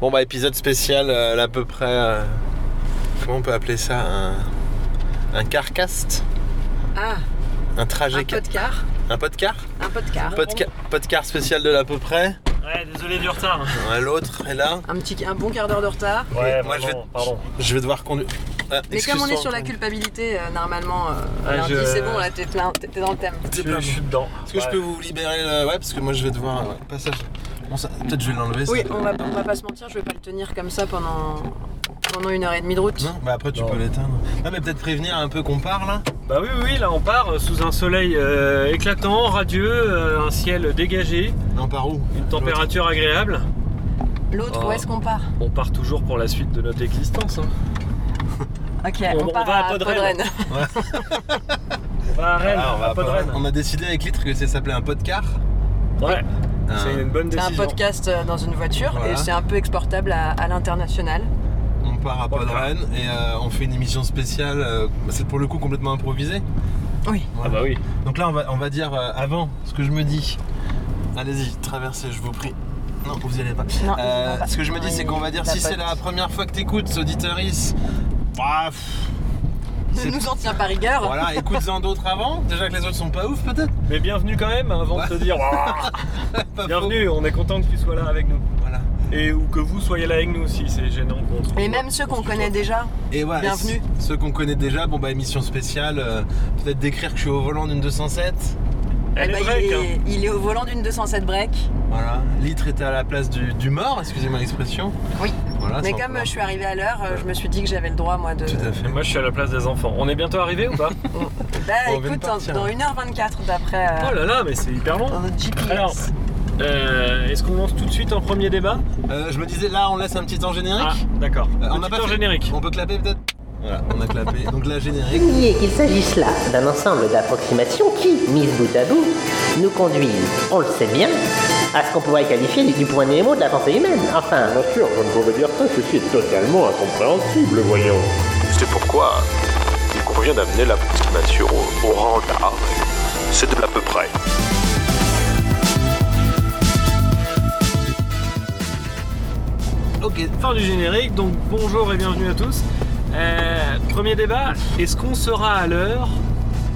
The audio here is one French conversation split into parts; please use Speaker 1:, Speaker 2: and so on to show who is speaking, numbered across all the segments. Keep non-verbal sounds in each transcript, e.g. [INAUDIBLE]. Speaker 1: Bon bah épisode spécial euh, à peu près. euh, comment on peut appeler ça un, un carcast
Speaker 2: Ah,
Speaker 1: Un
Speaker 2: un Ah,
Speaker 1: trajet ca-
Speaker 2: podcar.
Speaker 1: Un podcar
Speaker 2: Un podcar.
Speaker 1: Podca- Podcar spécial de l'à peu près.
Speaker 3: Ouais, désolé du retard.
Speaker 1: Ouais, L'autre est là.
Speaker 2: Un, petit, un bon quart d'heure de retard.
Speaker 3: Ouais,
Speaker 1: moi, je
Speaker 3: pardon,
Speaker 1: vais-
Speaker 3: pardon.
Speaker 1: Je vais devoir conduire. Ah,
Speaker 2: Mais comme on est
Speaker 1: excuse-toi.
Speaker 2: sur la culpabilité, euh, normalement, euh,
Speaker 1: Ah,
Speaker 3: Ouais,
Speaker 2: lundi,
Speaker 3: je-
Speaker 2: c'est bon, là, t'es plein- t'es- t'es dans le thème.
Speaker 1: T'es
Speaker 3: Je,
Speaker 1: pas bon.
Speaker 3: je suis dedans.
Speaker 1: Est-ce que je peux vous libérer le... Ouais, parce que moi je vais devoir. euh, ouais, Passage. Bon, ça- Peut-être je vais l'enlever. ça.
Speaker 2: Oui, on va, on va pas se mentir, je vais pas le tenir comme ça pendant, pendant une heure et demie de route.
Speaker 1: Non, bah après tu
Speaker 3: Non.
Speaker 1: peux l'éteindre. Ah, mais peut-être prévenir un peu qu'on part là.
Speaker 3: Bah oui, oui, là on part euh, sous un soleil euh, éclatant, radieux, euh, un ciel dégagé,
Speaker 1: Non, par où
Speaker 3: une température agréable.
Speaker 2: L'autre,
Speaker 3: Oh.
Speaker 2: où est-ce qu'on part
Speaker 3: On part toujours pour la suite de notre existence. hein.
Speaker 2: Ok,
Speaker 3: On-
Speaker 2: on,
Speaker 3: on
Speaker 2: part
Speaker 3: va à
Speaker 2: à
Speaker 3: Podren.
Speaker 2: Podren.
Speaker 3: On va à Rennes,
Speaker 1: Ah,
Speaker 3: à Podren.
Speaker 1: On a décidé avec Litre que ça s'appelait un podcar.
Speaker 3: Ouais,
Speaker 1: Un-
Speaker 3: c'est une bonne
Speaker 2: C'est un
Speaker 3: décision.
Speaker 2: podcast euh, dans une voiture
Speaker 1: Voilà.
Speaker 2: et c'est un peu exportable à, à l'international.
Speaker 1: On part à Podren et euh, on fait une émission spéciale. euh, c'est pour le coup complètement improvisée.
Speaker 2: Oui.
Speaker 3: Ah bah oui.
Speaker 1: Donc là, on va, on va dire euh, avant ce que je me dis. Allez-y, traversez, je vous prie. Non, vous y allez pas.
Speaker 2: Non,
Speaker 1: Euh,
Speaker 2: on va pas.
Speaker 1: ce que je me dis, c'est qu'on va dire
Speaker 2: La
Speaker 1: si c'est
Speaker 2: pote.
Speaker 1: la première fois que t'écoutes, auditeuriste. Bah, pff,
Speaker 2: Ne
Speaker 1: c'est-
Speaker 2: nous en tient pas rigueur.
Speaker 1: voilà, écoute-en d'autres avant. Déjà que les autres sont pas ouf, peut-être.
Speaker 3: Mais bienvenue quand même, hein, avant de
Speaker 1: [LAUGHS]
Speaker 3: te dire. Ouah
Speaker 1: Pas faux.
Speaker 3: bienvenue, on est content que tu sois là avec nous.
Speaker 1: Voilà.
Speaker 3: Et ou que vous soyez là avec nous si c'est gênant qu'on se
Speaker 2: Et
Speaker 3: voit.
Speaker 2: même ceux qu'on
Speaker 3: On se
Speaker 2: connaît déjà.
Speaker 1: Et voilà.
Speaker 2: Bienvenue.
Speaker 1: et c- Ceux qu'on connaît déjà, bon bah émission spéciale. euh, peut-être décrire que je suis au volant d'une 207.
Speaker 3: Elle
Speaker 2: eh
Speaker 3: est
Speaker 2: ben,
Speaker 3: vraie,
Speaker 2: il,
Speaker 3: hein.
Speaker 2: est, il est au volant d'une 207 break.
Speaker 1: Voilà. Litre était à la place du, du mort, excusez-moi l'expression.
Speaker 2: Oui.
Speaker 1: Voilà.
Speaker 2: Mais
Speaker 1: sans
Speaker 2: comme
Speaker 1: vouloir.
Speaker 2: euh, je suis arrivée à l'heure, euh, je me suis dit que j'avais le droit, moi, de.
Speaker 1: Tout à
Speaker 3: Et
Speaker 1: fait.
Speaker 3: moi je suis à la place des enfants. On est bientôt arrivé ou pas
Speaker 2: Bah
Speaker 1: On vient de
Speaker 2: écoute, dans,
Speaker 1: partir. hein.
Speaker 2: dans 1h24 d'après euh,
Speaker 3: Oh là là, mais c'est hyper long.
Speaker 2: dans notre GPS.
Speaker 3: Alors, euh, est-ce qu'on lance tout de suite en premier débat
Speaker 1: Euh, je me disais là, on laisse un petit temps générique.
Speaker 3: Ah, d'accord.
Speaker 1: Euh,
Speaker 3: on
Speaker 1: on n'a pas fait-
Speaker 3: générique.
Speaker 1: On peut clapper peut-être Voilà, on a clapé. Donc la générique.
Speaker 4: nier qu'il s'agisse là d'un ensemble d'approximations qui, mises bout à bout, nous conduisent, on le sait bien, à ce qu'on pourrait qualifier du point Nemo de la pensée humaine. Enfin,
Speaker 5: Bien sûr, je ne pouvais dire ça, ceci est totalement incompréhensible, voyons.
Speaker 6: C'est pourquoi il convient d'amener l'approximation au, au rang d'art. C'est de l'à peu près.
Speaker 1: Ok.
Speaker 3: Fin du générique, donc bonjour et bienvenue à tous. Euh, premier débat, est-ce qu'on sera à l'heure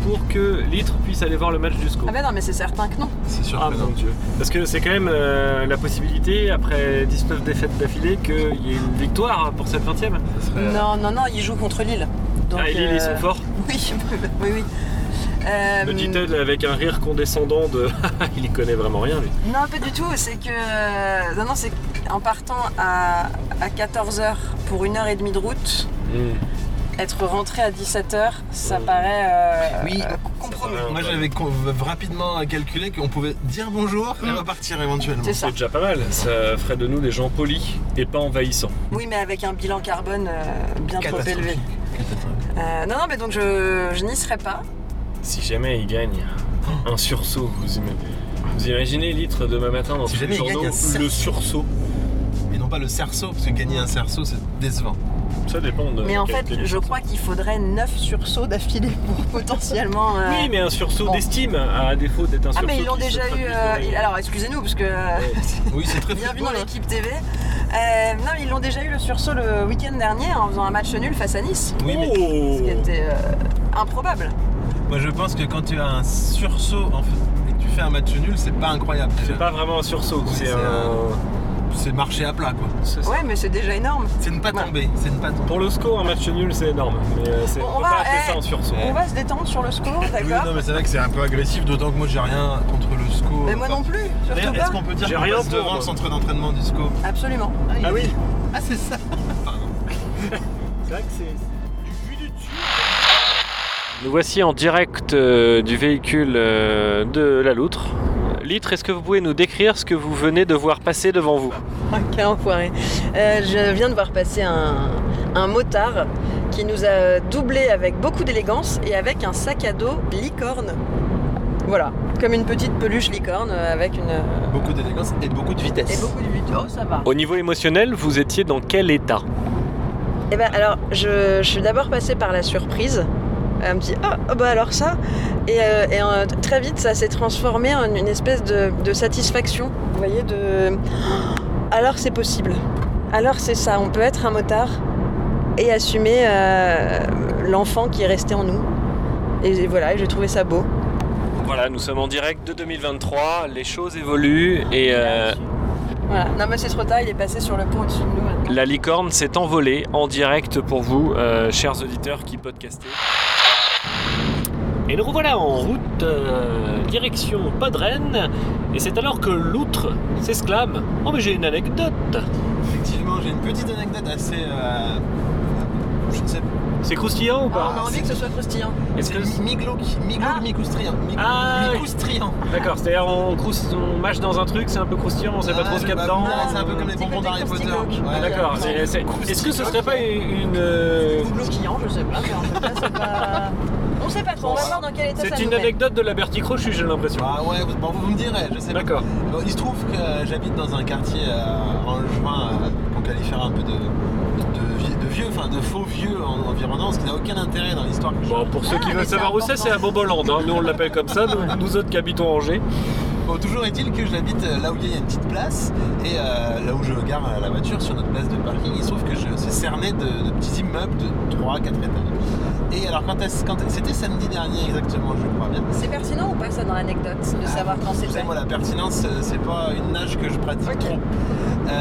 Speaker 3: pour que Litre puisse aller voir le match du SCO
Speaker 2: Ah bah non, mais c'est certain que non.
Speaker 1: C'est sûr
Speaker 3: Ah
Speaker 1: que
Speaker 3: mon
Speaker 1: non.
Speaker 3: dieu. Parce que c'est quand même euh, la possibilité, après 19 défaites d'affilée, qu'il y ait une victoire pour cette 20 e
Speaker 1: Ça serait-
Speaker 2: Non, non, non, ils jouent contre Lille. Donc,
Speaker 3: Ah, et Lille, ils
Speaker 2: euh,
Speaker 3: sont forts.
Speaker 2: [LAUGHS] Oui, oui, oui. Euh,
Speaker 3: Me dit-elle avec un rire condescendant de. [LAUGHS] il y connaît vraiment rien, lui.
Speaker 2: non, pas du tout. C'est que. Non, non, c'est qu'en partant à, à 14h pour une heure et demie de route,
Speaker 1: Hmm.
Speaker 2: être rentré à 17h, ça
Speaker 3: Ouais.
Speaker 2: paraît euh,
Speaker 1: Oui.
Speaker 2: euh, compromis.
Speaker 3: Ça paraît-
Speaker 1: Moi j'avais con- rapidement calculé qu'on pouvait dire bonjour et repartir éventuellement.
Speaker 2: Mm. C'est ça.
Speaker 3: C'est déjà pas mal. Ça ferait de nous des gens polis et pas envahissants.
Speaker 2: Oui, mais avec un bilan carbone euh, bien trop élevé.
Speaker 1: Catastrophique. Catastrophique.
Speaker 2: Euh, non, non, mais donc je, je n'y serai pas.
Speaker 3: Si jamais ils gagnent un sursaut, vous, ima- vous imaginez litre demain matin dans
Speaker 1: Si
Speaker 3: tous les
Speaker 1: jamais ils
Speaker 3: journaux
Speaker 1: gagnent un cerceau.
Speaker 3: le sursaut.
Speaker 1: Et non pas le cerceau, parce que gagner un cerceau c'est décevant.
Speaker 3: Ça dépend de.
Speaker 2: Mais en
Speaker 3: Euh, quel
Speaker 2: fait,
Speaker 3: pays.
Speaker 2: je crois qu'il faudrait 9 sursauts d'affilée pour [LAUGHS] potentiellement. euh,
Speaker 3: Oui, mais un sursaut
Speaker 2: Bon.
Speaker 3: d'estime, à défaut d'être un
Speaker 2: Ah,
Speaker 3: sursaut.
Speaker 2: mais ils l'ont
Speaker 3: qui se
Speaker 2: déjà eu.
Speaker 3: traduit dans
Speaker 2: euh,
Speaker 3: les-
Speaker 2: il- Alors, excusez-nous, parce que. euh, [LAUGHS]
Speaker 1: Oui, c'est très
Speaker 2: Bienvenue dans
Speaker 1: football, hein.
Speaker 2: l'équipe TV. Euh, non, mais ils l'ont déjà eu le sursaut le week-end dernier en faisant un match nul face à Nice.
Speaker 1: Oui, mais
Speaker 3: Oh
Speaker 2: Ce qui était euh, improbable.
Speaker 1: moi je pense que quand tu as un sursaut en fait, et que tu fais un match nul, c'est pas incroyable. déjà.
Speaker 3: C'est pas vraiment un sursaut,
Speaker 1: Oui,
Speaker 3: c'est
Speaker 1: c'est
Speaker 3: un.
Speaker 1: C'est marcher à plat quoi.
Speaker 3: c'est ça.
Speaker 2: Ouais, mais c'est déjà énorme.
Speaker 1: C'est ne pas
Speaker 2: Ouais.
Speaker 1: tomber, c'est ne pas tomber.
Speaker 3: Pour le score, un match nul, c'est énorme. Mais euh, c'est-
Speaker 2: Bon,
Speaker 3: on
Speaker 2: on
Speaker 3: peut
Speaker 2: va-
Speaker 3: pas appeler
Speaker 2: eh.
Speaker 3: ça un sursaut.
Speaker 2: On va se détendre sur le score,
Speaker 1: Oui,
Speaker 2: d'accord
Speaker 1: non mais c'est vrai que c'est un peu agressif, d'autant que moi j'ai rien contre le SCO.
Speaker 2: Mais moi non plus, surtout
Speaker 1: D'ailleurs,
Speaker 2: pas.
Speaker 1: est-ce qu'on peut dire
Speaker 3: J'ai
Speaker 1: qu'on
Speaker 3: rien
Speaker 1: passe
Speaker 3: pour, euh,
Speaker 1: devant
Speaker 3: moi.
Speaker 1: le centre d'entraînement du SCO
Speaker 2: Absolument.
Speaker 3: Ah oui
Speaker 1: Ah, c'est ça
Speaker 3: C'est vrai que c'est du dessus. Nous voici en direct euh, du véhicule euh, de la loutre. Litre, est-ce que vous pouvez nous décrire ce que vous venez de voir passer devant vous
Speaker 2: Ah, Quel enfoiré. Euh, je viens de voir passer un, un motard qui nous a doublé avec beaucoup d'élégance et avec un sac à dos licorne. Voilà, comme une petite peluche licorne avec une.
Speaker 1: Beaucoup d'élégance et beaucoup de vitesse.
Speaker 2: Et beaucoup de but. Oh, ça va.
Speaker 3: Au niveau émotionnel, vous étiez dans quel état
Speaker 2: Eh ben alors, je, je suis d'abord passée par la surprise. Un petit ah ah bah alors ça et, euh, et, euh, très vite ça s'est transformé en une espèce de, de satisfaction vous voyez de alors oh, c'est possible Alors c'est ça, on peut être un motard et assumer euh, l'enfant qui est resté en nous. Et voilà, j'ai trouvé ça beau.
Speaker 3: Voilà, nous sommes en direct de 2023, les choses évoluent et euh,
Speaker 2: Voilà. Non mais c'est trop tard, il est passé sur le pont au-dessus de nous. maintenant.
Speaker 3: la licorne s'est envolée en direct pour vous, euh, chers auditeurs qui podcastez. Et nous revoilà en route, euh, direction Podren, et c'est alors que l'outre s'exclame « Oh mais j'ai une anecdote
Speaker 1: Effectivement, j'ai une petite anecdote assez. euh, je ne sais pas. !»
Speaker 3: C'est croustillant ou
Speaker 2: Ah,
Speaker 3: pas
Speaker 2: on a envie que ce soit croustillant.
Speaker 3: Est-ce que-
Speaker 1: mi glauque, mi
Speaker 2: Ah.
Speaker 1: mi-coustriant. mi-
Speaker 3: Ah, oui.
Speaker 1: mi-coustriant.
Speaker 3: D'accord, c'est-à-dire on, crous- on mâche dans un truc, c'est un peu croustillant, on sait pas
Speaker 1: Ah,
Speaker 3: trop ce qu'il y a
Speaker 1: bah,
Speaker 3: dedans.
Speaker 1: ouais, c'est un peu comme les Ah,
Speaker 2: Petit
Speaker 1: bonbons
Speaker 2: côté
Speaker 1: d'Harry Potter.
Speaker 2: croustillant.
Speaker 1: Ouais,
Speaker 3: D'accord,
Speaker 1: ouais.
Speaker 3: c'est- c'est- est-ce que ce serait pas une... euh,
Speaker 2: Croustillant, je sais pas, mais en tout cas, c'est pas... [LAUGHS] On sait pas trop, on va voir dans quel état ça
Speaker 3: C'est
Speaker 2: nous
Speaker 3: une
Speaker 2: met.
Speaker 3: anecdote de la Bertie Crochu, j'ai l'impression.
Speaker 1: Ah ouais, vous- bon, vous vous me direz, je sais pas.
Speaker 3: D'accord.
Speaker 1: Bon, il se trouve que j'habite dans un quartier euh, en juin qu'on qualifiera un peu de, de, vie- de vieux, enfin de faux vieux en environnant, ce qui n'a aucun intérêt dans l'histoire que je
Speaker 3: Bon, pour ceux qui
Speaker 2: mais
Speaker 3: veulent
Speaker 2: c'est
Speaker 3: savoir où c'est,
Speaker 2: important.
Speaker 3: c'est à Bobolande. hein. Nous, on l'appelle comme ça, nous, nous autres qui habitons Angers.
Speaker 1: Bon, toujours est-il que j'habite euh, là où il y a une petite place et euh, là où je gare euh, la voiture sur notre place de parking, il se trouve que je suis cerné de, de petits immeubles de 3-4 étages. Et alors, quand, est-ce- quand c'était samedi dernier exactement, je crois bien.
Speaker 2: C'est pertinent ou pas ça dans l'anecdote de savoir quand c'est
Speaker 1: Vous savez,
Speaker 2: fait
Speaker 1: moi, la pertinence, euh, c'est pas une nage que je pratique
Speaker 2: Ok.
Speaker 1: trop. Euh,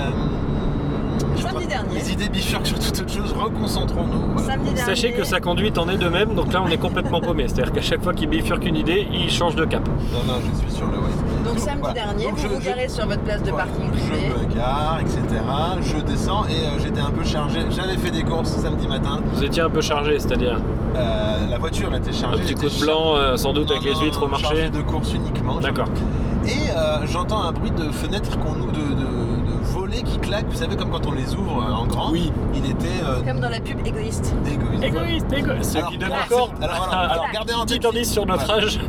Speaker 1: je
Speaker 2: Samedi
Speaker 1: crois-
Speaker 2: dernier.
Speaker 1: Les idées bifurquent sur toute autre chose, reconcentrons-nous. voilà.
Speaker 2: Samedi dernier.
Speaker 3: Sachez que sa conduite en est de même, donc là, on est complètement paumé. C'est-à-dire qu'à chaque fois qu'il bifurque une idée, il change de cap.
Speaker 1: Non, non, je suis sur le web.
Speaker 2: Donc samedi
Speaker 1: voilà.
Speaker 2: dernier,
Speaker 1: Donc,
Speaker 2: vous
Speaker 1: je-
Speaker 2: vous
Speaker 1: je-
Speaker 2: garez sur votre place de
Speaker 1: Voilà.
Speaker 2: parking
Speaker 1: Je
Speaker 2: privée.
Speaker 1: me gare, etc. Je descends et euh, j'étais un peu chargé. J'avais fait des courses samedi matin.
Speaker 3: Vous étiez un peu chargé, c'est-à-dire
Speaker 1: Euh, la voiture était
Speaker 3: un
Speaker 1: chargée.
Speaker 3: petit coup
Speaker 1: j'étais
Speaker 3: de blanc, euh, sans
Speaker 1: char-
Speaker 3: doute, avec
Speaker 1: Non,
Speaker 3: les
Speaker 1: non,
Speaker 3: huîtres au
Speaker 1: non, chargé
Speaker 3: marché.
Speaker 1: de courses uniquement.
Speaker 3: D'accord.
Speaker 1: Et euh, j'entends un bruit de fenêtre qu'on nous de, de, de volet qui claque. Vous savez comme quand on les ouvre euh, en grand.
Speaker 3: Oui.
Speaker 1: Il était euh,
Speaker 2: Comme dans la pub égoïste.
Speaker 1: égoïste.
Speaker 3: Égoïste, égoïste. Ce
Speaker 1: Alors,
Speaker 3: qui donne
Speaker 1: voilà,
Speaker 3: encore
Speaker 1: c'est- alors,
Speaker 3: [LAUGHS]
Speaker 1: voilà. Alors, gardez en
Speaker 3: un petit
Speaker 1: tête-
Speaker 3: indice sur notre
Speaker 1: Voilà.
Speaker 3: âge.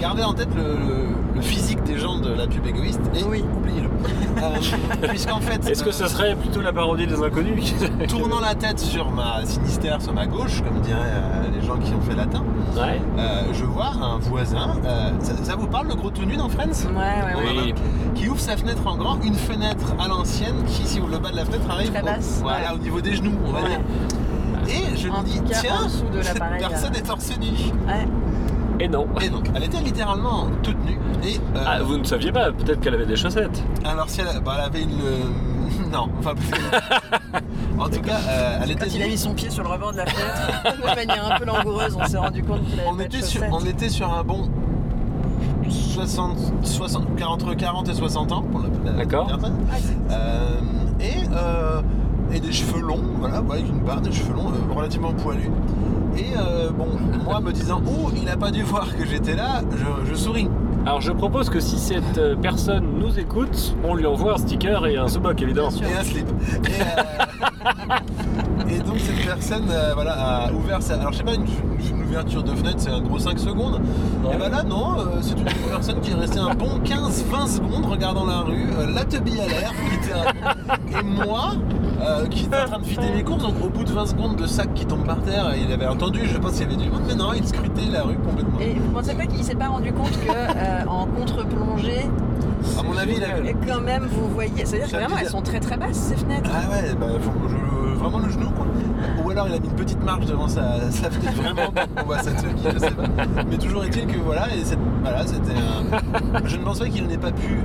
Speaker 1: Gardez en tête le, le- le physique des gens de la pub égoïste et
Speaker 2: Oui.
Speaker 1: oubliez-le.
Speaker 3: [LAUGHS]
Speaker 1: Euh, Puisqu'en fait.
Speaker 3: Est-ce que
Speaker 1: euh,
Speaker 3: ce serait plutôt la parodie des inconnus
Speaker 1: Tournant la tête sur ma sinistère, sur ma gauche, comme diraient euh, les gens qui ont fait latin,
Speaker 3: Ouais.
Speaker 1: euh, je vois un voisin. euh, ça, ça vous parle le gros tout nu dans Friends
Speaker 2: Ouais, ouais, ouais.
Speaker 3: Oui.
Speaker 1: Qui ouvre sa fenêtre en grand, une fenêtre à l'ancienne qui, si vous le bas de la fenêtre, arrive
Speaker 2: Très
Speaker 1: au,
Speaker 2: basse,
Speaker 1: voilà,
Speaker 2: ouais.
Speaker 1: au niveau des genoux, on va
Speaker 2: Ouais.
Speaker 1: dire. Et je
Speaker 2: En
Speaker 1: me dis,
Speaker 2: tout cas, en
Speaker 1: tiens,
Speaker 2: dessous de
Speaker 1: cette
Speaker 2: l'appareil,
Speaker 1: personne
Speaker 2: euh.
Speaker 1: est torse nu.
Speaker 2: Ouais.
Speaker 3: Et non.
Speaker 1: Et donc, elle était littéralement toute nue. Et, euh,
Speaker 3: Ah, vous ne saviez pas, peut-être qu'elle avait des chaussettes.
Speaker 1: Alors si elle, bah, elle avait une... euh, [LAUGHS] Non, enfin...
Speaker 3: [LAUGHS]
Speaker 1: en tout cas, euh, elle était...
Speaker 2: Quand il a mis son pied sur le rebord
Speaker 1: [LAUGHS]
Speaker 2: de la fenêtre, de manière un peu langoureuse, on s'est rendu compte qu'il avait
Speaker 1: on,
Speaker 2: pas de
Speaker 1: était sur,
Speaker 2: chaussettes.
Speaker 1: on était sur un bon 60, 60, 40, entre 40 et 60 ans pour la, la- la
Speaker 3: D'accord.
Speaker 1: personne.
Speaker 2: Ah,
Speaker 1: Euh, et, euh, et des cheveux longs, voilà, ouais, avec une barre, des cheveux longs euh, relativement poilus. Et euh, bon, moi me disant, oh, il n'a pas dû voir que j'étais là, je, je souris.
Speaker 3: Alors je propose que si cette euh, personne nous écoute, on lui envoie un sticker et un sous-boc évidemment.
Speaker 2: Bien sûr.
Speaker 1: Et un slip. Et, euh, [LAUGHS] et donc cette personne euh, voilà, a ouvert sa. Alors je sais pas, une, une ouverture de fenêtre c'est un gros 5 secondes. Et bah là non, euh, c'est une personne qui est restée un bon 15-20 secondes regardant la rue, euh, la teubille à l'air, qui était un- et moi euh, qui était en train de filer mes courses. Donc au bout de 20 secondes de sac qui tombe par terre, il avait entendu, je pense qu'il y avait du monde, mais non, il scrutait la rue complètement.
Speaker 2: Et vous pensez pas qu'il s'est pas rendu compte que euh, en contre-plongée,
Speaker 1: à mon avis, il avait.
Speaker 2: et quand même vous voyez. C'est-à-dire que
Speaker 1: Ça me
Speaker 2: vraiment
Speaker 1: dit-
Speaker 2: elles sont très très basses ces fenêtres.
Speaker 1: Ah ouais, bah, faut, je- vraiment le genou quoi. Ou alors il a mis une petite marche devant sa, [LAUGHS] sa fenêtre vraiment pour qu'on voit sa truc, je sais pas. Mais toujours est-il que voilà, et cette- voilà, c'était un- Je ne pense pas qu'il n'ait pas pu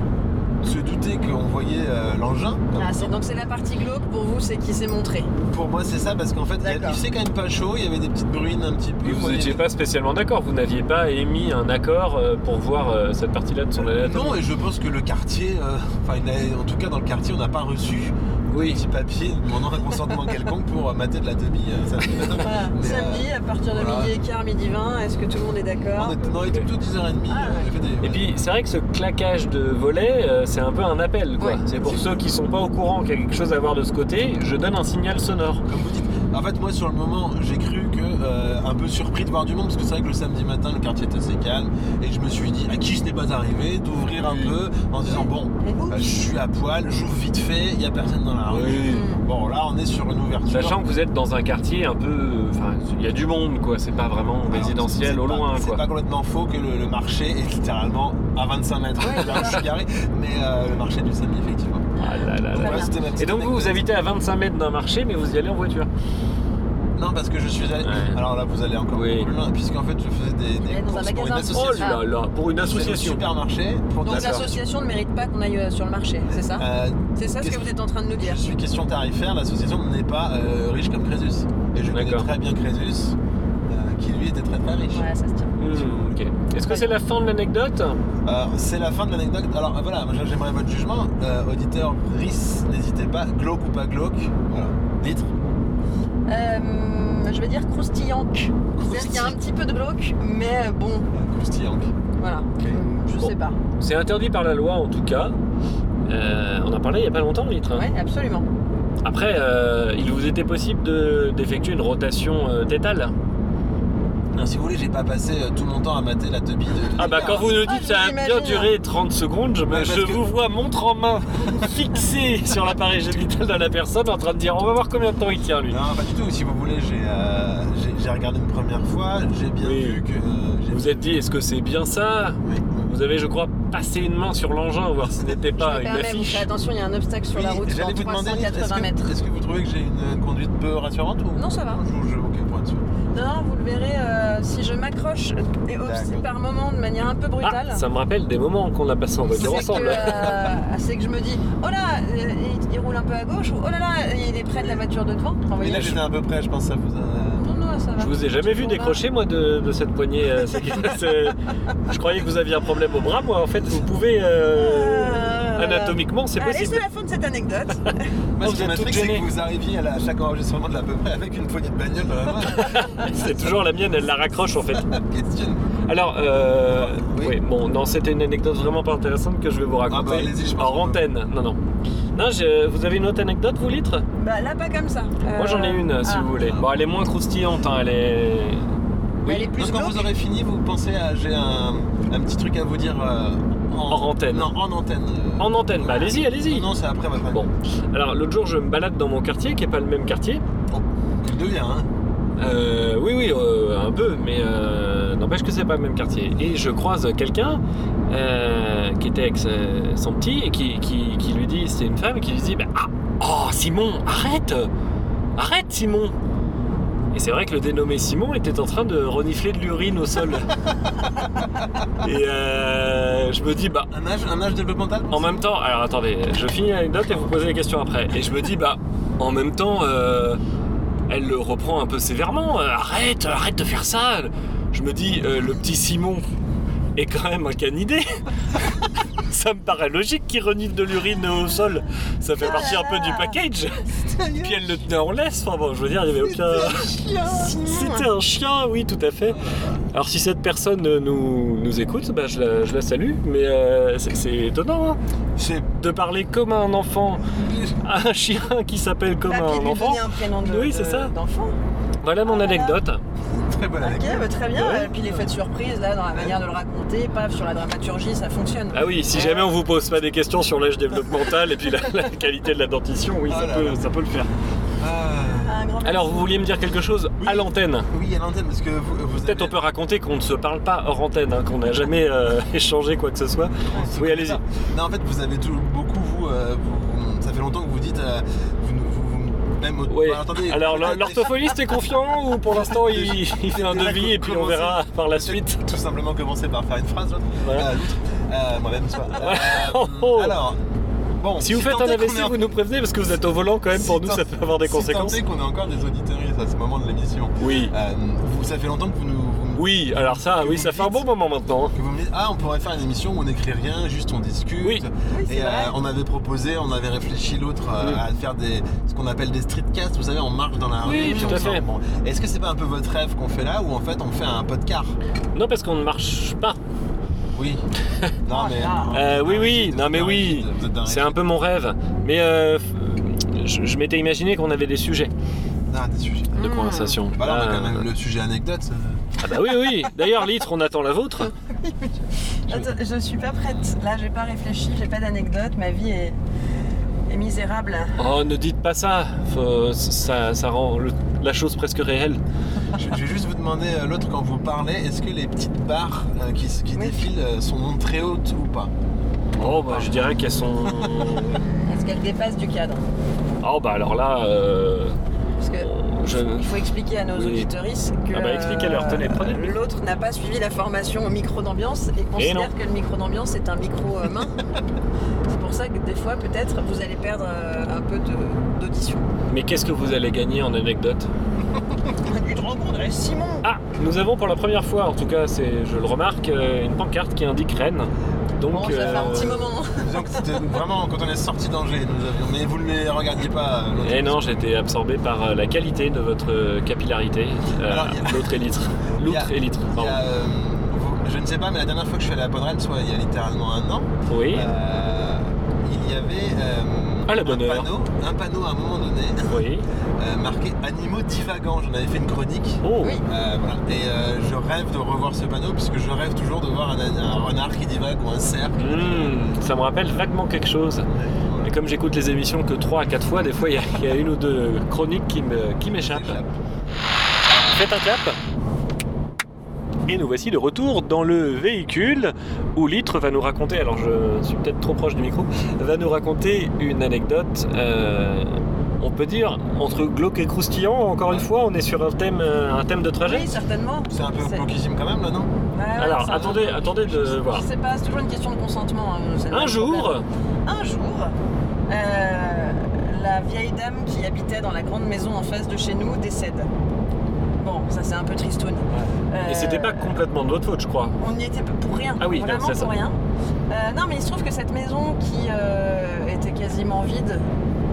Speaker 1: se douter qu'on voyait euh, l'engin.
Speaker 2: Ah, c'est- donc c'est la partie glauque pour vous, c'est qui s'est montré.
Speaker 1: Pour moi c'est ça parce qu'en fait il y a-
Speaker 2: D'accord.
Speaker 1: il faisait quand même pas chaud, il y avait des petites bruines un petit peu.
Speaker 3: Et vous
Speaker 1: Et-
Speaker 3: n'étiez pas spécialement d'accord, vous n'aviez pas émis un accord euh, pour voir euh, cette partie-là de son aléatoire.
Speaker 1: Non et je pense que le quartier, euh, enfin il n'a- en tout cas dans le quartier on n'a pas reçu oui. petit papier demandant un consentement quelconque pour euh, mater de la demi
Speaker 2: [LAUGHS] Voilà.
Speaker 1: euh,
Speaker 2: Samedi, à partir de
Speaker 1: voilà.
Speaker 2: midi et quart, midi 20, est-ce que tout le monde est
Speaker 1: On
Speaker 2: d'accord
Speaker 1: était, non, il était plutôt 10h30.
Speaker 2: Ah,
Speaker 1: euh, j'ai fait des-
Speaker 3: Et puis c'est vrai que ce claquage de volet, euh, c'est un peu un appel quoi.
Speaker 2: Ouais.
Speaker 3: C'est pour
Speaker 1: C'est-
Speaker 3: ceux qui sont pas au courant qu'il y a quelque chose à voir de ce côté, je donne un signal sonore.
Speaker 1: Comme vous dites, en fait, moi sur le moment, j'ai cru que, euh, un peu surpris de voir du monde, parce que c'est vrai que le samedi matin, le quartier était assez calme, et je me suis dit, à qui ce n'est pas arrivé, d'ouvrir un peu, en se disant, bon,
Speaker 2: Et vous
Speaker 1: euh, je suis à poil, j'ouvre vite fait, il n'y a personne dans la rue. Bon, là, on est sur une ouverture.
Speaker 3: Sachant que vous êtes dans un quartier un peu. euh, Enfin, il y a du monde quoi, c'est pas vraiment
Speaker 1: Alors, c'est-
Speaker 3: résidentiel
Speaker 1: Ah c'est
Speaker 3: au
Speaker 1: pas-
Speaker 3: loin
Speaker 1: C'est
Speaker 3: quoi.
Speaker 1: pas complètement faux que le, le marché est littéralement à 25 mètres. de là où je suis garé, mais euh, le marché du samedi, effectivement.
Speaker 3: Ah là là là.
Speaker 1: Ouais, c'était ma petite
Speaker 3: Et donc vous vous
Speaker 1: anecdote.
Speaker 3: habitez à 25 mètres d'un marché, mais vous y allez en voiture.
Speaker 1: Non, parce que je suis allé.
Speaker 3: Ouais.
Speaker 1: Alors là, vous allez encore
Speaker 3: Oui.
Speaker 1: plus loin, puisqu'en fait, je faisais des, des
Speaker 2: allais dans un
Speaker 1: courses pour une
Speaker 2: magasin.
Speaker 1: association.
Speaker 2: Oh là
Speaker 3: là, pour une
Speaker 1: Je faisais le supermarché pour
Speaker 2: Donc
Speaker 1: de la-
Speaker 2: l'association ne mérite pas qu'on aille euh, sur le marché, c'est ça
Speaker 1: Euh,
Speaker 2: C'est ça ce que
Speaker 1: qu'est-ce-
Speaker 2: vous êtes en train de nous dire.
Speaker 1: Je suis question tarifaire, l'association n'est pas euh, riche comme Crésus. Et je connais
Speaker 3: D'accord.
Speaker 1: très bien Crésus, euh, qui lui était très très riche.
Speaker 2: Ouais, ça se tient.
Speaker 3: Hmm, ok. Est-ce que c'est la fin de l'anecdote
Speaker 1: Euh, c'est la fin de l'anecdote. Alors euh, voilà, moi, j'aimerais votre jugement. Euh, auditeur RIS, n'hésitez pas, glauque ou pas glauque. Voilà. Litre.
Speaker 2: Euh, je vais dire croustillanque. C'est-à-dire qu'il y a un petit peu de glauque, mais euh, bon,
Speaker 1: Croustillant.
Speaker 2: voilà. Euh, Je
Speaker 3: Bon.
Speaker 2: sais pas.
Speaker 3: C'est interdit par la loi en tout cas. Euh, on a parlé il n'y a pas longtemps, Litre.
Speaker 1: Ah.
Speaker 3: hein.
Speaker 2: Ouais, absolument.
Speaker 3: Après, euh, il vous était possible de- d'effectuer une rotation euh, tétale.
Speaker 1: Non, si vous voulez, j'ai pas passé euh, tout mon temps à mater la teubie de.
Speaker 3: Ah bah quand vous nous dites
Speaker 2: je
Speaker 3: ça a bien
Speaker 2: l'imagine.
Speaker 3: duré 30 secondes, je, me-
Speaker 1: Ouais, parce
Speaker 3: je
Speaker 1: que-
Speaker 3: vous vois montre en main [LAUGHS] fixée sur l'appareil génital de la personne en train de dire on va voir combien de temps il tient lui.
Speaker 1: Non, pas du tout. Si vous voulez, j'ai euh, j'ai- j'ai regardé une première fois, j'ai bien
Speaker 3: Oui.
Speaker 1: vu que. euh, j'ai-
Speaker 3: Vous êtes dit est-ce que c'est bien ça
Speaker 1: Oui.
Speaker 3: Vous avez je crois passé une main sur l'engin voir si ce n'était
Speaker 2: Je
Speaker 3: pas
Speaker 2: me
Speaker 3: une
Speaker 2: permets, vous
Speaker 3: affiche.
Speaker 2: faites attention, il y a un obstacle sur la
Speaker 1: Ah, Oui,
Speaker 2: route dans
Speaker 1: J'allais vous demander, est-ce
Speaker 2: 380 mètres.
Speaker 1: que, est-ce que vous trouvez que j'ai une, une conduite peu rassurante ou
Speaker 2: Non, ça va.
Speaker 1: Je, je- ok, point dessus.
Speaker 2: Non, non, vous le verrez, euh, si je m'accroche et aussi
Speaker 1: D'accord.
Speaker 2: par moments de manière un peu brutale.
Speaker 3: Ah, ça me rappelle des moments qu'on a passé en
Speaker 2: c'est
Speaker 3: voiture
Speaker 2: que,
Speaker 3: ensemble. hein.
Speaker 2: euh, c'est que je me dis, oh là, euh, il, il roule un peu à gauche, ou oh là là, il est près de la voiture de devant. Enfin, vous
Speaker 1: Mais
Speaker 2: voyez,
Speaker 1: là, j'étais à peu près, je pense que ça vous a.
Speaker 2: Non, non, ça va.
Speaker 3: Je vous ai jamais vu
Speaker 2: Toujours là.
Speaker 3: décrocher moi de, de cette poignée. euh,
Speaker 2: [LAUGHS]
Speaker 3: c'est- c'est- je croyais que vous aviez un problème au bras, moi en fait vous pouvez euh,
Speaker 2: Euh,
Speaker 3: anatomiquement c'est
Speaker 2: Allez,
Speaker 3: possible.
Speaker 2: c'est la fin de cette
Speaker 3: [LAUGHS]
Speaker 2: anecdote.
Speaker 1: Moi,
Speaker 3: Oh,
Speaker 1: ce
Speaker 3: vous
Speaker 1: qui
Speaker 3: êtes
Speaker 1: m'intrigue,
Speaker 3: toute
Speaker 1: c'est que
Speaker 3: gênée.
Speaker 1: vous arriviez à, la- à chaque enregistrement de l'à peu près avec une poignée de bagnole dans la main. [LAUGHS]
Speaker 2: [LAUGHS]
Speaker 3: C'est toujours la mienne, elle la raccroche en fait.
Speaker 1: Ça me questionne.
Speaker 3: Alors, euh,
Speaker 1: Oui.
Speaker 3: oui. bon, non, c'était une anecdote vraiment pas intéressante que je vais vous raconter
Speaker 1: Ah bah, allez-y, je pense
Speaker 3: en
Speaker 1: qu'on peut.
Speaker 3: antenne. Non, non. Non, je- vous avez une autre anecdote, vous, Litre
Speaker 2: bah là, pas comme ça. Euh,
Speaker 3: Moi, j'en ai une,
Speaker 2: ah.
Speaker 3: si vous voulez. Bon, elle est moins croustillante, hein, elle est...
Speaker 2: Oui. Elle est plus
Speaker 1: Non, quand
Speaker 2: glauque.
Speaker 1: vous aurez fini, vous pensez à. J'ai un, un petit truc à vous dire euh,
Speaker 3: Hors antenne.
Speaker 1: Non, en antenne. euh.
Speaker 3: En antenne, bah allez-y, allez-y.
Speaker 1: Non, non, c'est après votre
Speaker 3: Bon, alors l'autre jour, je me balade dans mon quartier, qui est pas le même quartier.
Speaker 1: Il devient, hein.
Speaker 3: Euh, oui, oui, euh, un peu, mais euh, n'empêche que c'est pas le même quartier. Et je croise quelqu'un euh, qui était avec sa- son petit et qui, qui- qui lui dit, c'était une femme, qui lui dit, bah, ah, oh Simon, arrête, arrête Simon. Et c'est vrai que le dénommé Simon était en train de renifler de l'urine au sol. et euh, je me dis, bah,
Speaker 1: Un âge, un âge développemental
Speaker 3: en même temps, alors attendez, je finis l'anecdote et vous posez les questions après. Et je me dis, bah, en même temps, euh, elle le reprend un peu sévèrement. Euh, arrête, arrête de faire ça. Je me dis, euh, le petit Simon est quand même un canidé. [LAUGHS] ça me paraît logique qu'il renifle de l'urine au sol. Ça fait partie un peu du package.
Speaker 2: Ah,
Speaker 3: Puis elle le tenait en laisse. Enfin bon, je veux dire, il n'y avait aucun. [LAUGHS] C'était un chien, oui, tout à fait. Alors si cette personne euh, nous, nous écoute, bah, je, la, je la salue, mais euh, c'est- c'est étonnant hein,
Speaker 1: C'est
Speaker 3: de parler comme un enfant à un chien qui s'appelle comme
Speaker 2: Bah, puis
Speaker 3: un
Speaker 2: lui
Speaker 3: enfant.
Speaker 2: donner un prénom de-
Speaker 3: Oui, c'est
Speaker 2: de-
Speaker 3: ça.
Speaker 2: d'enfant.
Speaker 3: Voilà
Speaker 1: Ah
Speaker 3: mon anecdote.
Speaker 1: une très bonne
Speaker 2: Ok,
Speaker 1: anecdote.
Speaker 2: bah, très bien.
Speaker 1: Ouais.
Speaker 2: Et puis l'effet de surprise, là, dans la manière de le raconter, paf, sur la dramaturgie, ça fonctionne.
Speaker 3: Ah oui, si jamais on vous pose pas des questions sur l'âge développemental et puis la, la qualité de la dentition, oui,
Speaker 1: Oh
Speaker 3: ça,
Speaker 1: là
Speaker 3: peut,
Speaker 1: là.
Speaker 3: ça peut le faire.
Speaker 1: Ah,
Speaker 2: Un grand merci.
Speaker 3: Alors vous vouliez me dire quelque chose
Speaker 1: Oui.
Speaker 3: à l'antenne
Speaker 1: oui, à l'antenne, parce que vous, vous
Speaker 3: Peut-être on
Speaker 1: avez-
Speaker 3: peut raconter qu'on ne se parle pas hors antenne, hein, qu'on n'a jamais euh, [LAUGHS] échangé quoi que ce soit. Oui, allez-y.
Speaker 1: Non, en fait, vous avez tout, beaucoup, vous, euh, vous- Ça fait longtemps que vous dites. euh, vous, nous- vous- vous- même au.
Speaker 3: Oui.
Speaker 1: Bah, attendez,
Speaker 3: Alors
Speaker 1: peut-être-
Speaker 3: l'or- l'orthophoniste est confiant ou pour l'instant il, il fait un
Speaker 1: Déjà,
Speaker 3: devis et puis on
Speaker 1: commencez-
Speaker 3: verra par la
Speaker 1: peut-être
Speaker 3: suite.
Speaker 1: [LAUGHS] Tout simplement commencer par faire une phrase, l'autre.
Speaker 3: Voilà.
Speaker 1: Euh, l'autre. Euh, Moi-même,
Speaker 3: [LAUGHS]
Speaker 1: soit. Euh,
Speaker 3: Oh, oh.
Speaker 1: alors. Bon,
Speaker 3: Si vous
Speaker 1: si
Speaker 3: faites
Speaker 1: tant
Speaker 3: un
Speaker 1: est qu'on est
Speaker 3: AVC,
Speaker 1: en-
Speaker 3: vous nous prévenez parce que vous êtes au volant quand même.
Speaker 1: si
Speaker 3: Pour nous,
Speaker 1: tant-
Speaker 3: ça peut avoir des
Speaker 1: si tant
Speaker 3: conséquences.
Speaker 1: est qu'on a encore des auditeurs à ce moment de l'émission.
Speaker 3: Oui,
Speaker 1: Euh, vous- ça fait longtemps que vous nous. vous-
Speaker 3: oui. Alors ça, oui, ça fait un bon moment maintenant. hein.
Speaker 1: que vous me dites, ah, on pourrait faire une émission où on n'écrit rien, juste on discute.
Speaker 3: Oui.
Speaker 2: Oui, c'est
Speaker 1: Et
Speaker 2: vrai.
Speaker 1: euh, on avait proposé, on avait réfléchi l'autre euh, à faire des, ce qu'on appelle des streetcasts, vous savez, on marche dans la
Speaker 3: Oui,
Speaker 1: rue. puis
Speaker 3: tout
Speaker 1: on
Speaker 3: à
Speaker 1: fait un
Speaker 3: fait.
Speaker 1: moment. Est-ce que c'est pas un peu votre rêve qu'on fait là, ou en fait on fait un podcast
Speaker 3: Non, parce qu'on ne marche pas.
Speaker 1: Oui. [LAUGHS] non, mais.
Speaker 3: Euh, oui, oui.
Speaker 1: Vous êtes
Speaker 3: Non, mais
Speaker 1: d'un
Speaker 3: oui.
Speaker 1: rigide, vous êtes d'un
Speaker 3: C'est un
Speaker 1: rigide.
Speaker 3: peu mon rêve. Mais euh, f- je, je m'étais imaginé qu'on avait des sujets
Speaker 1: Ah, des sujets.
Speaker 3: de conversation.
Speaker 1: Bah là, on a quand
Speaker 3: Ah,
Speaker 1: même le sujet anecdote. euh,
Speaker 3: ah bah oui, oui. D'ailleurs, litre, on attend
Speaker 2: [LAUGHS]
Speaker 3: la vôtre.
Speaker 2: Attends, je suis pas prête. Là, j'ai pas réfléchi, j'ai pas d'anecdote. Ma vie est, est misérable.
Speaker 3: Oh, ne dites pas ça. Faut- ça, ça rend le- la chose presque réelle.
Speaker 1: Je, je vais juste vous demander, euh, l'autre, quand vous parlez, est-ce que les petites barres euh, qui, qui
Speaker 2: Oui.
Speaker 1: défilent euh, sont très hautes ou pas
Speaker 2: [LAUGHS]
Speaker 3: Oh, bah, je dirais qu'elles sont.
Speaker 2: Est-ce qu'elle dépasse du cadre.
Speaker 3: Oh bah alors là, euh,
Speaker 2: Parce que
Speaker 3: je...
Speaker 2: il faut expliquer à nos
Speaker 3: Oui.
Speaker 2: auditeurs que
Speaker 3: Ah bah, expliquez-leur,
Speaker 2: euh,
Speaker 3: tenez, prenez le micro.
Speaker 2: l'autre n'a pas suivi la formation au micro d'ambiance et considère
Speaker 3: non.
Speaker 2: que le micro d'ambiance est un micro
Speaker 3: [LAUGHS]
Speaker 2: euh, main. C'est pour ça que des fois, peut-être, vous allez perdre euh, un peu de- d'audition.
Speaker 3: mais qu'est-ce que vous allez gagner en anecdote
Speaker 2: Tu te rencontrer Simon
Speaker 3: Ah, nous avons pour la première fois, en tout cas, c'est, je le remarque, euh, une pancarte qui indique Rennes. Donc,
Speaker 2: Bon, ça fait un
Speaker 3: euh,
Speaker 2: petit moment.
Speaker 1: Disons que c'était vraiment quand on est sorti d'Angers, nous avions. Mais vous ne les regardiez pas. euh, l'autre.
Speaker 3: Eh non, j'étais absorbé par euh, la qualité de votre euh, capillarité. Euh,
Speaker 1: Alors, Ah, il y a-
Speaker 3: L'autre élytre. L'outre
Speaker 1: [LAUGHS] il y a-
Speaker 3: élytre,
Speaker 1: Il y
Speaker 3: pardon.
Speaker 1: a, euh, vous- je ne sais pas, mais la dernière fois que je suis allé à Bonne soit il y a littéralement un an,
Speaker 3: Oui. Ah,
Speaker 1: euh, il y avait euh,
Speaker 3: À la
Speaker 1: un,
Speaker 3: bonne heure.
Speaker 1: panneau, un panneau à un moment donné
Speaker 3: Oui.
Speaker 1: euh, marqué animaux divagants. J'en avais fait une chronique.
Speaker 3: Oh.
Speaker 2: Oui.
Speaker 1: Euh, voilà. Et euh, je rêve de revoir ce panneau puisque je rêve toujours de voir un, un renard qui divague ou un cerf. qui divague.
Speaker 3: Hmm, ça me rappelle vaguement quelque chose.
Speaker 1: Voilà.
Speaker 3: Et comme j'écoute les émissions que 3 à 4 fois, des fois il y a- il y, a une ou deux chroniques qui me- qui m'échappent.
Speaker 1: J'échappe.
Speaker 3: Faites un clap. Et nous voici de retour dans le véhicule où Litre va nous raconter, alors je suis peut-être trop proche du micro, va nous raconter une anecdote, euh, on peut dire, entre glauque et croustillant, encore une fois, on est sur un thème, euh, un thème de trajet.
Speaker 2: Oui, certainement.
Speaker 1: C'est un peu
Speaker 2: C'est-
Speaker 1: bloquissime quand même là, non
Speaker 2: Ouais, ouais,
Speaker 3: alors
Speaker 2: ça-
Speaker 3: attendez, attendez de voir.
Speaker 2: Je sais pas, c'est toujours une question de consentement. hein, c'est
Speaker 3: Un
Speaker 2: le
Speaker 3: jour,
Speaker 2: problème. Un jour, euh, la vieille dame qui habitait dans la grande maison en face de chez nous décède. Bon, ça c'est un peu tristoun. Euh,
Speaker 3: et c'était pas complètement de votre faute, je crois.
Speaker 2: On n'y était pour rien.
Speaker 3: Ah oui, non,
Speaker 2: vraiment
Speaker 3: c'est
Speaker 2: pour
Speaker 3: ça.
Speaker 2: rien. Euh, non, mais il se trouve que cette maison qui euh, était quasiment vide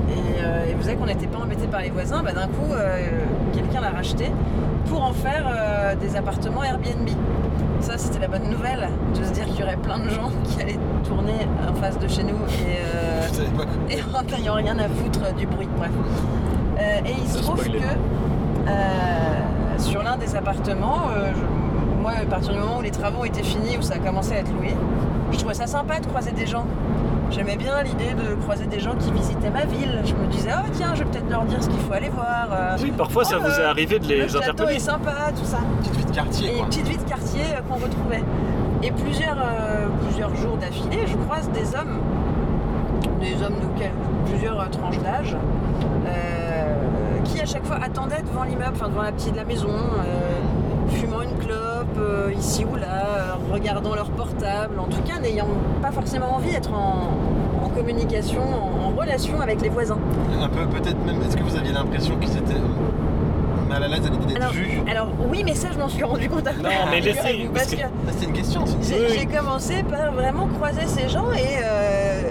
Speaker 2: et, euh, et vous savez qu'on n'était pas embêté par les voisins, bah, d'un coup, euh, quelqu'un l'a rachetée pour en faire euh, des appartements Airbnb. Ça, c'était la bonne nouvelle de se dire qu'il y aurait plein de gens qui allaient tourner en face de chez nous et, euh,
Speaker 1: Je savais pas.
Speaker 2: et en n'ayant rien à foutre euh, du bruit. Bref. Euh, et il se
Speaker 3: Ça,
Speaker 2: trouve
Speaker 3: spoiler.
Speaker 2: que euh, sur l'un des appartements, euh, je- moi, à partir du moment où les travaux étaient finis, où ça a commencé à être loué, je trouvais ça sympa de croiser des gens. J'aimais bien l'idée de croiser des gens qui visitaient ma ville. Je me disais, oh tiens, je vais peut-être leur dire ce qu'il faut aller voir. euh,
Speaker 3: Oui, parfois ça
Speaker 2: Oh,
Speaker 3: vous est
Speaker 2: euh,
Speaker 3: arrivé de
Speaker 2: le
Speaker 3: les
Speaker 2: château est
Speaker 3: interpeller.
Speaker 2: sympa, tout ça.
Speaker 1: Petite vie de quartier
Speaker 2: Et
Speaker 1: quoi.
Speaker 2: une petite vie de quartier euh, qu'on retrouvait. Et plusieurs, euh, plusieurs jours d'affilée, je croise des hommes, des hommes de quel- plusieurs euh, tranches d'âge, euh, qui à chaque fois attendaient devant l'immeuble, enfin devant la petite la maison, euh, fumant une clope euh, ici ou là, euh, regardant leur portable, en tout cas n'ayant pas forcément envie d'être en, en communication, en- en relation avec les voisins.
Speaker 1: Un peu peut-être même, est-ce que vous aviez l'impression qu'ils étaient euh, mal à l'aise à l'idée d'être
Speaker 2: Alors,
Speaker 1: vus
Speaker 2: alors oui, mais ça je m'en suis rendu compte après.
Speaker 3: Non,
Speaker 2: [LAUGHS]
Speaker 3: mais laissez,
Speaker 2: figurez-vous,
Speaker 3: parce
Speaker 2: parce
Speaker 3: que-
Speaker 2: que
Speaker 1: Ah, C'était une question c'est-
Speaker 2: J'ai
Speaker 3: Oui.
Speaker 2: j'ai commencé par vraiment croiser ces gens et euh,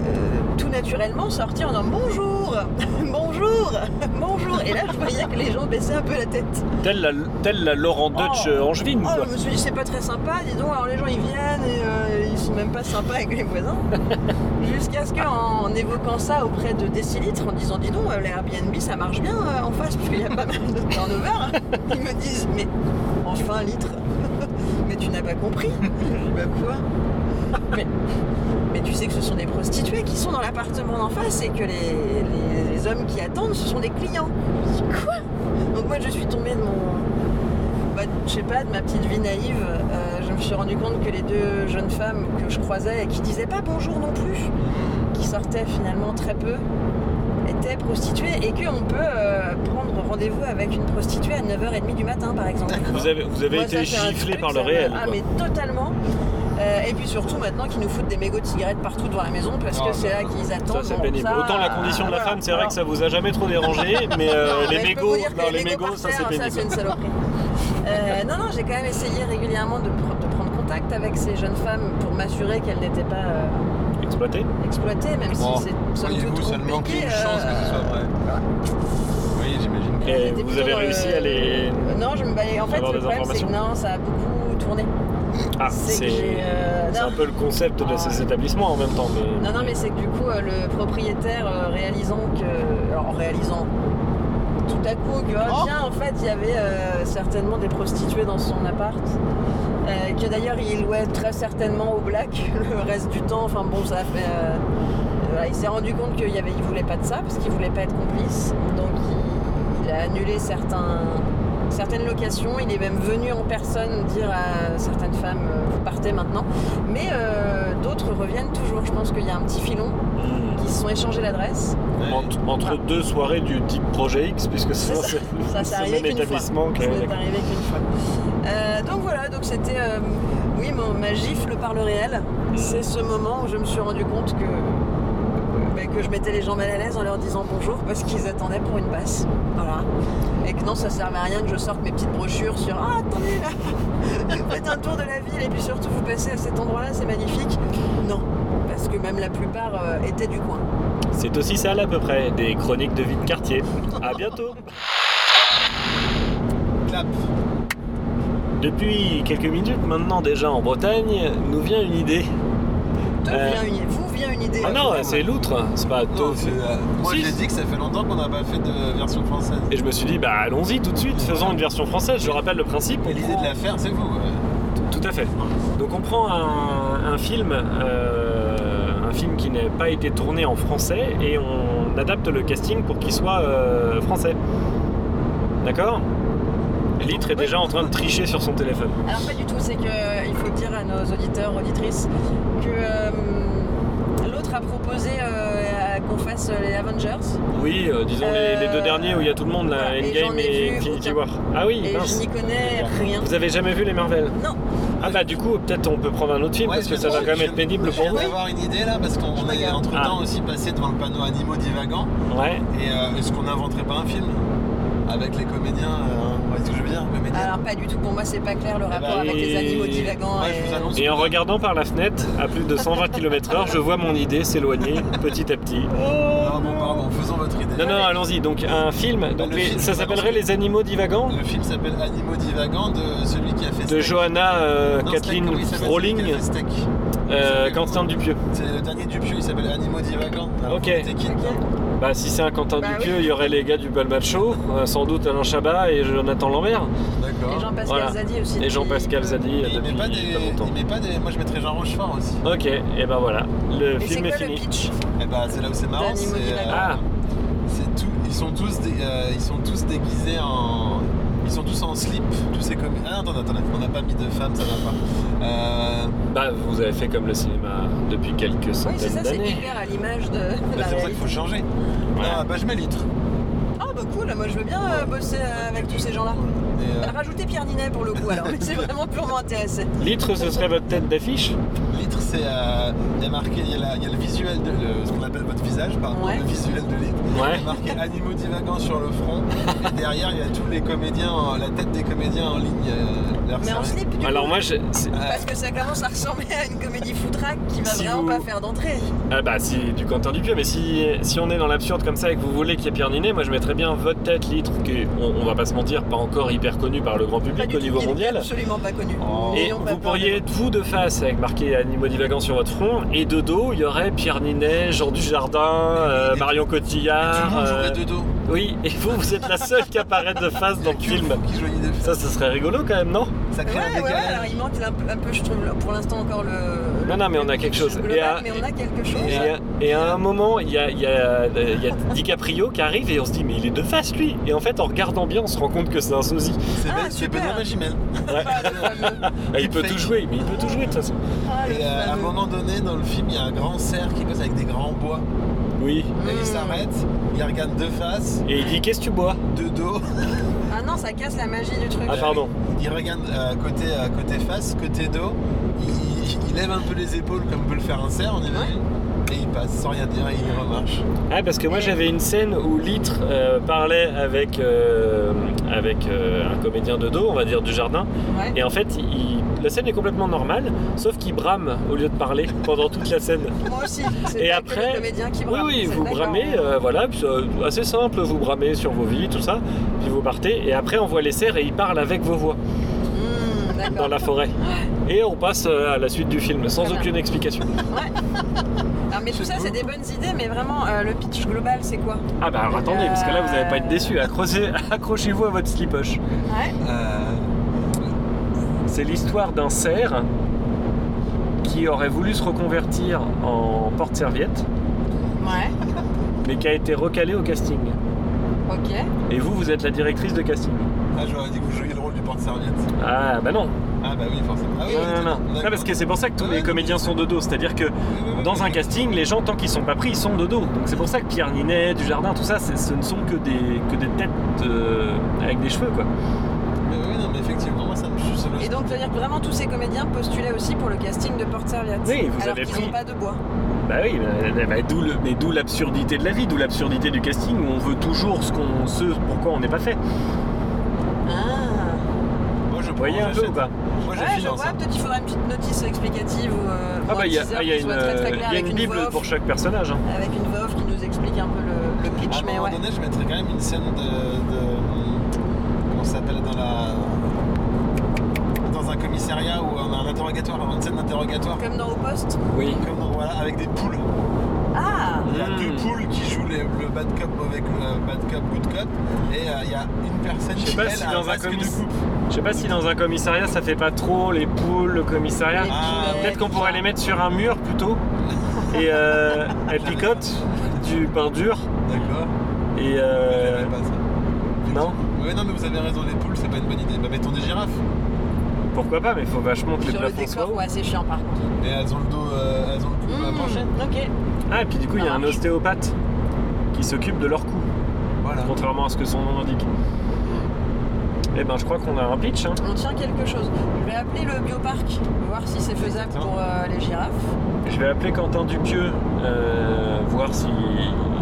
Speaker 2: tout naturellement sortir en disant bonjour, [LAUGHS] bonjour, [LAUGHS] bonjour. Et là, je voyais que les gens baissaient un peu la tête.
Speaker 3: Telle la, telle la Laurent Dutch
Speaker 2: Oh.
Speaker 3: euh, Angevine,
Speaker 2: Oh,
Speaker 3: quoi.
Speaker 2: je me suis dit, c'est pas très sympa, dis donc. Alors les gens ils viennent et euh, ils sont même pas sympas avec les voisins. Jusqu'à ce qu'en évoquant ça auprès de Décilitre, en disant, dis donc, euh, les Airbnb ça marche bien euh, en face, puisqu'il y a pas mal de turnover, [LAUGHS] ils me disent, mais enfin, Litre, [LAUGHS] mais tu n'as pas compris. Je dis, bah quoi mais tu sais que ce sont des prostituées qui sont dans l'appartement d'en face et que les, les- les hommes qui attendent, ce sont des clients. Je dis, Quoi Donc moi, je suis tombée de mon... bah, je sais pas, de ma petite vie naïve. Euh, je me suis rendu compte que les deux jeunes femmes que je croisais et qui disaient pas bonjour non plus, qui sortaient finalement très peu, étaient prostituées et qu'on peut euh, prendre rendez-vous avec une prostituée à 9h30 du matin, par exemple.
Speaker 3: Vous avez, vous avez
Speaker 2: Moi, ça,
Speaker 3: été
Speaker 2: c'est un
Speaker 3: giflé
Speaker 2: truc,
Speaker 3: par le
Speaker 2: ça me-
Speaker 3: réel.
Speaker 2: Ah,
Speaker 3: quoi.
Speaker 2: mais totalement. Euh, et puis surtout maintenant qu'ils nous foutent des mégots de cigarettes partout devant la maison parce que
Speaker 1: Ah,
Speaker 2: c'est
Speaker 1: bah,
Speaker 2: là qu'ils attendent.
Speaker 3: Ça c'est
Speaker 2: Bon,
Speaker 3: pénible.
Speaker 2: ça, euh,
Speaker 3: Autant la condition de la
Speaker 2: voilà.
Speaker 3: femme, c'est vrai
Speaker 2: Alors,
Speaker 3: que ça vous a jamais trop dérangé,
Speaker 2: [LAUGHS]
Speaker 3: mais euh,
Speaker 2: non, mais
Speaker 3: les
Speaker 2: je peux
Speaker 3: mégots,
Speaker 2: vous dire que
Speaker 3: non,
Speaker 2: les mégots par
Speaker 3: ça
Speaker 2: terre,
Speaker 3: c'est
Speaker 2: ça c'est
Speaker 3: pénible.
Speaker 2: une saloperie. Euh, non, non, j'ai quand même essayé régulièrement de, pr- de prendre contact avec ces jeunes femmes pour m'assurer qu'elles n'étaient pas euh,
Speaker 3: Exploité exploitées.
Speaker 2: exploitées, même
Speaker 1: Bon,
Speaker 2: si c'est somme
Speaker 1: Voyez-vous
Speaker 2: toute
Speaker 1: seulement qu'il y a
Speaker 2: compliqué.
Speaker 1: une chance que ce
Speaker 2: euh,
Speaker 1: soit vrai. Oui, j'imagine. que-
Speaker 3: Et
Speaker 2: J'étais
Speaker 3: vous
Speaker 2: plutôt
Speaker 3: avez
Speaker 2: dans le- euh,
Speaker 3: réussi à les.
Speaker 2: Non, je me balais. En fait,
Speaker 3: Avoir
Speaker 2: le
Speaker 3: des
Speaker 2: problème, c'est que non, ça a beaucoup tourné.
Speaker 3: Ah,
Speaker 2: c'est
Speaker 3: c'est
Speaker 2: que j'ai, euh,
Speaker 3: c'est
Speaker 2: non.
Speaker 3: un peu le concept de
Speaker 2: Ah.
Speaker 3: ces établissements en même temps. Mais...
Speaker 2: Non, non, mais c'est que du coup, euh, le propriétaire euh, réalisant que. Alors, en réalisant tout à coup que, oh, tiens, en fait, il y avait euh, certainement des prostituées dans son appart. euh, que d'ailleurs, il louait très certainement au black [LAUGHS] le reste du temps. Enfin, bon, ça a fait. euh, voilà, il s'est rendu compte qu'il y avait, il voulait pas de ça, parce qu'il voulait pas être complice. Donc, il, il a annulé certains, certaines locations. Il est même venu en personne dire à certaines femmes euh, Vous partez maintenant. Mais euh, d'autres reviennent toujours. Je pense qu'il y a un petit filon
Speaker 3: Hmm.
Speaker 2: qui Ils se sont échangés l'adresse.
Speaker 3: Entre, entre
Speaker 2: Ah.
Speaker 3: deux soirées du type Projet X, puisque
Speaker 2: C'est
Speaker 3: sinon
Speaker 2: ça.
Speaker 3: c'est
Speaker 2: Ça, c'est
Speaker 3: c'est le
Speaker 2: arrivé
Speaker 3: même
Speaker 2: qu'une fois.
Speaker 3: établissement. que-
Speaker 2: Ça n'est arrivé qu'une fois. Euh, donc voilà, donc c'était euh, oui mon- ma gifle par le réel.
Speaker 3: Hmm. Mm.
Speaker 2: C'est ce moment où je me suis rendu compte que bah, que je mettais les gens mal à l'aise en leur disant bonjour parce qu'ils attendaient pour une passe. Voilà. Et que non, ça servait à rien que je sorte mes petites brochures sur Ah, attendez [LAUGHS] là Faites un tour de la ville et puis surtout vous passez à cet endroit-là, c'est magnifique. Non, parce que même la plupart euh, étaient du coin.
Speaker 3: C'est aussi ça, là, à peu près, des chroniques de vie de quartier. À
Speaker 2: [LAUGHS]
Speaker 3: bientôt
Speaker 1: Clap.
Speaker 3: Depuis quelques minutes maintenant déjà en Bretagne, nous vient une idée.
Speaker 2: Te
Speaker 3: Euh.
Speaker 2: vient une- Vous vient une idée.
Speaker 3: Ah non, c'est l'outre, c'est pas
Speaker 1: Non,
Speaker 3: Tau.
Speaker 1: c'est, euh, moi
Speaker 3: Si.
Speaker 1: j'ai dit que ça fait longtemps qu'on n'a pas fait de version française.
Speaker 3: Et je me suis dit, bah allons-y tout de suite, faisons une version française. Je rappelle le principe. on
Speaker 1: Et l'idée
Speaker 3: prend-
Speaker 1: de la faire, c'est vous. ouais.
Speaker 3: Tout à fait. Donc on prend un, un film, euh, un film qui n'a pas été tourné en français, et on adapte le casting pour qu'il soit euh, français. D'accord Litre est déjà en train de tricher sur son téléphone.
Speaker 2: Alors pas du tout, c'est que euh, il faut dire à nos auditeurs, auditrices, que euh, l'autre a proposé euh, à- qu'on fasse les Avengers
Speaker 3: Oui, euh, disons les- les, deux
Speaker 2: Euh,
Speaker 3: derniers où il y a tout le monde, là,
Speaker 2: voilà, et j'en
Speaker 3: Endgame
Speaker 2: ai
Speaker 3: et
Speaker 2: vu
Speaker 3: Infinity
Speaker 2: aucun.
Speaker 3: War. Ah oui,
Speaker 2: et je
Speaker 3: mince.
Speaker 2: n'y connais rien.
Speaker 3: Vous avez jamais vu les Marvel
Speaker 2: Non.
Speaker 3: Ah bah du coup, peut-être on peut prendre un autre film
Speaker 1: Ouais,
Speaker 3: parce que
Speaker 1: je-
Speaker 3: ça va
Speaker 1: je-
Speaker 3: quand même être pénible
Speaker 1: je
Speaker 3: pour
Speaker 1: viens
Speaker 3: vous. Ah.
Speaker 1: d'avoir une idée là parce qu'on est entre temps aussi passé devant le panneau animaux divagants.
Speaker 3: Ouais.
Speaker 1: Et euh, est-ce qu'on n'inventerait pas un film avec les comédiens euh, ouais, Est-ce que je veux dire comédiens
Speaker 2: Alors pas du tout, pour moi c'est pas clair le rapport
Speaker 3: bah,
Speaker 2: avec
Speaker 3: et-
Speaker 2: les animaux divagants.
Speaker 1: Ouais, je
Speaker 2: et-
Speaker 1: vous annonce.
Speaker 3: Et en
Speaker 1: que-
Speaker 3: regardant par la fenêtre, à plus de 120 km/h, je vois mon idée s'éloigner petit à petit.
Speaker 1: Non, bon, pardon, faisons votre idée.
Speaker 3: Non, non, allons-y. Donc, un film. Donc,
Speaker 1: le
Speaker 3: les-
Speaker 1: film,
Speaker 3: ça
Speaker 1: je pense
Speaker 3: s'appellerait
Speaker 1: que-
Speaker 3: Les Animaux Divagants
Speaker 1: Le film s'appelle Animaux divagants de celui qui a fait
Speaker 3: de
Speaker 1: Steak.
Speaker 3: Johanna euh,
Speaker 1: Non, Steak,
Speaker 3: Kathleen
Speaker 1: comment il s'appelle, celui qui
Speaker 3: Rowling,
Speaker 1: a fait Steak
Speaker 3: euh,
Speaker 1: s'appelle-
Speaker 3: Quentin Dupieux.
Speaker 1: C'est le dernier Dupieux, il s'appelle Animaux divagants. Alors,
Speaker 3: Ok.
Speaker 1: t'es qui, toi
Speaker 3: Bah, si c'est un Quentin
Speaker 2: Bah
Speaker 3: Dupieux, il y aurait les gars du Bal Macho, euh, sans doute Alain Chabat et Jonathan Lambert,
Speaker 2: Et
Speaker 1: D'accord.
Speaker 2: Jean-Pascal
Speaker 3: Voilà.
Speaker 2: Zadi aussi.
Speaker 3: et
Speaker 2: depuis-
Speaker 3: Jean-Pascal Zadi
Speaker 1: Mais
Speaker 3: euh,
Speaker 1: Il met
Speaker 3: depuis
Speaker 1: pas
Speaker 3: pas
Speaker 1: des.
Speaker 3: longtemps.
Speaker 1: Il met pas des. Moi je mettrais Jean Rochefort aussi.
Speaker 3: Ok, et ben voilà, le
Speaker 2: Et c'est
Speaker 3: film est
Speaker 2: quoi le
Speaker 3: fini.
Speaker 2: pitch
Speaker 1: Eh bah c'est là où c'est marrant.
Speaker 2: D'animaux
Speaker 1: c'est, euh,
Speaker 2: divagants.
Speaker 3: Ah,
Speaker 1: C'est tout. Ils sont tous, dé- euh, ils sont tous déguisés en. Ils sont tous en slip. Tous ces comédiens. Ah non, attends, attends, on n'a pas mis de femmes, ça va pas. Euh,
Speaker 3: bah vous avez fait comme le cinéma depuis quelques
Speaker 2: Oui c'est
Speaker 3: centaines
Speaker 2: ça, c'est
Speaker 3: d'années.
Speaker 2: hyper à l'image de
Speaker 1: bah,
Speaker 2: [LAUGHS] la
Speaker 1: c'est pour ça qu'il
Speaker 2: réalité.
Speaker 1: faut changer.
Speaker 3: Ouais.
Speaker 1: Ah bah je mets litre.
Speaker 2: Ah bah cool, moi je veux bien euh, bosser euh, avec tous ces gens-là.
Speaker 1: Et, euh,
Speaker 2: Rajoutez Pierre Ninet pour le coup
Speaker 3: [LAUGHS]
Speaker 2: alors, mais c'est vraiment purement intéressé.
Speaker 3: Litre, ce serait votre tête d'affiche
Speaker 1: litre, c'est. euh, Il y a marqué, il y a, la- il y a le visuel, de, le- ce qu'on appelle votre visage, pardon,
Speaker 2: Ouais.
Speaker 1: le visuel de litre. Il
Speaker 3: Ouais.
Speaker 1: y a
Speaker 2: [LAUGHS]
Speaker 1: marqué animaux divagants sur le front. et derrière, il y a tous les comédiens, en- la tête des comédiens en ligne. euh, leur
Speaker 2: Mais en
Speaker 1: service.
Speaker 2: slip du coup.
Speaker 3: Alors moi, je- c'est-
Speaker 2: Parce que ça commence à ressembler à une comédie foutraque qui va
Speaker 3: Si
Speaker 2: vraiment
Speaker 3: vous-
Speaker 2: pas faire d'entrée.
Speaker 3: Ah bah si du Quentin Dupieux, mais si, si on est dans l'absurde comme ça et que vous voulez qu'il y ait Pierre Ninet, moi je mettrais bien votre tête litre, qui on, on va pas se mentir, pas encore hyper connu par le grand
Speaker 2: Pas
Speaker 3: public
Speaker 2: du
Speaker 3: au
Speaker 2: tout,
Speaker 3: niveau
Speaker 2: qui est
Speaker 3: mondial. Oh.
Speaker 2: Absolument pas connu.
Speaker 3: Et
Speaker 2: N'ayons pas
Speaker 3: vous
Speaker 2: peur
Speaker 3: pourriez
Speaker 2: de-
Speaker 3: être vous de face avec marqué animaux divagants sur votre front, et de dos il y aurait Pierre Ninet, Jean Dujardin, euh,
Speaker 1: Et-
Speaker 3: Marion
Speaker 1: Tout
Speaker 3: Cotillard.
Speaker 1: le monde
Speaker 3: euh,
Speaker 1: jouerait deux dos.
Speaker 3: oui, et vous vous êtes la seule qui apparaît de face dans le
Speaker 1: Qu'il
Speaker 3: film.
Speaker 1: faut qu'ils jouent des
Speaker 3: Ça, ce serait rigolo quand même, non
Speaker 1: Ça crée
Speaker 2: Ouais,
Speaker 1: un
Speaker 2: ouais, ouais,
Speaker 1: décalage.
Speaker 2: alors il manque un, peu- un peu, je trouve, pour l'instant encore le.
Speaker 3: Non, non, mais on a quelque chose.
Speaker 2: le
Speaker 3: Et
Speaker 2: global,
Speaker 3: à-
Speaker 2: mais on a quelque chose.
Speaker 3: Et à, et à un moment, il y a, il y a- il y a DiCaprio qui arrive et on se dit, mais il est de face lui Et en fait, en regardant bien, on se rend compte que c'est un sosie.
Speaker 1: C'est
Speaker 2: Ah,
Speaker 1: Ben- c'est
Speaker 2: super.
Speaker 1: Benoît Magimel.
Speaker 2: Ah, le fameux.
Speaker 3: Et il peut
Speaker 1: Fake.
Speaker 3: tout jouer, mais il peut tout jouer de toute façon.
Speaker 2: Ah, le
Speaker 1: Et euh, à un
Speaker 2: fameux.
Speaker 1: moment donné, dans le film, il y a un grand cerf qui passe avec des grands bois.
Speaker 3: Oui.
Speaker 1: Et il
Speaker 2: Mm.
Speaker 1: s'arrête, il regarde de face,
Speaker 3: Et il dit, qu'est-ce que tu bois
Speaker 1: de dos.
Speaker 2: Ah non, ça casse la magie du truc.
Speaker 3: Ah, pardon.
Speaker 1: Il regarde euh, côté, euh, côté face, côté dos. Il, il- il lève un peu les épaules comme peut le faire un cerf, on imagine. Et il passe sans rien dire et il remarche.
Speaker 3: Ah, parce que moi, j'avais une scène où Litre euh, parlait avec, euh, avec euh, un comédien de dos, on va dire, du jardin.
Speaker 2: Ouais.
Speaker 3: Et en fait, il- la scène est complètement normale, sauf qu'il brame au lieu de parler pendant toute la scène.
Speaker 2: Moi
Speaker 3: [LAUGHS]
Speaker 2: aussi. c'est
Speaker 3: Et
Speaker 2: pas que
Speaker 3: après-
Speaker 2: le comédien qui
Speaker 3: Oui,
Speaker 2: brame,
Speaker 3: oui,
Speaker 2: c'est
Speaker 3: vous
Speaker 2: d'accord.
Speaker 3: bramez, euh, voilà, puis c'est assez simple, vous bramez sur vos vies, tout ça, puis vous partez, et après on voit les cerfs et ils parlent avec vos voix
Speaker 2: Mm, d'accord.
Speaker 3: dans la forêt. Et on passe euh, à la suite du film, sans
Speaker 2: Très bien.
Speaker 3: aucune explication.
Speaker 2: Ah, mais tout ça, c'est des bonnes idées, mais vraiment, euh, le pitch global, c'est quoi
Speaker 3: Ah bah alors attendez, parce que là vous n'allez pas être déçus, Accrochez- [LAUGHS] accrochez-vous à votre slipoche.
Speaker 2: Ouais.
Speaker 1: Euh,
Speaker 3: C'est l'histoire d'un cerf qui aurait voulu se reconvertir en porte-serviette,
Speaker 2: Ouais.
Speaker 3: mais qui a été recalé au casting.
Speaker 2: Ok.
Speaker 3: Et vous, vous êtes la directrice de casting.
Speaker 1: Ah, j'aurais dit que vous jouiez le rôle du porte-serviette.
Speaker 3: Ah bah non,
Speaker 1: Ah, bah oui, forcément. Ah, oui,
Speaker 3: non,
Speaker 1: on
Speaker 3: non,
Speaker 1: était-
Speaker 3: non.
Speaker 1: on
Speaker 3: Non,
Speaker 1: avait-
Speaker 3: parce que c'est pour ça que tous
Speaker 1: Ouais,
Speaker 3: les
Speaker 1: non,
Speaker 3: comédiens sont de dos. C'est-à-dire que
Speaker 1: Oui, oui, oui,
Speaker 3: dans
Speaker 1: oui.
Speaker 3: un casting, les gens, tant qu'ils sont pas pris, ils sont de dos. Donc c'est pour ça que Pierre Ninet, Dujardin, tout ça, c'est- ce ne sont que des, que des têtes euh, avec des cheveux, quoi.
Speaker 1: Mais oui, non, mais effectivement, moi, ça me suce le
Speaker 2: Et donc, c'est-à-dire que vraiment tous ces comédiens postulaient aussi pour le casting de porte-serviette.
Speaker 3: Oui, vous
Speaker 2: alors
Speaker 3: avez
Speaker 2: qu'ils
Speaker 3: pris-
Speaker 2: n'ont pas de bois.
Speaker 3: Bah oui, bah, bah, bah, d'où le- mais d'où l'absurdité de la vie, d'où l'absurdité du casting, où on veut toujours ce, qu'on ce pourquoi on n'est pas fait.
Speaker 2: Ah.
Speaker 1: Moi, je
Speaker 3: Vous voyez un peu ou pas
Speaker 1: Moi,
Speaker 2: Ouais, je
Speaker 1: j'affinance.
Speaker 2: vois. Peut-être qu'il faudrait une petite notice explicative ou, euh, ou
Speaker 3: Ah bah
Speaker 2: un
Speaker 3: il y a,
Speaker 2: teaser
Speaker 3: ah, il y a
Speaker 2: qui
Speaker 3: une,
Speaker 2: soit très très
Speaker 3: euh,
Speaker 2: clair
Speaker 3: il y a
Speaker 2: avec
Speaker 3: une
Speaker 2: une,
Speaker 3: Bible
Speaker 2: voix off,
Speaker 3: pour Ah, chaque personnage. hein.
Speaker 2: avec une voix off qui nous explique un peu le, le
Speaker 1: À
Speaker 3: bah,
Speaker 2: pitch.
Speaker 1: un
Speaker 2: mais
Speaker 1: moment
Speaker 2: ouais.
Speaker 1: donné, je mettrais quand même une scène de. de- comment ça s'appelle Dans la. Dans un commissariat où on a un interrogatoire, une scène d'interrogatoire.
Speaker 2: Comme dans Au Poste.
Speaker 3: Oui.
Speaker 1: Comme dans- voilà, avec des poules.
Speaker 2: Ah
Speaker 1: Il y a
Speaker 3: Mm.
Speaker 1: deux poules qui jouent les- le bad cop, mauvais cop, euh, bad cop, good cop. Et euh, il y a une personne
Speaker 3: Je sais
Speaker 1: qui
Speaker 3: pas
Speaker 1: elle,
Speaker 3: si
Speaker 1: a
Speaker 3: dans un
Speaker 1: masque de
Speaker 3: commis- [LAUGHS]
Speaker 1: coupe.
Speaker 3: Je sais pas si dans un commissariat ça fait pas trop les poules, le commissariat.
Speaker 2: Les
Speaker 1: Ah,
Speaker 2: poulets,
Speaker 3: Peut-être qu'on
Speaker 2: tout
Speaker 3: pourrait
Speaker 2: ça.
Speaker 3: les mettre sur un mur plutôt.
Speaker 2: [LAUGHS]
Speaker 3: Et euh, elles picotent du pain dur.
Speaker 1: D'accord.
Speaker 3: Et
Speaker 1: Euh...
Speaker 3: euh,
Speaker 1: pas ça.
Speaker 3: non,
Speaker 1: Ouais, non, mais vous avez raison, les poules, c'est pas une bonne idée. Bah, mettons des girafes.
Speaker 3: pourquoi pas, mais faut vachement que les
Speaker 2: Sur le
Speaker 3: plafonds soient
Speaker 2: décor,
Speaker 3: hauts.
Speaker 2: ouais, c'est chiant par contre.
Speaker 1: Et elles ont le dos, euh, elles ont le cou
Speaker 3: Bah,
Speaker 1: euh,
Speaker 2: Mmh,
Speaker 1: penché.
Speaker 2: ok.
Speaker 3: Ah, et puis du coup, il y a un ostéopathe qui s'occupe de leur cou,
Speaker 1: Voilà.
Speaker 3: contrairement à ce que son nom indique. Eh ben, je crois qu'on a un pitch. Hein.
Speaker 2: On tient quelque chose. Je vais appeler le bioparc, voir si c'est faisable
Speaker 1: Exactement.
Speaker 2: pour euh, les girafes.
Speaker 3: Je vais appeler Quentin Dupieux, euh, voir si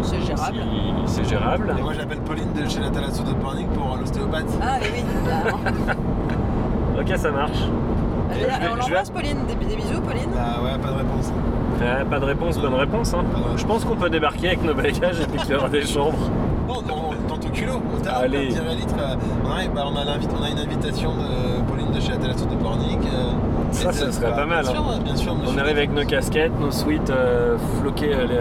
Speaker 2: C'est gérable.
Speaker 3: si c'est gérable.
Speaker 1: Et moi, j'appelle Pauline de chez la Thalasso de Pornic pour euh, l'ostéopathe.
Speaker 2: Ah mais oui,
Speaker 3: [LAUGHS]
Speaker 2: carrément.
Speaker 3: Ok, ça marche.
Speaker 2: Elle est là.
Speaker 3: vais-
Speaker 2: On
Speaker 3: je
Speaker 2: l'embrasse Pauline, des, des bisous Pauline.
Speaker 1: Bah, ouais, pas de réponse.
Speaker 3: Ah, pas de réponse, bonne réponse. Hein.
Speaker 1: Pas de
Speaker 3: Je pense qu'on peut débarquer avec nos bagages et puis qu'il y aura des chambres.
Speaker 1: Bon, dans, dans ton culot, au tard,
Speaker 3: Allez.
Speaker 1: on va dire, euh, ouais, bah, on, a l'invite- on a une invitation de Pauline de chez la Thalasso de Pornic. euh,
Speaker 3: Ça,
Speaker 1: et
Speaker 3: ce
Speaker 1: de-
Speaker 3: serait
Speaker 1: bah,
Speaker 3: pas mal, hein.
Speaker 1: Bien sûr, ouais, bien sûr. Euh,
Speaker 3: On arrive avec nos casquettes, nos suites euh, floquées à l'é-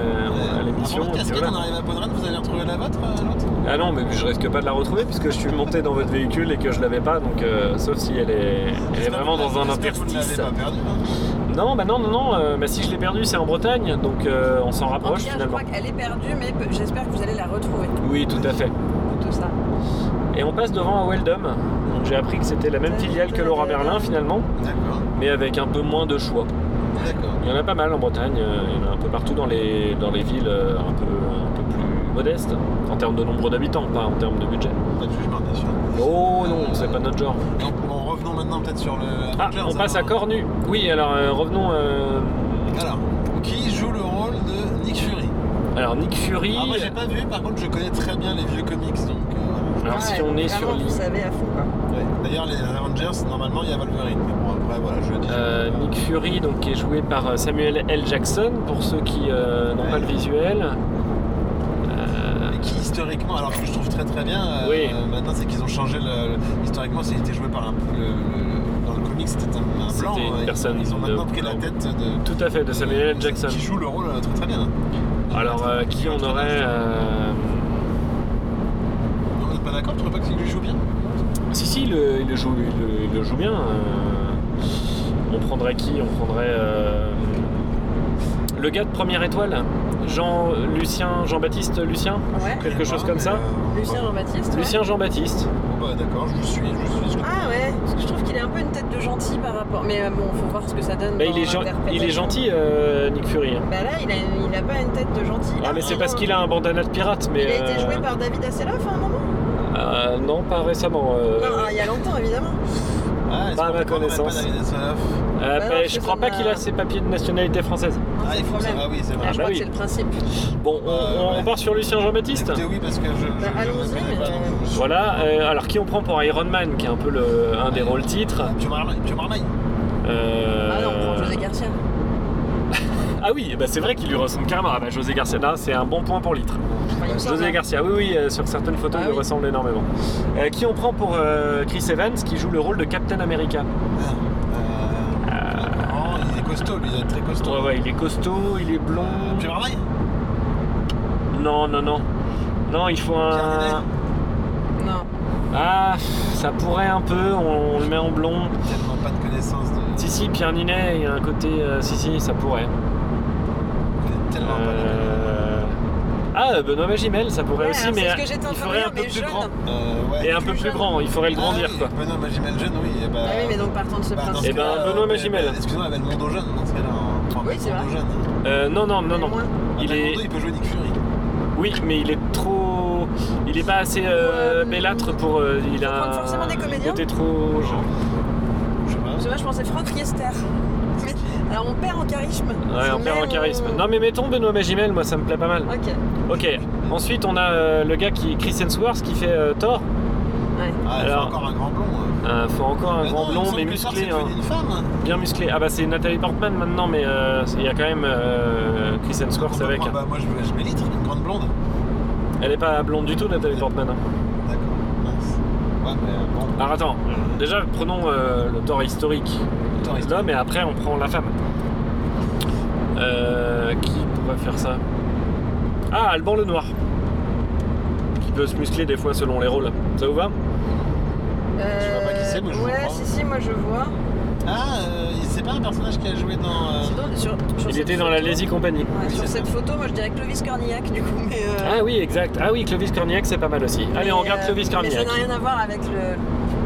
Speaker 3: à l'émission. et puis
Speaker 1: casquette,
Speaker 3: voilà.
Speaker 1: on arrive à Podren, vous allez retrouver la vôtre, euh, l'autre
Speaker 3: Ah non, mais je risque pas de la retrouver puisque je suis monté dans votre véhicule et que je l'avais pas, donc euh, sauf si elle est, elle est vraiment dans un
Speaker 1: J'espère que vous ne l'avez
Speaker 3: interstice.
Speaker 1: pas perdu, hein.
Speaker 3: Non, bah non, non, non, euh, bah si je l'ai perdu, c'est en Bretagne, donc euh, on s'en
Speaker 2: En
Speaker 3: rapproche
Speaker 2: tout cas, je
Speaker 3: finalement.
Speaker 2: crois qu'elle est perdue, mais peu- j'espère que vous allez la retrouver.
Speaker 3: Oui, tout à fait.
Speaker 2: Plutôt ça.
Speaker 3: Et on passe devant un Weldom. Donc j'ai appris que c'était la
Speaker 2: Euh,
Speaker 3: même filiale que Laura Merlin finalement,
Speaker 1: D'accord,
Speaker 3: mais avec un peu moins de choix.
Speaker 1: d'accord.
Speaker 3: Il y en a pas mal en Bretagne, euh, il y en a un peu partout dans les, dans les villes euh, un peu, un peu plus modestes, en termes de nombre d'habitants, pas en termes de budget.
Speaker 1: Pas de jugement, bien sûr.
Speaker 3: Oh non, c'est pas notre genre.
Speaker 1: Donc, bon, revenons maintenant peut-être sur le.
Speaker 3: Ah,
Speaker 1: Avengers, hein.
Speaker 3: on passe à
Speaker 1: alors.
Speaker 3: Cornu. Oui, alors euh, revenons. euh,
Speaker 1: Alors, qui joue le rôle de Nick Fury
Speaker 3: Alors Nick Fury.
Speaker 1: Ah, moi j'ai pas vu, par contre je connais très bien les vieux comics donc. euh,
Speaker 3: Alors
Speaker 2: Ouais,
Speaker 3: si on est sur
Speaker 2: vraiment,
Speaker 3: l'île-
Speaker 2: Vous savez à fond quoi.
Speaker 1: ouais. D'ailleurs, les Avengers, normalement il y a Wolverine. Mais bon, après voilà, je le dis.
Speaker 3: Euh, Nick Fury, donc qui est joué par euh, Samuel L. Jackson pour ceux qui euh, n'ont
Speaker 1: Ouais.
Speaker 3: pas le visuel. Euh,
Speaker 1: Et qui historiquement, alors que je trouve très très bien, euh,
Speaker 3: Oui.
Speaker 1: maintenant c'est qu'ils ont changé le. le- Historiquement, c'était joué par un. le- le- dans le comics, c'était un, un blanc.
Speaker 3: C'était une
Speaker 1: ouais. Ils-
Speaker 3: personne
Speaker 1: Ils ont maintenant
Speaker 3: de-
Speaker 1: pris la tête de.
Speaker 3: Tout à fait, de Samuel L. Jackson.
Speaker 1: Qui joue le rôle euh, très très bien.
Speaker 3: Alors euh, qui on aurait euh,
Speaker 1: Non, vous n'êtes pas d'accord, tu trouves pas que lui joue bien
Speaker 3: Si si, le- il le joue, il le, il le joue bien. euh, On prendrait qui On prendrait euh, le gars de Première Étoile, Jean Lucien, Jean-Baptiste Lucien.
Speaker 2: Ouais.
Speaker 3: Quelque chose comme ça
Speaker 2: Lucien Jean-Baptiste. ouais.
Speaker 3: Lucien Jean-Baptiste.
Speaker 1: euh, Bon, bah d'accord, je vous suis, je vous suis.
Speaker 2: Ah ouais, parce que je trouve qu'il a un peu une tête de gentil par rapport. Mais euh, bon, faut voir ce que ça donne.
Speaker 3: Bah,
Speaker 2: dans
Speaker 3: il, est gen-
Speaker 2: l'interprétation.
Speaker 3: il est gentil, euh, Nick Fury. hein.
Speaker 2: Bah là, il a, il a pas une tête de gentil.
Speaker 3: Ah, mais c'est parce qu'il a un bandana de pirate, mais.
Speaker 2: Il a été
Speaker 3: euh,
Speaker 2: joué par David Hasselhoff hein, à un moment
Speaker 3: euh, non, pas récemment. euh,
Speaker 2: Non, il y a longtemps évidemment.
Speaker 1: Ah, est-ce
Speaker 3: Pas à
Speaker 1: qu'on
Speaker 3: ma
Speaker 1: peut prendre
Speaker 3: connaissance.
Speaker 1: pas David Hasselhoff
Speaker 2: Bah
Speaker 3: euh, bah,
Speaker 2: non,
Speaker 3: je
Speaker 2: parce
Speaker 3: crois
Speaker 2: qu'on
Speaker 3: pas
Speaker 2: a-
Speaker 3: qu'il a ses papiers de nationalité française.
Speaker 2: Non,
Speaker 1: Ah,
Speaker 2: c'est
Speaker 1: il
Speaker 2: le
Speaker 1: faut que
Speaker 2: problème.
Speaker 1: ça- Ah oui, c'est
Speaker 2: Ah,
Speaker 1: vrai.
Speaker 2: je
Speaker 3: bah
Speaker 2: crois
Speaker 3: oui.
Speaker 2: que c'est le principe.
Speaker 3: Bon, on,
Speaker 1: Euh,
Speaker 3: on- on
Speaker 1: ouais.
Speaker 3: part sur Lucien Jean-Baptiste.
Speaker 1: Écoutez, oui, parce que je. je-
Speaker 2: Bah,
Speaker 1: je-
Speaker 2: allons-y,
Speaker 1: je-
Speaker 2: mais, euh,
Speaker 1: je-
Speaker 3: Voilà, euh, alors qui on prend pour Iron Man, qui est un peu le, un des rôles titres euh,
Speaker 1: Tu me ramènes, tu me ramènes.
Speaker 2: Ah non, on prend José Garcia.
Speaker 3: Ah oui, bah c'est vrai qu'il lui ressemble carrément. Ah bah José Garcia, là, c'est un bon point pour litre.
Speaker 2: Enfin, il me semble,
Speaker 3: José
Speaker 2: hein.
Speaker 3: Garcia, oui, oui, euh, sur certaines photos,
Speaker 2: Ah
Speaker 3: il lui
Speaker 2: oui.
Speaker 3: ressemble énormément. Euh, qui on prend pour euh, Chris Evans, qui joue le rôle de Captain America
Speaker 1: Euh, non, il est costaud, lui, il est très costaud.
Speaker 3: Ah. Ouais, ouais, il est costaud, il est blond.
Speaker 1: Euh, Tu me ramènes
Speaker 3: Non, non, non. Non, il faut
Speaker 1: Pierre Ninet
Speaker 3: un.
Speaker 2: Non.
Speaker 3: Ah, ça pourrait un peu, on, on le met en blond.
Speaker 1: Tellement pas de connaissances de.
Speaker 3: Si, si, Pierre Ninet, il a un côté. euh, si, si, ça pourrait.
Speaker 1: Tellement pas de
Speaker 3: Euh, Ah, Benoît Magimel, ça
Speaker 2: Ouais,
Speaker 3: pourrait
Speaker 2: hein,
Speaker 3: aussi,
Speaker 2: c'est
Speaker 3: mais
Speaker 2: ce que j'étais en train
Speaker 3: il
Speaker 2: de
Speaker 3: faudrait
Speaker 2: dire,
Speaker 3: un peu
Speaker 2: mais
Speaker 3: plus
Speaker 2: jeune.
Speaker 3: grand.
Speaker 1: Euh, ouais.
Speaker 3: Et un peu
Speaker 2: plus
Speaker 3: plus
Speaker 2: jeune.
Speaker 3: grand, il faudrait le grandir
Speaker 1: Ah
Speaker 3: quoi.
Speaker 1: oui, Benoît Magimel jeune, oui. Et bah,
Speaker 2: Ah oui, mais donc partons de ce
Speaker 1: bah, dans ce
Speaker 2: principe.
Speaker 3: Eh ben,
Speaker 1: cas-là,
Speaker 3: Benoît
Speaker 1: mais-
Speaker 3: Magimel.
Speaker 1: mais- Excuse-moi, Belmondo jeune, dans ce cas-là. hein. Enfin,
Speaker 2: Oui, c'est
Speaker 1: Belmondo
Speaker 2: vrai.
Speaker 1: jeune.
Speaker 3: Euh, non, non, non, non.
Speaker 2: Moins.
Speaker 1: Ah,
Speaker 3: Il est,
Speaker 1: Belmondo, il peut jouer Nick Fury.
Speaker 3: oui, mais il est trop, il est pas assez euh,
Speaker 2: Euh,
Speaker 3: bellâtre pour. euh, il a
Speaker 2: prendre forcément des
Speaker 3: un
Speaker 2: comédiens
Speaker 3: côté trop.
Speaker 1: Je sais pas.
Speaker 2: Parce que moi, je pensais Franck Riester.
Speaker 1: [LAUGHS]
Speaker 2: Mais- alors, on perd en charisme.
Speaker 3: Ouais, on
Speaker 2: Mais
Speaker 3: perd en
Speaker 2: on-
Speaker 3: charisme. Non, mais mettons Benoît Magimel, moi ça me plaît pas mal.
Speaker 2: Ok.
Speaker 3: Ok. Ensuite, on a euh, le gars qui Chris Hemsworth qui fait euh, Thor.
Speaker 1: Ah,
Speaker 3: Alors-
Speaker 1: c'est encore un grand blond. hein.
Speaker 3: Euh, faut encore un
Speaker 1: Bah
Speaker 3: grand
Speaker 1: non, il me
Speaker 3: blond,
Speaker 1: semble
Speaker 3: mais
Speaker 1: que Thor,
Speaker 3: musclé,
Speaker 1: c'est
Speaker 3: hein.
Speaker 1: devenu une femme. hein.
Speaker 3: bien musclé. Ah bah c'est Nathalie Portman maintenant, mais euh, il y a quand même euh, Chris Hemsworth avec.
Speaker 1: Bah, bah, moi, je, je m'élite, une grande blonde.
Speaker 3: Elle est pas blonde du tout, Nathalie Portman. hein.
Speaker 1: D'accord, mince. Ouais, mais euh, bon.
Speaker 3: Alors attends, déjà prenons euh, le Thor historique.
Speaker 1: Thor historique.
Speaker 3: L'homme et après on prend la femme. Euh, qui pourrait faire ça Ah, Alban le Noir. Qui peut se muscler des fois selon les rôles. Ça vous va
Speaker 1: vois pas qui c'est, moi, je vous
Speaker 2: Euh, Ouais,
Speaker 1: crois.
Speaker 2: si, si, moi, je vois.
Speaker 1: Ah, euh, c'est pas un personnage qui a joué dans. euh,
Speaker 2: C'est drôle, sur- sur
Speaker 3: Il
Speaker 2: cette
Speaker 3: était dans la
Speaker 2: photo-
Speaker 3: Lazy Company.
Speaker 2: Ouais,
Speaker 1: Oui,
Speaker 2: sur
Speaker 1: c'est
Speaker 2: cette
Speaker 1: ça.
Speaker 2: photo, moi, je dirais Clovis Cornillac, du coup. Mais, euh,
Speaker 3: Ah oui, exact. Ah oui, Clovis Cornillac, c'est pas mal aussi. Allez,
Speaker 2: mais,
Speaker 3: on regarde
Speaker 2: euh,
Speaker 3: Clovis
Speaker 2: Mais ça
Speaker 3: Cornillac.
Speaker 2: n'a rien à voir avec le.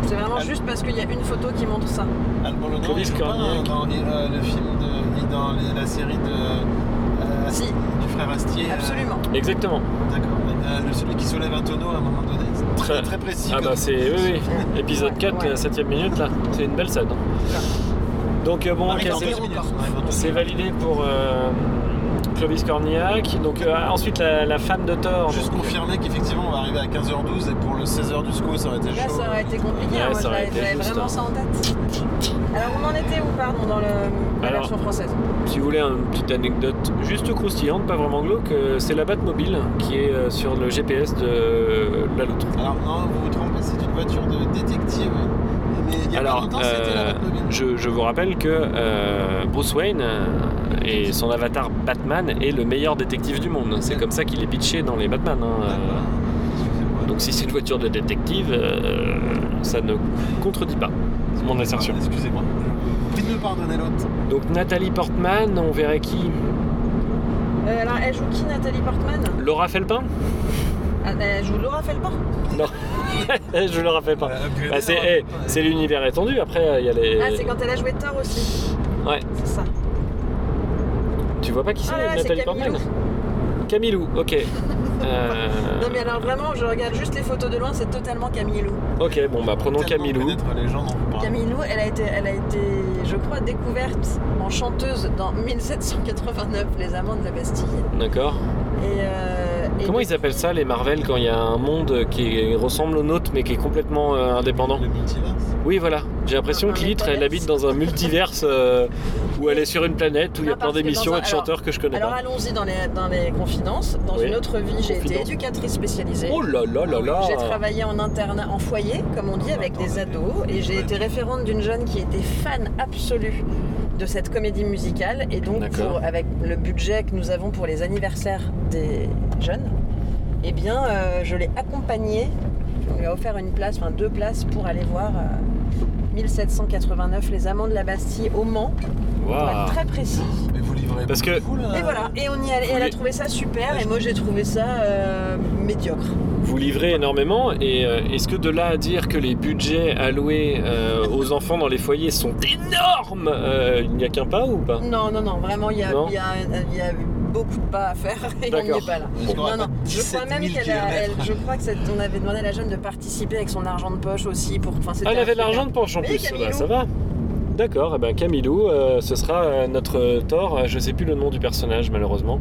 Speaker 2: C'est vraiment
Speaker 1: Ah.
Speaker 2: juste parce qu'il y a une photo qui montre ça.
Speaker 1: Alban Le Noir,
Speaker 3: Clovis
Speaker 1: il joue pas,
Speaker 3: Cornillac.
Speaker 1: hein, dans euh, le film de. ni dans les- la série de. euh,
Speaker 2: Si.
Speaker 1: Du frère Astier. euh,
Speaker 2: Absolument.
Speaker 3: Exactement.
Speaker 1: D'accord. Euh, le- celui qui soulève un tonneau à un moment donné. C'est
Speaker 3: Très-
Speaker 1: très, très précis.
Speaker 3: Ah
Speaker 1: comme-
Speaker 3: bah c'est oui, oui. épisode
Speaker 2: Ouais,
Speaker 3: 4,
Speaker 2: ouais.
Speaker 3: la 7 minute là, c'est une belle scène. hein. Donc euh, bon,
Speaker 1: On
Speaker 3: ok,
Speaker 1: arrive dans
Speaker 3: c'est-
Speaker 1: deux minutes, on arrive dans deux
Speaker 3: c'est
Speaker 1: minutes.
Speaker 3: validé pour euh, Clovis Cornillac. Donc euh, ensuite la, la femme de Thor.
Speaker 1: Juste
Speaker 3: donc,
Speaker 1: confirmer qu'effectivement on va arriver à 15h12 et pour le 16h du SCO ça aurait été
Speaker 2: Là,
Speaker 1: chaud.
Speaker 2: ça aurait été compliqué.
Speaker 3: Ouais,
Speaker 2: hein, moi,
Speaker 3: ça
Speaker 2: j'avais
Speaker 3: aurait été
Speaker 2: j'avais
Speaker 3: juste,
Speaker 2: vraiment
Speaker 3: hein.
Speaker 2: ça en tête. Alors, on en était où, pardon, dans le, la
Speaker 3: Alors.
Speaker 2: version française
Speaker 3: Si vous voulez une petite anecdote juste croustillante, pas vraiment glauque, euh, c'est la Batmobile qui est euh, sur le GPS de euh, la Loutre.
Speaker 1: Alors non, vous vous trompez, c'est une voiture de détective. Mais il y a pas
Speaker 3: Alors,
Speaker 1: longtemps
Speaker 3: euh,
Speaker 1: c'était la Batmobile.
Speaker 3: je, je vous rappelle que euh, Bruce Wayne euh, et son avatar Batman est le meilleur détective du monde. C'est comme ça qu'il est pitché dans les Batman. hein. Euh,
Speaker 1: Excusez-moi.
Speaker 3: Donc si c'est une voiture de détective, euh, ça ne contredit pas C'est mon assertion.
Speaker 1: Excusez-moi. Puis de me pardonner l'autre.
Speaker 3: Donc Nathalie Portman, on verrait qui
Speaker 2: Euh, Alors, elle joue qui, Nathalie Portman
Speaker 3: Laura Felpin
Speaker 2: Ah, Elle joue Laura Felpin
Speaker 3: Eh, Je Laura Felpin.
Speaker 1: Voilà, upgradé,
Speaker 3: Bah, c'est
Speaker 1: alors.
Speaker 3: eh, c'est l'univers étendu, après il y a les...
Speaker 2: Ah, c'est quand elle a joué Thor aussi.
Speaker 3: Ouais.
Speaker 2: C'est ça.
Speaker 3: Tu vois pas qui c'est
Speaker 2: Ah là là, c'est
Speaker 3: Nathalie
Speaker 2: Camille
Speaker 3: Portman
Speaker 2: Lou.
Speaker 3: Camilou, ok. Euh,
Speaker 2: Non, mais alors vraiment, je regarde juste les photos de loin, c'est totalement Camille Lou.
Speaker 3: Ok, bon bah prenons
Speaker 1: Tellement
Speaker 3: Camilou.
Speaker 1: connaître les gens dont vous parlez.
Speaker 2: Camille Lou, elle a été, elle a été, je crois, découverte en chanteuse dans [LAUGHS] 1789, Les Amants de la Bastille.
Speaker 3: D'accord.
Speaker 2: Et, euh, et
Speaker 3: Comment
Speaker 2: de-
Speaker 3: ils appellent ça les Marvel quand il y a un monde qui ressemble au nôtre mais qui est complètement euh, indépendant
Speaker 1: Le multiverse.
Speaker 3: Oui, voilà. J'ai l'impression
Speaker 2: Un-
Speaker 3: que
Speaker 2: un
Speaker 3: Litre, elle
Speaker 2: metaverse.
Speaker 3: habite dans un multiverse euh, où elle est sur une planète où il y a
Speaker 2: Non,
Speaker 3: plein
Speaker 2: parce que
Speaker 3: d'émissions
Speaker 2: dans
Speaker 3: et de
Speaker 2: un-
Speaker 3: chanteurs que je connais
Speaker 2: Alors
Speaker 3: pas.
Speaker 2: allons-y dans les, dans les confidences. Dans
Speaker 3: Oui.
Speaker 2: une autre vie, j'ai été
Speaker 3: Confidence.
Speaker 2: éducatrice spécialisée.
Speaker 3: Oh là là là là
Speaker 2: J'ai travaillé en internat, en foyer, comme on dit, avec
Speaker 1: Attends,
Speaker 2: des
Speaker 1: mais-
Speaker 2: ados, et j'ai été référente d'une jeune qui était fan absolue de cette comédie musicale, et donc
Speaker 3: D'accord.
Speaker 2: pour- avec le budget que nous avons pour les anniversaires des jeunes, eh bien, euh, je l'ai accompagnée. On lui a offert une place, enfin deux places, pour aller voir euh, 1789 Les Amants de la Bastille au Mans, pour
Speaker 3: Waouh.
Speaker 2: être très précis.
Speaker 1: Mais vous livrez
Speaker 3: Parce
Speaker 1: pas
Speaker 3: que-
Speaker 1: vous, là.
Speaker 2: Et voilà, et on y allait, et elle a trouvé ça super, et moi j'ai trouvé ça euh, médiocre.
Speaker 3: Vous livrez énormément et euh, est-ce que de là à dire que les budgets alloués euh, aux enfants dans les foyers sont énormes, euh, il n'y a qu'un pas ou pas
Speaker 2: Non, non, non, vraiment, il y a,
Speaker 3: Non
Speaker 2: il y a- il y a beaucoup de pas à faire [LAUGHS] et on n'y
Speaker 3: D'accord.
Speaker 2: est pas là.
Speaker 1: Parce qu'on
Speaker 2: Non,
Speaker 1: aura
Speaker 2: non,
Speaker 1: pas
Speaker 2: je
Speaker 1: 17
Speaker 2: crois
Speaker 1: 000
Speaker 2: même qu'elle a- elle-
Speaker 1: kilomètres.
Speaker 2: je crois que c'est- on avait demandé à la jeune de participer avec son argent de poche aussi pour. Enfin, c'était
Speaker 3: Ah, elle avait de
Speaker 2: un-
Speaker 3: l'argent de poche en
Speaker 2: Oui,
Speaker 3: plus, ça
Speaker 2: Camilou.
Speaker 3: va, ça va. D'accord, eh ben Camilou, euh, ce sera euh, notre euh, Thor, euh, je sais plus le nom du personnage malheureusement,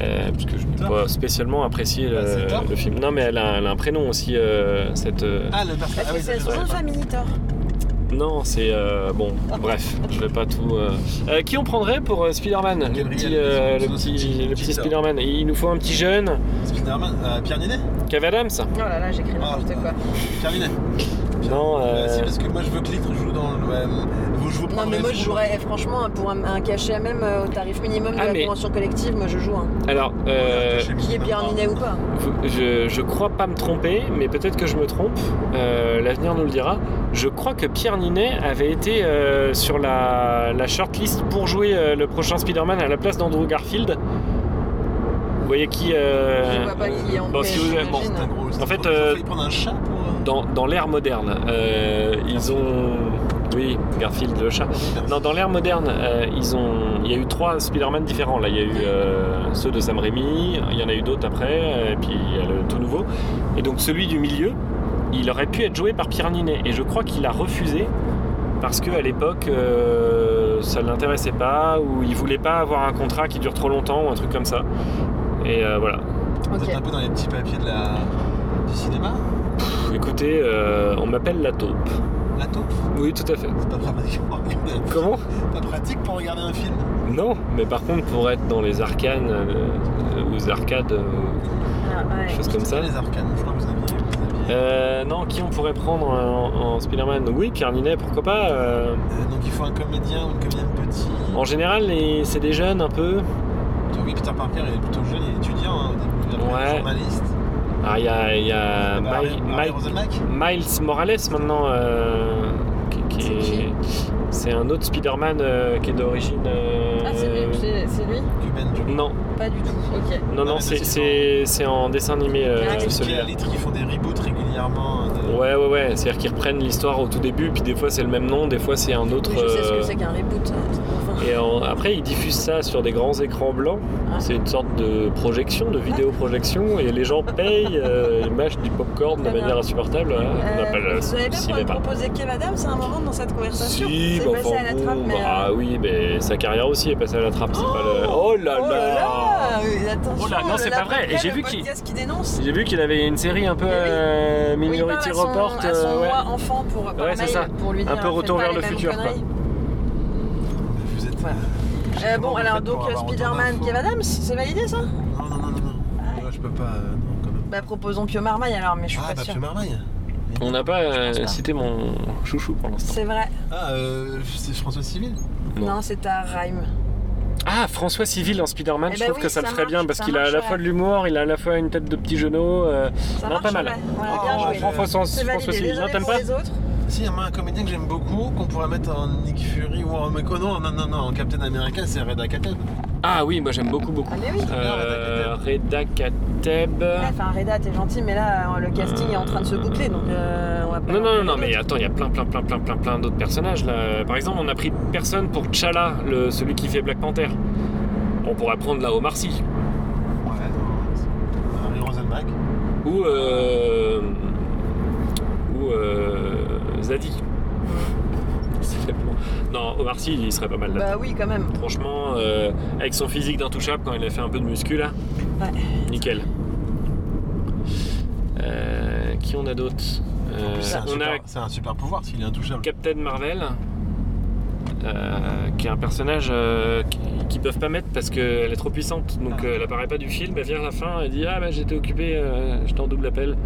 Speaker 3: euh, parce que je n'ai
Speaker 1: Thor.
Speaker 3: pas spécialement apprécié le,
Speaker 1: Ah, c'est Thor.
Speaker 3: le film. Non mais elle a, elle a un prénom aussi, euh, cette... euh,
Speaker 1: Ah, le personnage.
Speaker 2: Parce
Speaker 1: Ah
Speaker 2: que
Speaker 1: oui, ça,
Speaker 2: c'est
Speaker 1: je
Speaker 2: son
Speaker 1: savais
Speaker 2: nom de
Speaker 1: pas.
Speaker 2: famille, Thor.
Speaker 3: Non, c'est... euh, bon,
Speaker 1: Ah.
Speaker 3: bref, je vais pas tout... euh. Euh, qui on prendrait pour euh, Spider-Man le
Speaker 1: Gabriel,
Speaker 3: petit, euh, le
Speaker 1: Gabriel,
Speaker 3: petit, le petit
Speaker 1: Peter.
Speaker 3: Spider-Man. Il nous faut un petit jeune,
Speaker 1: Spider-Man. euh, Pierre Ninet
Speaker 3: Kev Adams
Speaker 2: Oh là là, j'écris n'importe
Speaker 1: Ah,
Speaker 2: quoi.
Speaker 1: Pierre Ninet.
Speaker 3: Non, euh,
Speaker 1: Euh, si, parce que moi je veux que Litre joue dans le. ouais, euh, vous, je vous
Speaker 2: Non, mais
Speaker 1: prendrai
Speaker 2: moi
Speaker 1: vous.
Speaker 2: je jouerais, eh, franchement, pour un, un cachet même euh, au tarif minimum de
Speaker 3: Ah,
Speaker 2: la
Speaker 3: mais-
Speaker 2: convention collective, moi je joue. hein.
Speaker 3: Alors, euh,
Speaker 2: Qui est Pierre Ninet ou pas
Speaker 3: Faut- Je, je crois pas me tromper, mais peut-être que je me trompe. euh, L'avenir nous le dira. Je crois que Pierre Ninet avait été euh, sur la, la shortlist pour jouer euh, le prochain Spider-Man à la place d'Andrew Garfield. voyez qui. euh,
Speaker 2: Je vois pas qui est en
Speaker 3: bon,
Speaker 2: paix,
Speaker 3: si vous-
Speaker 2: j'imagine.
Speaker 3: bon,
Speaker 1: C'est un gros-
Speaker 3: En fait,
Speaker 1: ils ont
Speaker 3: euh,
Speaker 1: failli prendre un chat pour. euh,
Speaker 3: dans, dans l'ère moderne, euh, ils ont. Oui, Garfield le chat. Non, dans l'ère moderne, euh, ils ont. Il y a eu trois Spider-Man différents. Là, il y a eu euh, ceux de Sam Raimi, il y en a eu d'autres après, euh, et puis il y a le tout nouveau. Et donc celui du milieu, il aurait pu être joué par Pierre Ninet, et je crois qu'il a refusé parce que à l'époque, euh, ça ne l'intéressait pas, ou il voulait pas avoir un contrat qui dure trop longtemps, ou un truc comme ça. Et euh, voilà.
Speaker 1: Vous
Speaker 2: Ok.
Speaker 1: êtes un peu dans les petits papiers de la... du cinéma
Speaker 3: Pff, écoutez, euh, on m'appelle la taupe.
Speaker 1: La taupe
Speaker 3: Oui, tout à fait.
Speaker 1: C'est pas pratique pour regarder un film.
Speaker 3: Comment
Speaker 1: Pas pratique pour regarder un film.
Speaker 3: Non, mais par contre, pour être dans les arcanes, euh, euh, aux arcades, euh,
Speaker 2: Ah, ouais.
Speaker 3: choses comme ça.
Speaker 1: les arcanes, je crois que vous aviez. vous aviez-
Speaker 3: Euh, non, qui on pourrait prendre en, en Spider-Man Oui, Pierre Ninet, pourquoi pas
Speaker 1: Euh,
Speaker 3: euh,
Speaker 1: donc il faut un comédien ou une comédienne petit.
Speaker 3: En général, les- c'est des jeunes un peu.
Speaker 1: Oui, Peter Parker, il est plutôt jeune, il est étudiant hein, au début, il est
Speaker 3: Ouais.
Speaker 1: journaliste.
Speaker 3: Ah, il y a, il y
Speaker 1: Bah,
Speaker 3: a Mi-
Speaker 1: Harvey-
Speaker 3: Mi-
Speaker 1: Harvey Rosenbach
Speaker 3: Miles Morales maintenant, euh, qui, qui
Speaker 2: C'est
Speaker 3: est- c'est un autre Spider-Man euh, qui est d'origine. euh,
Speaker 2: Ah, c'est lui, c'est- c'est lui
Speaker 1: Cuban, je
Speaker 3: Non,
Speaker 2: Pas du tout. Ok.
Speaker 3: non,
Speaker 1: Non,
Speaker 3: non,
Speaker 1: Ah, mais
Speaker 3: c'est-
Speaker 1: c'est-
Speaker 3: c'est c'est en dessin animé euh,
Speaker 2: Ah, oui.
Speaker 1: Qui est
Speaker 3: celui-là.
Speaker 1: à l'étri- ils font des reboots régulièrement. hein, de-
Speaker 3: Ouais, ouais, ouais. C'est-à-dire qu'ils reprennent l'histoire au tout début, puis des fois c'est le même nom, des fois c'est un autre.
Speaker 2: Oui, je sais ce
Speaker 3: euh,
Speaker 2: que c'est qu'un reboot. Enfin,
Speaker 3: Et en- après, ils diffusent ça sur des grands écrans blancs.
Speaker 2: Ah.
Speaker 3: C'est une sorte de projection, de vidéo-projection, et les gens payent, euh, ils mâchent du popcorn de
Speaker 2: Très bien.
Speaker 3: manière insupportable. hein. On
Speaker 2: euh,
Speaker 3: appelle euh,
Speaker 2: vous avez pas
Speaker 3: cinéma.
Speaker 2: proposé proposer Kev Adams à un moment dans cette conversation
Speaker 3: Si,
Speaker 2: C'est
Speaker 3: bah,
Speaker 2: passé
Speaker 3: enfin,
Speaker 2: à la
Speaker 3: bon,
Speaker 2: trappe, mais.
Speaker 3: bah,
Speaker 2: euh,
Speaker 3: oui, mais sa carrière aussi est passée à la trappe. c'est pas le- Oh là
Speaker 2: Oh là là oui, Attention,
Speaker 3: Oh là, non,
Speaker 2: le
Speaker 3: c'est pas vrai.
Speaker 2: Laprès,
Speaker 3: Et j'ai
Speaker 2: le
Speaker 3: vu qu'il-
Speaker 2: podcast qui dénonce.
Speaker 3: J'ai vu qu'il avait une série un peu
Speaker 2: Mais Eh oui.
Speaker 3: euh,
Speaker 2: Oui, il
Speaker 3: Minority
Speaker 2: parle à son-
Speaker 3: Report.
Speaker 2: à son
Speaker 3: euh, ouais.
Speaker 2: moi enfant pour, par
Speaker 3: Ouais, c'est
Speaker 2: mail
Speaker 3: ça.
Speaker 2: pour lui
Speaker 3: Un
Speaker 2: dire
Speaker 3: peu retour
Speaker 2: faites pas
Speaker 3: vers le
Speaker 2: les mêmes
Speaker 3: futur, quoi.
Speaker 2: conneries.
Speaker 1: Vous êtes.
Speaker 2: Voilà.
Speaker 1: Je sais
Speaker 2: Euh,
Speaker 1: pas
Speaker 2: bon
Speaker 1: comment
Speaker 2: alors
Speaker 1: vous faites
Speaker 2: donc
Speaker 1: pour
Speaker 2: euh,
Speaker 1: avoir autant
Speaker 2: Spider-Man
Speaker 1: d'infos.
Speaker 2: Kev Adams c'est validé ça
Speaker 1: Non, non, non, non, non. Ouais, je peux pas. euh, non, quand même.
Speaker 2: Bah proposons Pio Marmaille alors mais je suis
Speaker 1: Ah,
Speaker 2: pas
Speaker 1: bah,
Speaker 2: sûre
Speaker 1: Pio Marmaille.
Speaker 3: On n'a pas euh,
Speaker 2: Je pense pas.
Speaker 3: cité mon chouchou pour l'instant.
Speaker 2: C'est vrai
Speaker 1: Ah, euh, c'est François Civil
Speaker 3: Non.
Speaker 2: Non, c'est à Rhyme
Speaker 3: Ah, François Civil en Spider-Man,
Speaker 2: Eh
Speaker 3: je
Speaker 2: ben
Speaker 3: trouve
Speaker 2: oui,
Speaker 3: que ça, le
Speaker 2: ça
Speaker 3: ferait bien
Speaker 2: marche,
Speaker 3: parce
Speaker 2: ça
Speaker 3: qu'il a à la
Speaker 2: marche,
Speaker 3: fois de l'humour, il a à la fois une tête de petit genou. euh,
Speaker 2: Ça
Speaker 3: Non,
Speaker 2: marche
Speaker 3: pas mal.
Speaker 2: ouais. Ouais,
Speaker 1: Oh,
Speaker 2: bien
Speaker 1: ouais,
Speaker 2: joué
Speaker 1: je-
Speaker 3: François,
Speaker 2: C'est validé
Speaker 3: François Civil, non,
Speaker 2: désolé
Speaker 3: t'aimes
Speaker 2: pour
Speaker 3: pas
Speaker 2: les autres
Speaker 1: Si, il y a un comédien que j'aime beaucoup, qu'on pourrait mettre en Nick Fury ou en Meco. Non, non, non, non, en Captain America, c'est Reda Kateb.
Speaker 3: Ah oui, moi j'aime beaucoup, beaucoup.
Speaker 2: Ah mais oui
Speaker 3: Euh, Reda Kateb.
Speaker 2: Ouais, Enfin Reda t'es gentil mais là euh, le casting est en train de se boucler donc euh, on va pas
Speaker 3: Non, non, non,
Speaker 2: en
Speaker 3: non,
Speaker 2: parler
Speaker 3: mais
Speaker 2: d'autres.
Speaker 3: attends, il y a plein, plein, plein, plein, plein, plein d'autres personnages là. Par exemple, on a pris personne pour T'Challa, le, celui qui fait Black Panther. On pourrait prendre là Omar Sy.
Speaker 1: Ouais, non. Harry Rosenbach.
Speaker 3: Ou. Euh, ou. Euh, Zadie. [LAUGHS] C'est bon. Non, Omar Sy, il serait pas mal là.
Speaker 2: Bah oui quand même
Speaker 3: Franchement, euh, avec son physique d'intouchable quand il a fait un peu de muscu là.
Speaker 2: Ouais.
Speaker 3: Nickel. Euh, qui on a d'autres
Speaker 1: En plus,
Speaker 3: Euh,
Speaker 1: c'est un
Speaker 3: On a
Speaker 1: super- C'est un super pouvoir s'il est intouchable.
Speaker 3: Captain Marvel, euh, qui est un personnage euh, qui- qu'ils peuvent pas mettre parce qu'elle est trop puissante.
Speaker 1: Ah.
Speaker 3: Donc euh, elle apparaît pas du film. Elle vient à la fin, elle dit Ah bah j'étais occupé, euh, j'étais en
Speaker 1: [LAUGHS]
Speaker 3: double appel.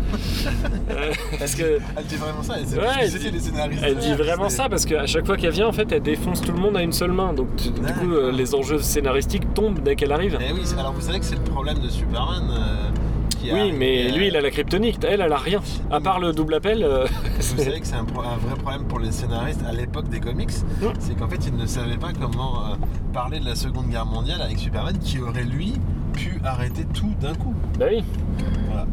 Speaker 3: Euh, parce que.
Speaker 1: Elle dit vraiment ça, elle s'est
Speaker 3: Ouais, elle
Speaker 1: c'était
Speaker 3: dit-
Speaker 1: les scénaristes.
Speaker 3: Elle dit
Speaker 1: Ouais,
Speaker 3: vraiment
Speaker 1: c'est-
Speaker 3: ça parce qu'à chaque fois qu'elle vient, en fait, elle défonce tout le monde à une seule main. Donc tu- du coup, euh, les enjeux scénaristiques tombent dès qu'elle arrive.
Speaker 1: Eh oui, c'est- alors vous savez que c'est le problème de Superman. euh, qui euh, a-
Speaker 3: Oui, mais
Speaker 1: qui a-
Speaker 3: lui, il a la kryptonique. Elle, elle a rien. À part le double appel. euh, [LAUGHS]
Speaker 1: Vous savez que c'est un, pro- un vrai problème pour les scénaristes à l'époque des comics,
Speaker 3: Mm.
Speaker 1: c'est qu'en fait ils ne savaient pas comment euh, parler de la Seconde Guerre mondiale avec Superman qui aurait lui pu arrêter tout d'un coup.
Speaker 3: bah oui.
Speaker 1: Voilà.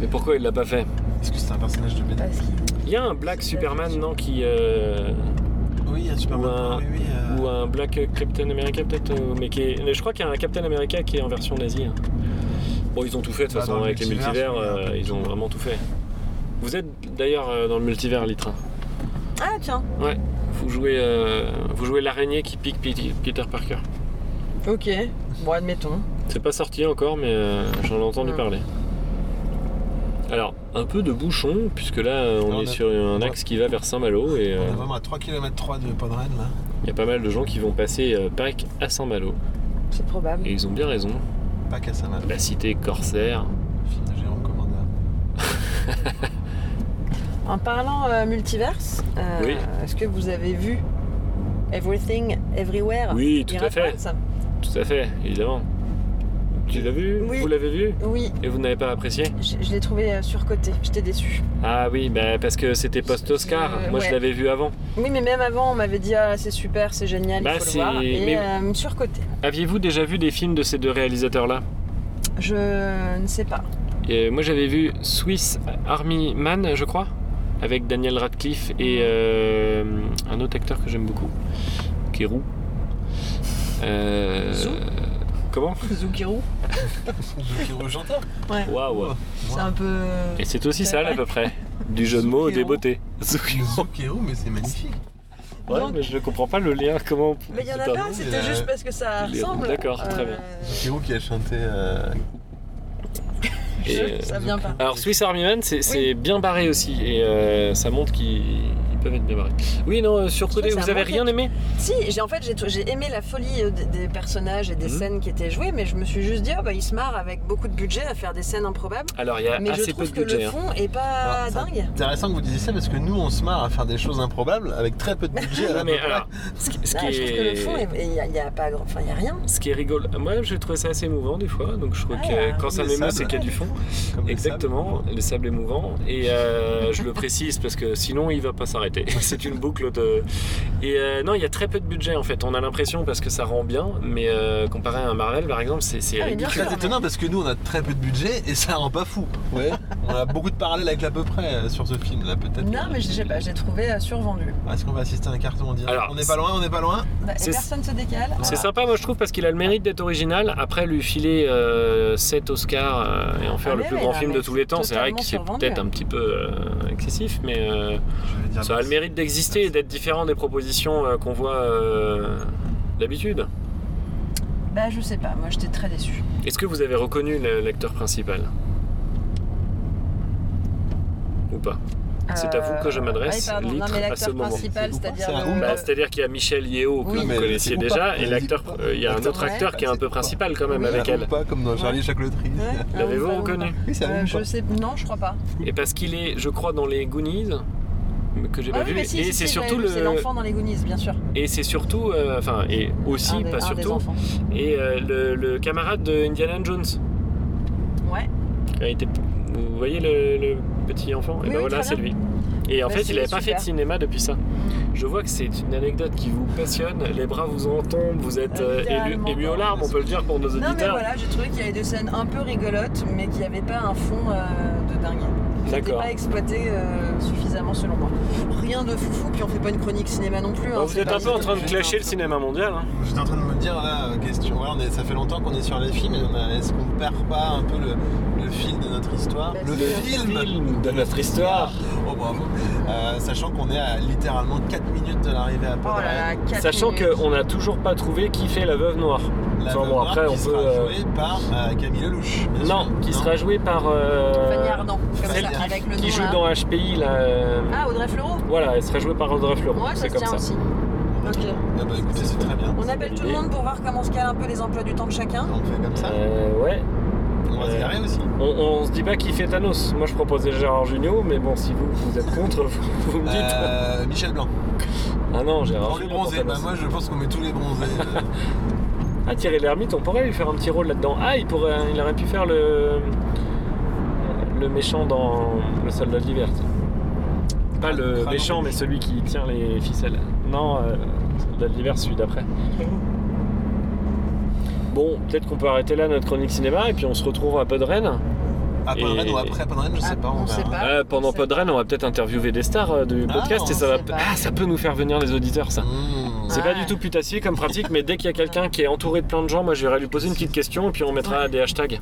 Speaker 3: Mais pourquoi il l'a pas fait
Speaker 1: Est-ce que c'est un personnage de BD
Speaker 2: Parce qu'il-
Speaker 3: Il y a un Black Superman, non Qui. euh,
Speaker 1: Oui, il y a Superman.
Speaker 3: Ou un-
Speaker 1: oui, oui, euh,
Speaker 3: Ou un Black Captain America, peut-être euh, Mais qui est... mais je crois qu'il y a un Captain America qui est en version nazie. hein. Bon, ils ont tout fait, de toute
Speaker 1: Bah, dans
Speaker 3: façon,
Speaker 1: le
Speaker 3: avec les
Speaker 1: multivers,
Speaker 3: multivers, euh, ils ont vraiment tout fait. Vous êtes d'ailleurs euh, dans le multivers, Litra.
Speaker 2: Ah tiens
Speaker 3: Vous jouez, euh, vous jouez l'araignée qui pique Pete- Peter Parker.
Speaker 2: Ok bon admettons
Speaker 3: C'est pas sorti encore, mais euh, j'en ai entendu
Speaker 2: Hmm.
Speaker 3: parler. Alors, un peu de bouchon, puisque là, euh, on
Speaker 1: Non, on
Speaker 3: est
Speaker 1: a-
Speaker 3: sur un
Speaker 1: on a-
Speaker 3: axe qui va vers Saint-Malo et il
Speaker 1: On est vraiment à 3 km 3 de Podren là.
Speaker 3: y a pas mal de gens qui vont passer euh, Pâques à Saint-Malo.
Speaker 2: c'est probable
Speaker 3: Et ils ont bien raison.
Speaker 1: Pas qu'à Saint-Malo,
Speaker 3: La cité corsaire.
Speaker 1: film de Jérôme Commandeur.
Speaker 2: En parlant euh, multiverse, euh,
Speaker 3: Oui.
Speaker 2: est-ce que vous avez vu Everything Everywhere
Speaker 3: Oui, tout à
Speaker 2: Ira
Speaker 3: fait.
Speaker 2: Frontz
Speaker 3: Tout à fait, évidemment. Tu l'as vu
Speaker 2: Oui.
Speaker 3: Vous l'avez vu
Speaker 2: Oui,
Speaker 3: Et vous n'avez pas apprécié
Speaker 2: je, je l'ai trouvé euh, surcoté, j'étais déçue.
Speaker 3: Ah oui, bah parce que c'était post-Oscar.
Speaker 2: Euh,
Speaker 3: Moi,
Speaker 2: ouais.
Speaker 3: je l'avais vu avant.
Speaker 2: Oui, mais même avant, on m'avait dit ah, c'est super, c'est génial,
Speaker 3: Bah,
Speaker 2: il faut le
Speaker 3: c'est-
Speaker 2: voir. Et
Speaker 3: mais-
Speaker 2: euh, surcoté.
Speaker 3: Aviez-vous déjà vu des films de ces deux réalisateurs-là
Speaker 2: Je ne sais
Speaker 3: [LAUGHS]
Speaker 2: pas.
Speaker 3: Et euh, moi j'avais vu Swiss Army Man, je crois, avec Daniel Radcliffe et euh, un autre acteur que j'aime beaucoup, qui est roux. Euh,
Speaker 2: Zou
Speaker 3: comment
Speaker 2: Zoukirou
Speaker 1: Qui rejoint pas.
Speaker 2: Ouais.
Speaker 1: [LAUGHS]
Speaker 3: Waouh
Speaker 2: C'est un peu. euh,
Speaker 3: Et c'est aussi ça à peu
Speaker 2: [LAUGHS]
Speaker 3: près. Du jeu de mots, des
Speaker 1: Zoukiro.
Speaker 3: beautés. Zoukiro.
Speaker 1: Zokero, mais c'est magnifique.
Speaker 3: Ouais,
Speaker 2: Donc-
Speaker 3: mais je comprends pas le lien. Comment on-
Speaker 2: Mais il y en
Speaker 3: c'est
Speaker 2: a
Speaker 3: un
Speaker 2: pas,
Speaker 3: nom,
Speaker 2: c'était
Speaker 1: euh,
Speaker 2: juste parce que ça
Speaker 3: il est-
Speaker 2: ressemble.
Speaker 3: d'accord, très bien.
Speaker 1: Zokero qui a chanté. euh,
Speaker 3: et,
Speaker 2: je-
Speaker 3: euh,
Speaker 2: ça vient pas.
Speaker 3: Alors Swiss Army Man, c'est c'est bien barré aussi, et euh, ça montre qu'ils ils peuvent être bien barrés. Oui, non, euh, surcodé,
Speaker 2: Je trouve que
Speaker 3: vous
Speaker 2: ça
Speaker 3: avez
Speaker 2: manquait.
Speaker 3: rien aimé
Speaker 2: Si, j'ai en fait j'ai trou- j'ai aimé la folie euh, des, des personnages et des
Speaker 3: Mhm.
Speaker 2: scènes qui étaient jouées, mais je me suis juste dit oh, bah ils se marrent avec beaucoup de budget à faire des scènes improbables.
Speaker 3: Alors il y a
Speaker 2: Mais je
Speaker 3: assez peu
Speaker 2: trouve
Speaker 3: de
Speaker 2: que
Speaker 3: budget. hein.
Speaker 2: le fond est pas
Speaker 1: Alors, ça-
Speaker 2: dingue.
Speaker 1: C'est intéressant que vous disiez ça parce que nous on se marre à faire des choses improbables avec très peu de budget. à
Speaker 3: hein.
Speaker 1: la
Speaker 3: Non, [LAUGHS] mais
Speaker 1: peu près.
Speaker 3: alors, ce qui, ce
Speaker 2: Ah,
Speaker 3: qui
Speaker 2: Je trouve que le fond,
Speaker 3: est...
Speaker 2: est- il y, a- il y a pas grand, enfin il y a rien.
Speaker 3: Ce qui est rigolo, moi j'ai trouvé ça assez émouvant des fois, donc je trouve
Speaker 2: Ah,
Speaker 3: que quand ça
Speaker 1: les
Speaker 3: m'émeut,
Speaker 1: sables.
Speaker 3: c'est qu'il y a du fond.
Speaker 1: Comme les
Speaker 3: Exactement, les sables émouvants. Et euh, je le précise parce que sinon il va pas s'arrêter. [LAUGHS] C'est une boucle de. Et euh, non, il y a très peu de budget en fait. On a l'impression parce que ça rend bien, mais euh, comparé à un Marvel par exemple, c'est c'est
Speaker 2: Ah, mais
Speaker 3: ridicule.
Speaker 2: bien
Speaker 1: C'est
Speaker 2: sûr,
Speaker 1: étonnant parce que nous on a très peu de budget et ça rend pas fou.
Speaker 3: [LAUGHS]
Speaker 1: Ouais. on a beaucoup de parallèles avec à peu près euh, sur ce film là peut-être.
Speaker 2: Non, mais je sais pas, j'ai trouvé euh, survendu.
Speaker 1: Est-ce qu'on va assister à un carton en direct
Speaker 3: Alors,
Speaker 1: On n'est pas loin, on n'est pas loin.
Speaker 2: Bah, et
Speaker 3: C'est-
Speaker 2: personne se décale.
Speaker 3: C'est
Speaker 2: Ah.
Speaker 3: sympa, moi je trouve, parce qu'il a le mérite d'être original. Après lui filer 7 Oscars euh, et en faire
Speaker 2: Ah,
Speaker 3: le
Speaker 2: mais
Speaker 3: plus
Speaker 2: oui,
Speaker 3: grand
Speaker 2: non,
Speaker 3: film
Speaker 2: mais
Speaker 3: de tous les temps, c'est vrai
Speaker 2: totalement
Speaker 3: que c'est
Speaker 2: survendu. hein.
Speaker 3: peut-être un petit peu euh, excessif, mais euh,
Speaker 1: Je vais dire
Speaker 3: ça a le mérite d'exister et d'être différent des propositions euh, qu'on voit euh, d'habitude.
Speaker 2: Bah je sais pas, moi j'étais très déçue.
Speaker 3: Est-ce que vous avez reconnu le- l'acteur principal Ou pas C'est à vous que je m'adresse,
Speaker 2: Ah, pardon, non,
Speaker 3: litre
Speaker 2: mais
Speaker 3: à
Speaker 2: l'acteur
Speaker 3: ce moment.
Speaker 2: principal,
Speaker 1: C'est
Speaker 2: c'est-à-dire.
Speaker 1: ou pas, c'est un
Speaker 2: le-
Speaker 1: ou
Speaker 3: Bah, C'est-à-dire qu'il y a Michel Yeo que
Speaker 2: Euh, Oui.
Speaker 3: vous
Speaker 1: Mais
Speaker 3: connaissiez
Speaker 1: c'est ou
Speaker 3: déjà,
Speaker 1: pas.
Speaker 3: et l'acteur, euh, il y a un
Speaker 1: Acteur,
Speaker 3: autre
Speaker 2: ouais.
Speaker 3: acteur qui est
Speaker 1: Bah,
Speaker 3: un
Speaker 1: c'est
Speaker 3: peu
Speaker 1: pas.
Speaker 3: principal quand même
Speaker 2: Oui. Ah
Speaker 3: avec
Speaker 1: Ou
Speaker 3: elle.
Speaker 1: pas comme dans Charlie et la chocolaterie.
Speaker 2: Ouais, un
Speaker 3: L'avez-vous
Speaker 2: ou pas, ou
Speaker 3: reconnu
Speaker 2: pas.
Speaker 1: Oui, c'est
Speaker 2: Euh,
Speaker 1: la même
Speaker 2: Je
Speaker 1: chose.
Speaker 2: sais, non, je crois pas.
Speaker 3: Et parce qu'il est, je crois, dans les Goonies mais que j'ai
Speaker 2: Ah
Speaker 3: pas
Speaker 2: oui,
Speaker 3: Eh ben, vu.
Speaker 2: mais si,
Speaker 3: et
Speaker 2: si,
Speaker 3: c'est
Speaker 2: si, je l'avais vu,
Speaker 3: surtout
Speaker 2: c'est l'enfant dans les Goonies, bien sûr.
Speaker 3: et c'est surtout, euh, enfin, et aussi
Speaker 2: Ah, Un des-
Speaker 3: pas
Speaker 2: un des
Speaker 3: surtout,
Speaker 2: enfants.
Speaker 3: et euh, le, le camarade de Indiana Jones
Speaker 2: Ouais.
Speaker 3: qui a été, vous voyez le, le petit enfant,
Speaker 2: Oui,
Speaker 3: et ben
Speaker 2: oui,
Speaker 3: voilà,
Speaker 2: très
Speaker 3: c'est lui. Et en
Speaker 2: Bah,
Speaker 3: fait,
Speaker 2: c'est
Speaker 3: il n'avait pas fait
Speaker 2: super.
Speaker 3: de cinéma depuis ça. Je vois que c'est une anecdote qui vous passionne, les bras vous en tombent, vous êtes
Speaker 2: Euh,
Speaker 3: euh, élu,
Speaker 2: littéralement.
Speaker 3: ému aux larmes, on peut le dire pour nos
Speaker 2: Non, mais
Speaker 3: auditeurs.
Speaker 2: voilà, j'ai trouvé qu'il y avait des scènes un peu rigolotes, mais qu'il n'y avait pas un fond euh, de dingue. C'était
Speaker 3: D'accord.
Speaker 2: pas exploité euh, suffisamment, selon moi. Rien de foufou, puis on fait pas une chronique cinéma non plus. hein,
Speaker 3: Bon, vous
Speaker 2: c'est
Speaker 3: êtes
Speaker 2: pas-
Speaker 3: un peu en train de clasher le cinéma mondial. hein.
Speaker 1: J'étais en train de me dire là, euh, question. ouais, on est- ça fait longtemps qu'on est sur les films. et on a- Est-ce qu'on perd pas un peu le, le fil de notre histoire
Speaker 2: Bah,
Speaker 1: Le
Speaker 2: si, hein.
Speaker 1: film,
Speaker 3: de notre histoire.
Speaker 1: Oh bravo. Euh, sachant qu'on est à littéralement 4 minutes de l'arrivée à
Speaker 2: Oh
Speaker 1: Podren.
Speaker 2: là là, quatre
Speaker 3: Sachant
Speaker 2: minutes.
Speaker 3: qu'on n'a toujours pas trouvé qui fait la veuve noire.
Speaker 1: La
Speaker 3: Enfin,
Speaker 1: veuve
Speaker 3: bon,
Speaker 1: noire
Speaker 3: après,
Speaker 1: qui
Speaker 3: on peut.
Speaker 1: sera
Speaker 3: euh,
Speaker 1: jouée par euh, Camille Lelouch. bien
Speaker 3: Non,
Speaker 1: sûr.
Speaker 3: qui sera joué par. euh,
Speaker 2: Fanny Ardant, comme
Speaker 3: celle
Speaker 2: ça,
Speaker 3: qui,
Speaker 2: avec le
Speaker 3: qui
Speaker 2: nom,
Speaker 3: joue
Speaker 2: là.
Speaker 3: dans HPI. Là, euh,
Speaker 2: Ah, Audrey Fleurot
Speaker 3: Voilà, elle sera jouée par Audrey Fleurot.
Speaker 2: Ouais, ça
Speaker 3: c'est
Speaker 2: se
Speaker 3: comme
Speaker 2: tient
Speaker 3: ça.
Speaker 2: aussi. Ok.
Speaker 1: Ah bah écoutez, c'est très bien.
Speaker 2: On appelle tout le monde pour voir comment se calent un peu les emplois du temps de chacun.
Speaker 1: On fait comme ça.
Speaker 3: Euh, ouais,
Speaker 1: On va se garer aussi.
Speaker 3: on, on se dit pas qui fait Thanos. Moi je proposais Gérard Jugnot, mais bon, si vous, vous êtes contre, [LAUGHS] vous, vous me dites.
Speaker 1: Euh, Michel Blanc.
Speaker 3: Ah non, Gérard
Speaker 1: Pour les
Speaker 3: Jugnot. pour
Speaker 1: bronzés. Bah
Speaker 3: Thanos.
Speaker 1: moi je pense qu'on met tous les bronzés. Euh,
Speaker 3: Ah, Thierry Lhermitte, on pourrait lui faire un petit rôle là-dedans. Ah, il, pourrait, il aurait pu faire le, le méchant dans Le Soldat de l'hiver. tu sais. Pas le
Speaker 1: Cranon.
Speaker 3: méchant, mais celui qui tient les ficelles. Non, euh, le Soldat de l'hiver, celui d'après.
Speaker 1: Mmh.
Speaker 3: Bon, peut-être qu'on peut arrêter là notre chronique cinéma et puis on se retrouve à Podren.
Speaker 1: à Podren
Speaker 3: Et-
Speaker 1: ou après Podren, je
Speaker 2: Ah,
Speaker 1: sais pas.
Speaker 2: on sait
Speaker 1: verra.
Speaker 2: pas.
Speaker 3: Euh, pendant
Speaker 2: c'est-
Speaker 3: Podren, on va peut-être interviewer des stars euh, du
Speaker 1: Ah,
Speaker 3: podcast
Speaker 1: on
Speaker 3: et ça va.
Speaker 2: sait pas.
Speaker 3: Ah, ça peut nous faire venir des auditeurs, ça.
Speaker 1: Mmh.
Speaker 3: C'est
Speaker 2: Ah
Speaker 3: pas
Speaker 2: ouais.
Speaker 3: du tout putassier comme pratique, mais dès qu'il y a quelqu'un qui est entouré de plein de gens, moi j'irai lui poser une petite question et puis on mettra des hashtags.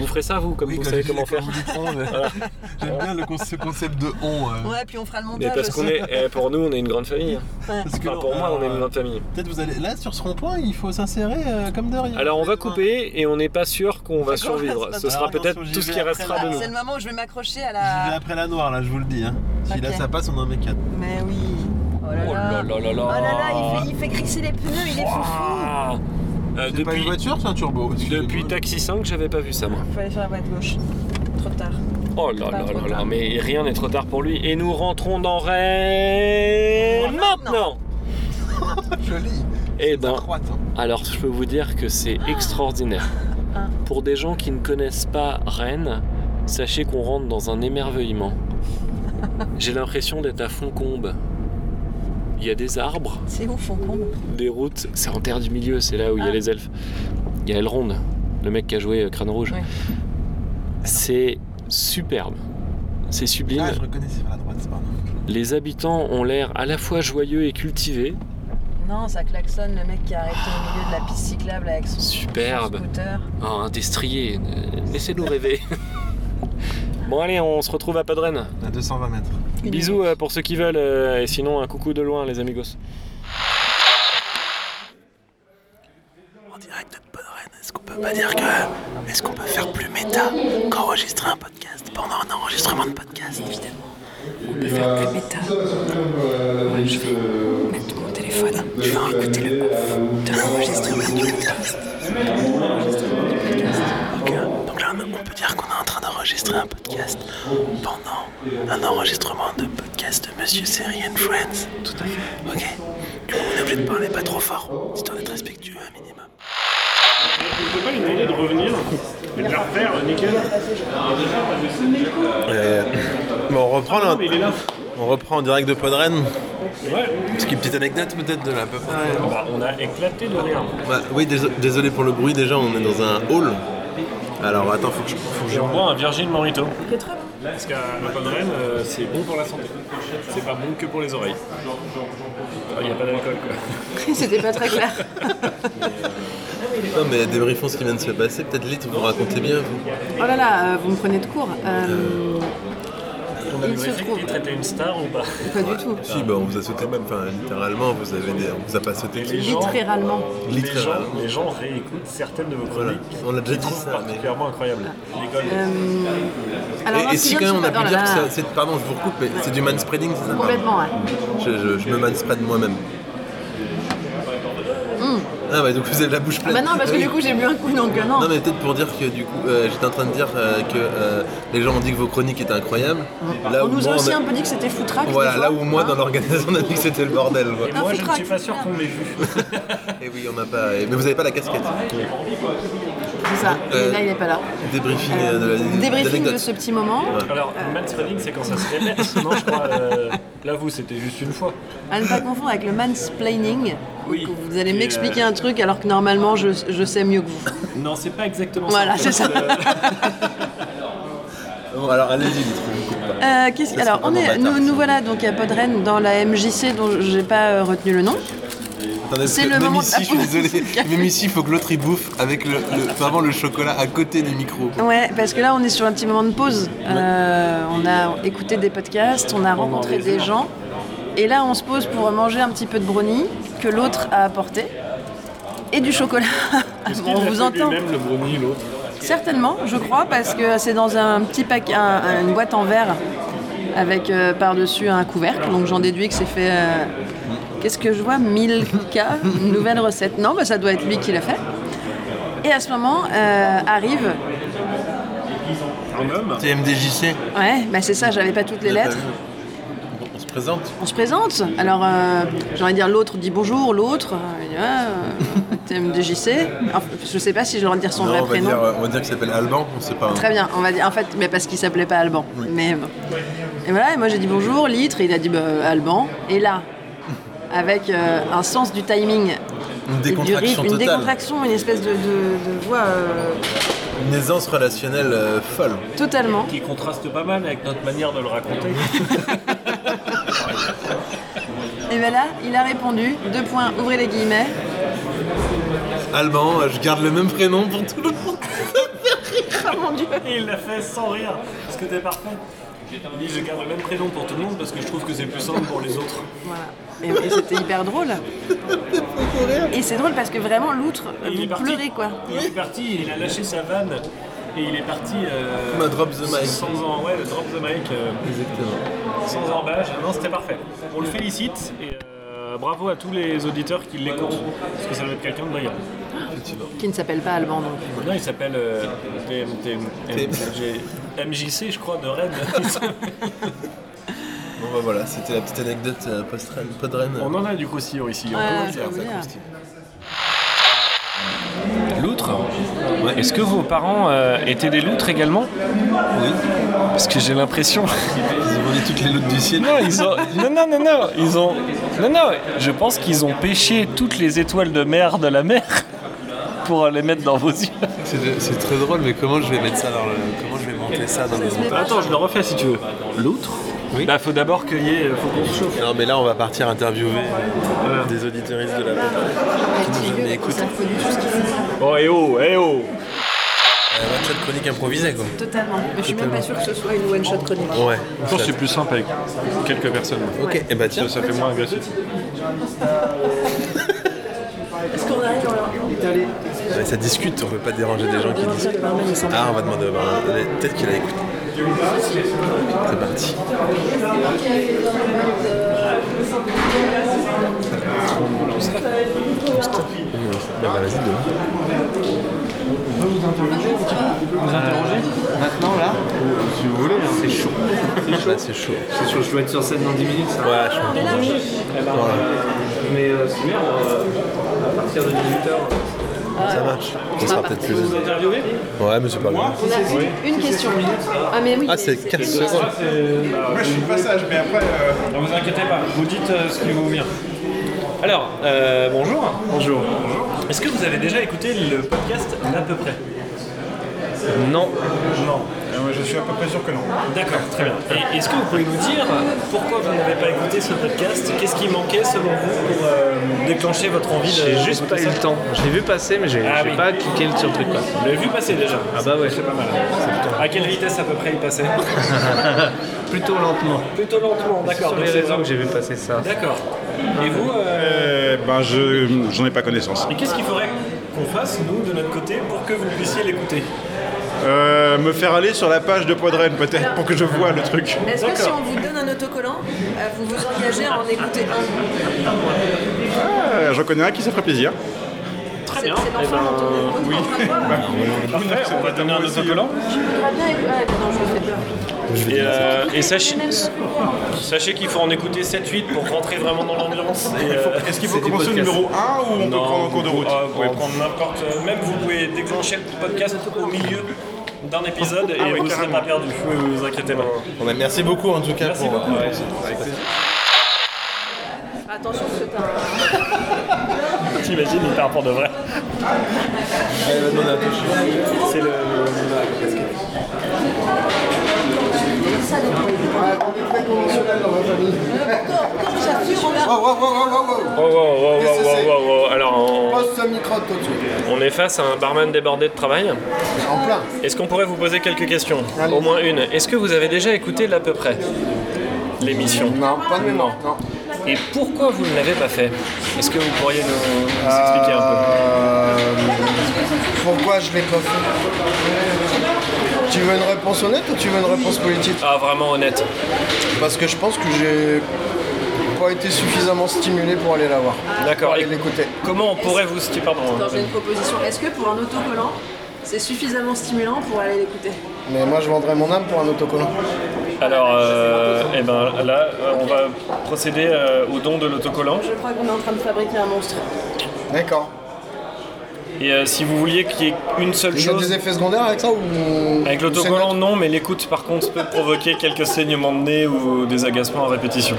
Speaker 3: Vous ferez ça vous, comme
Speaker 1: Oui,
Speaker 3: vous
Speaker 1: quand
Speaker 3: savez
Speaker 1: je dis
Speaker 3: comment
Speaker 1: les
Speaker 3: faire.
Speaker 1: cornes du tronc, mais- [LAUGHS] J'aime bien le con- ce concept de on. euh,
Speaker 2: Ouais, puis on fera le montage.
Speaker 3: Mais parce qu'on
Speaker 2: aussi.
Speaker 3: est, eh, pour nous, on est une grande famille.
Speaker 1: parce que
Speaker 3: Enfin, pour moi,
Speaker 1: alors,
Speaker 3: on est une
Speaker 1: euh,
Speaker 3: grande famille.
Speaker 1: Peut-être vous allez. Là sur ce rond-point, il faut s'insérer euh, comme de rien.
Speaker 3: Alors on va couper et on n'est pas sûr qu'on va
Speaker 2: D'accord,
Speaker 3: survivre.
Speaker 2: c'est
Speaker 3: Ce
Speaker 2: pas
Speaker 3: sera
Speaker 1: grave.
Speaker 3: peut-être
Speaker 1: Attention, j'y
Speaker 3: tout ce
Speaker 1: vais
Speaker 3: qui
Speaker 1: après
Speaker 3: restera
Speaker 2: Ah,
Speaker 3: de
Speaker 2: c'est
Speaker 3: nous.
Speaker 2: le moment où je vais m'accrocher à
Speaker 1: J'y vais
Speaker 2: la.
Speaker 1: après la noire là, je vous le dis. Hein. Si
Speaker 2: Ok.
Speaker 1: là ça passe, on en met 4.
Speaker 3: Euh,
Speaker 2: Mais oui. Oh là
Speaker 3: Oh
Speaker 2: là.
Speaker 3: là là là là.
Speaker 2: Oh là là, il fait, il fait crisser les pneus, il est foufou.
Speaker 3: Ah. Euh,
Speaker 1: C'est pas une
Speaker 3: depuis,
Speaker 1: voiture, c'est un turbo. excusez-moi.
Speaker 3: depuis Taxi 5, j'avais pas vu ça moi.
Speaker 2: Faut aller sur la voie de gauche. Trop tard.
Speaker 3: Oh là
Speaker 2: Pas
Speaker 3: là
Speaker 2: trop
Speaker 3: là là,
Speaker 2: tard.
Speaker 3: mais rien n'est trop tard pour lui. Et nous rentrons dans Rennes maintenant.
Speaker 1: [LAUGHS] Joli.
Speaker 3: Eh ben,
Speaker 1: Croate, hein.
Speaker 3: Alors, je peux vous dire que c'est extraordinaire.
Speaker 2: [LAUGHS] Ah.
Speaker 3: Pour des gens qui ne connaissent pas Rennes, sachez qu'on rentre dans
Speaker 2: [LAUGHS]
Speaker 3: un émerveillement. J'ai l'impression d'être à Foncombe. Il y a des arbres,
Speaker 2: C'est ouf, on compte.
Speaker 3: des routes, c'est en terre du milieu, c'est là où il y a
Speaker 2: Ah.
Speaker 3: les elfes. Il y a Elrond, le mec qui a joué euh, Crâne Rouge.
Speaker 7: Oui.
Speaker 3: C'est superbe. C'est sublime.
Speaker 1: Ah, je reconnaissais vers la droite, pardon.
Speaker 3: Les habitants ont l'air à la fois joyeux et cultivés.
Speaker 7: Non, ça klaxonne le mec qui est arrêté au milieu de la piste cyclable avec son, son
Speaker 3: Superbe.
Speaker 7: scooter.
Speaker 3: Oh, un destrier. euh,
Speaker 2: [LAUGHS]
Speaker 3: Laissez-nous rêver. bon, allez, on se retrouve à Podren.
Speaker 1: À 220 mètres.
Speaker 7: Une
Speaker 3: Bisous
Speaker 7: minute.
Speaker 3: euh, pour ceux qui veulent. euh, et sinon, un coucou de loin, les amigos.
Speaker 8: En direct de Podren, est-ce qu'on peut pas dire que. Est-ce qu'on peut faire plus méta qu'enregistrer un podcast pendant un enregistrement de podcast Évidemment. On peut faire plus méta. Moi, je vais mettre mon téléphone. Je vais écouter le off de l'enregistrement du podcast. De l'enregistrement du podcast. Ok. Donc là, on on peut dire qu'on est en train d'enregistrer un podcast pendant un enregistrement de podcast de Monsieur Seri and Friends. Tout à fait. Ok. Du coup, on est obligé de parler pas trop fort, histoire d'être respectueux un minimum.
Speaker 9: C'est pas une idée de revenir et de la refaire, nickel
Speaker 1: Bon, on reprend,
Speaker 10: Ah
Speaker 1: là-
Speaker 9: Il est là.
Speaker 1: on reprend en direct de Podren. Parce qu'une petite anecdote peut-être de la peu près.
Speaker 10: Bah, on a éclaté de rire.
Speaker 1: Bah, oui, dés- désolé pour le bruit, déjà on est dans un hall. Alors attends, faut que je. Faut que je...
Speaker 10: Et on boit un Virgin Morito. Parce qu'à Podren, euh, c'est bon pour la santé. C'est pas bon que pour les oreilles. Ah, Il n'y a pas d'alcool, quoi.
Speaker 7: C'était pas très clair.
Speaker 1: Non, mais débriefons ce qui vient de se passer. Peut-être Lite, vous racontez bien, vous.
Speaker 2: Oh là là, euh, vous me prenez de court. Euh, il se trouve.
Speaker 10: Titre était une star ou pas
Speaker 2: Pas du tout.
Speaker 1: Si, bah, on vous a sauté même, enfin littéralement, vous avez des- on vous a pas sauté.
Speaker 10: Les gens-
Speaker 2: Littéralement.
Speaker 10: les gens,
Speaker 1: euh.
Speaker 10: les gens réécoutent certaines de vos
Speaker 1: Voilà,
Speaker 10: chroniques.
Speaker 1: on l'a déjà dit
Speaker 10: C'est
Speaker 1: ça. mais-
Speaker 10: particulièrement incroyable. L'école.
Speaker 2: Euh, alors,
Speaker 1: Et, et si
Speaker 2: l'incident,
Speaker 1: quand même on a
Speaker 2: c'est-
Speaker 1: pu
Speaker 2: oh là
Speaker 1: dire que
Speaker 2: là,
Speaker 1: ça- c'est. Pardon, je vous recoupe, mais c'est du manspreading, c'est ça
Speaker 2: Complètement, ouais.
Speaker 1: Je, je- je me manspread moi-même. Ah, bah donc vous avez la bouche pleine.
Speaker 2: Hmm. Bah non, parce que
Speaker 1: Oui.
Speaker 2: du coup, j'ai bu un coup, donc euh, non.
Speaker 1: Non mais peut-être pour dire que du coup euh, j'étais en train de dire euh, que euh, les gens ont dit que vos chroniques étaient incroyables. Là
Speaker 2: on
Speaker 1: où
Speaker 2: nous
Speaker 1: moi,
Speaker 2: a aussi
Speaker 1: on a-
Speaker 2: un peu dit que c'était foutraque.
Speaker 1: Voilà,
Speaker 2: des
Speaker 1: là
Speaker 2: fois.
Speaker 1: où moi
Speaker 2: Ah.
Speaker 1: dans l'organisation on a dit que c'était le bordel. quoi.
Speaker 10: Et moi, je ne
Speaker 2: foutraque.
Speaker 10: suis pas sûr qu'on l'ait vu.
Speaker 1: Et oui, on n'a pas. et- Mais vous n'avez pas la casquette.
Speaker 2: Ah, C'est ça.
Speaker 1: Euh,
Speaker 2: Et là, il n'est pas là.
Speaker 1: Débriefing euh, de
Speaker 2: Euh,
Speaker 1: la-
Speaker 2: Débriefing
Speaker 1: d'anecdote.
Speaker 2: de ce petit moment.
Speaker 10: [LAUGHS] Alors, le manspreading, c'est quand ça [LAUGHS] se répète. Non, je crois. euh, là, vous, c'était juste une fois.
Speaker 2: À
Speaker 1: [LAUGHS]
Speaker 2: ne pas confondre avec le mansplaining.
Speaker 10: Oui.
Speaker 2: Donc, Vous allez
Speaker 10: Qui est,
Speaker 1: euh,
Speaker 2: m'expliquer un truc alors que normalement je, je sais mieux que vous.
Speaker 10: Non, c'est pas exactement
Speaker 2: Voilà,
Speaker 10: ça.
Speaker 2: c'est ça. Euh,
Speaker 1: Bon, alors allez-y, les trucs, je vous coupe pas.
Speaker 2: Euh, qu'est-ce-
Speaker 1: Ça,
Speaker 2: alors,
Speaker 1: c'est
Speaker 2: on
Speaker 1: vraiment
Speaker 2: est,
Speaker 1: bâtard,
Speaker 2: nous, nous voilà donc à Podren dans la MJC dont j'ai pas euh, retenu le nom.
Speaker 1: Attendez, parce
Speaker 2: C'est
Speaker 1: que
Speaker 2: le
Speaker 1: même
Speaker 2: moment de
Speaker 1: ici,
Speaker 2: la
Speaker 1: je suis
Speaker 2: pause.
Speaker 1: désolé.
Speaker 2: [LAUGHS]
Speaker 1: Même ici, il faut que l'autre il bouffe avec le, le- enfin, vraiment, le chocolat à côté du micro.
Speaker 2: Ouais, parce que là, on est sur un petit moment de pause. Euh, on a écouté des podcasts, on a rencontré des gens. Et là, on se pose pour manger un petit peu de brownie que l'autre a apporté. Et du chocolat. [LAUGHS] on vous entend.
Speaker 10: Même le brownie, l'autre.
Speaker 2: Certainement, je crois, parce que c'est dans un petit paquet, un- un- une boîte en verre avec euh, par-dessus un couvercle. Donc j'en déduis que c'est fait. euh, Qu'est-ce que je vois Milka, une nouvelle recette. Non, bah, ça doit être lui qui l'a fait. Et à ce moment euh, arrive
Speaker 9: Un homme
Speaker 1: C'est MDJC.
Speaker 2: Ouais, bah c'est ça, j'avais pas toutes les lettres.
Speaker 1: On se présente.
Speaker 2: On se présente. Alors, euh, j'ai envie de dire, l'autre dit bonjour, l'autre, euh, il dit, ah,
Speaker 1: [LAUGHS]
Speaker 2: euh, TMDJC. Enfin, je sais pas si je leur dire son
Speaker 1: Non,
Speaker 2: vrai
Speaker 1: on va
Speaker 2: prénom.
Speaker 1: dire, euh, on va dire qu'il s'appelle Alban. On sait pas. hein.
Speaker 2: Très bien, on va dire, en fait, mais parce qu'il s'appelait pas Alban. Mais bon. Et voilà, et moi j'ai dit bonjour, litre, et il a dit bah, Alban. Et là, avec euh, un sens du timing,
Speaker 1: Une
Speaker 2: et du
Speaker 1: décontraction
Speaker 2: rythme, une
Speaker 1: totale.
Speaker 2: décontraction, une espèce de, de- de voix euh,
Speaker 1: Une aisance relationnelle euh, folle.
Speaker 2: totalement.
Speaker 10: Qui contraste pas mal avec notre manière de le raconter.
Speaker 2: Et bien là, il a répondu, deux points, ouvrez les guillemets.
Speaker 1: Alban, euh, je garde le même prénom pour tout le monde.
Speaker 10: Et il l'a fait sans rire, parce que t'es parfait. Il dit, je garde le même prénom pour tout le monde parce que je trouve que c'est plus simple pour les autres.
Speaker 2: Voilà. Et, et c'était hyper drôle. Et c'est drôle parce que vraiment, l'outre,
Speaker 10: il est
Speaker 2: vous
Speaker 10: parti.
Speaker 2: pleurez quoi.
Speaker 10: Il est parti, il a lâché sa vanne et il est parti. euh,
Speaker 1: Ma drop the mic.
Speaker 10: Sans en, ouais, le drop the mic, euh,
Speaker 1: Exactement.
Speaker 10: sans embâche. Non, c'était parfait. On le félicite et euh, bravo à tous les auditeurs qui l'écoutent parce que ça doit être quelqu'un de brillant.
Speaker 2: Qui ne s'appelle pas Alban donc.
Speaker 10: Non, il s'appelle euh, TMT, MJ, MJC, je crois,
Speaker 1: [LAUGHS]
Speaker 10: de Rennes.
Speaker 1: Bon bah voilà, c'était la petite anecdote euh, post-Rennes. Podren.
Speaker 10: On en a du croustillon ici. on
Speaker 2: Ouais,
Speaker 3: hein.
Speaker 10: peut le
Speaker 2: je
Speaker 10: dire.
Speaker 2: peux vous dire.
Speaker 10: Loutre Est-ce que vos parents euh, étaient des loutres également Oui. Parce que j'ai l'impression. [LAUGHS]
Speaker 1: Ils ont volé toutes les loutes du ciel.
Speaker 10: Non, ils ont. Non, non, non, non, ils ont. Non, non, je pense qu'ils ont pêché toutes les étoiles de mer [LAUGHS] de la mer
Speaker 11: pour les mettre dans vos yeux.
Speaker 1: C'est c'est très drôle, mais comment je vais mettre ça dans le. Comment je vais monter ça dans le montage
Speaker 3: Attends, je le refais si tu veux. L'autre
Speaker 1: Oui.
Speaker 3: Bah, faut d'abord qu'il y ait. Faut qu'on se chauffe.
Speaker 1: Non, mais là, on va partir interviewer euh, des auditeuristes de la bataille.
Speaker 2: Mais écoute.
Speaker 3: Oh, et oh, eh oh
Speaker 1: Euh, match de chronique improvisée, quoi.
Speaker 2: Totalement. Mais je suis même pas sûre que ce soit une one shot chronique.
Speaker 1: Ouais.
Speaker 10: Je pense que c'est plus simple avec quelques personnes.
Speaker 1: Ok, et bah tiens.
Speaker 10: Ça, ça fait moins agressif.
Speaker 2: Est-ce qu'on arrive
Speaker 1: Ouais, ça discute, on peut pas déranger des gens qui discutent. Ah, on va demander au barman. Allez, Peut-être qu'il a écouté. C'est parti. Bah, bah, vas-y, demain.
Speaker 10: Si vous voulez, c'est chaud.
Speaker 1: Là, Bah, c'est chaud.
Speaker 10: C'est chaud, je dois être sur scène dans 10 minutes. Ça.
Speaker 1: Ouais, je comprends.
Speaker 10: Mais euh, c'est bien, euh, à partir de 18h.
Speaker 1: Ça marche. Ça sera peut-être
Speaker 2: Ah,
Speaker 1: plus.
Speaker 10: Vous interviewez
Speaker 2: bah.
Speaker 1: Ouais, mais c'est pas grave.
Speaker 2: On a une, une question. Ah mais oui.
Speaker 1: Ah,
Speaker 2: mais-
Speaker 1: c'est 4 secondes.
Speaker 10: Moi je suis le passage, mais après. Ne vous inquiétez pas, vous dites euh, ce qui vous vient. Alors, euh, bonjour. Bonjour. Est-ce que vous avez déjà écouté le podcast à peu près Non. Non. je suis à peu près sûr que non. D'accord, très bien. Et est-ce que vous pouvez nous dire euh, pourquoi vous n'avez pas écouté ce podcast Qu'est-ce qui manquait selon vous pour euh, déclencher votre envie de.
Speaker 12: J'ai juste pas eu le temps. Je l'ai vu passer, mais j'ai
Speaker 10: Ah
Speaker 12: j'ai
Speaker 10: oui.
Speaker 12: pas cliqué sur le truc. Quoi.
Speaker 10: Vous l'avez vu passer déjà
Speaker 12: Ah bah ouais,
Speaker 10: C'est pas mal. À quelle vitesse à peu près il passait
Speaker 12: [LAUGHS] plutôt lentement.
Speaker 10: Plutôt lentement,
Speaker 12: C'est
Speaker 10: d'accord.
Speaker 12: sur les
Speaker 10: donc c'est
Speaker 12: réseaux que j'ai vu passer ça. Ah
Speaker 10: D'accord. Et vous, euh,
Speaker 13: ben, je j'en ai pas connaissance.
Speaker 10: et qu'est-ce qu'il faudrait qu'on fasse, nous, de notre côté, pour que vous puissiez l'écouter
Speaker 13: Euh, me faire aller sur la page de Podren, peut-être, pour que je vois le truc.
Speaker 2: Est-ce que si on vous donne un autocollant, euh, vous vous engagez à en écouter un
Speaker 13: Euh, J'en connais un qui ça ferait plaisir.
Speaker 2: C'est c'est l'enfant d'Antonin Gaudin.
Speaker 13: Oui.
Speaker 2: Bah,
Speaker 10: Parfait, on va donner un autocollant.
Speaker 13: euh,
Speaker 2: Très Ah, bien, écoute- ouais, non, je vous fais peur.
Speaker 10: Et, euh, et sachez, sachez qu'il faut en écouter 7-8 pour rentrer vraiment dans l'ambiance. Et, euh,
Speaker 13: Est-ce qu'il faut commencer au numéro 1 ou on peut prendre en cours de route
Speaker 10: Ah, vous pouvez prendre n'importe. euh, Même vous pouvez déclencher le podcast au milieu d'un épisode et vous ne serez pas perdu. Ah Oui, oui, vous inquiétez pas.
Speaker 1: Bon, bah, merci beaucoup en tout cas
Speaker 10: Merci
Speaker 1: pour. euh,
Speaker 10: beaucoup.
Speaker 2: Attention, c'est un.
Speaker 10: T'imagines, il part pour de vrai.
Speaker 1: Allez, va demander à tous.
Speaker 10: C'est le.
Speaker 2: Euh, Comme j'assure, on a.
Speaker 3: Oh, wow, wow, wow, wow, wow, wow. Alors, on, on est face à un barman débordé de travail. Est-ce qu'on pourrait vous poser quelques questions Au moins une. Est-ce que vous avez déjà écouté l'à peu près L'émission Non, pas de mémoire. Et pourquoi vous ne l'avez pas fait Est-ce que vous pourriez nous, nous expliquer un
Speaker 14: Euh, Pourquoi je l'ai pas fait Tu veux une réponse honnête ou tu veux une réponse politique
Speaker 3: peu Ah, vraiment honnête.
Speaker 14: Parce que je pense que j'ai pas été suffisamment stimulé pour aller la voir.
Speaker 3: D'accord.
Speaker 14: Allez
Speaker 3: Et
Speaker 14: l'écouter.
Speaker 3: comment on pourrait vous. sti- Pardon.
Speaker 2: Attends, j'ai une proposition. Est-ce que pour un autocollant, c'est suffisamment stimulant pour aller l'écouter
Speaker 14: Mais moi je vendrais mon âme pour un autocollant.
Speaker 3: Alors, euh, eh ben, là, euh, on va procéder euh, au don de l'autocollant.
Speaker 2: Je crois qu'on est en train de fabriquer un monstre.
Speaker 14: D'accord.
Speaker 3: Et euh, si vous vouliez qu'il y ait une seule
Speaker 14: Il y a
Speaker 3: chose.
Speaker 14: des effets secondaires avec ça ou
Speaker 3: Avec
Speaker 14: ou c'est
Speaker 3: l'autocollant,
Speaker 14: neutre
Speaker 3: non, mais l'écoute, par contre, peut provoquer quelques saignements de nez ou des agacements à répétition.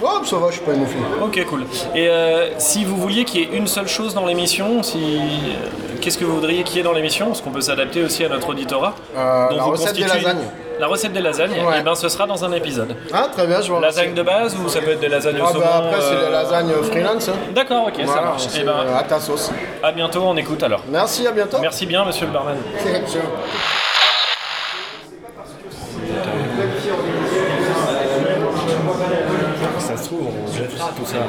Speaker 14: Oh, ça va, je suis pas hémophile.
Speaker 3: Ok, cool. Et euh, si vous vouliez qu'il y ait une seule chose dans l'émission, si... euh, qu'est-ce que vous voudriez qu'il y ait dans l'émission Parce qu'on peut s'adapter aussi à notre auditorat.
Speaker 14: Euh,
Speaker 3: dont
Speaker 14: la
Speaker 3: vous
Speaker 14: recette des
Speaker 3: constituez-
Speaker 14: lasagnes.
Speaker 3: La recette des lasagnes,
Speaker 14: Ouais.
Speaker 3: et ben ce sera dans un épisode.
Speaker 14: Ah, très bien, je vois.
Speaker 3: Lasagne de base ou ça peut être des lasagnes au
Speaker 14: Ah,
Speaker 3: saumon
Speaker 14: bah après, c'est
Speaker 3: euh,
Speaker 14: la lasagne freelance. hein.
Speaker 3: D'accord, ok, ça
Speaker 14: Voilà,
Speaker 3: marche.
Speaker 14: c'est,
Speaker 3: Et ben,
Speaker 14: euh, à ta sauce.
Speaker 3: à bientôt, on écoute alors.
Speaker 14: Merci, à
Speaker 10: [LAUGHS]
Speaker 14: bientôt.
Speaker 3: Merci bien, monsieur le barman.
Speaker 14: Ciao.
Speaker 1: Ça se trouve, on jette tout ça.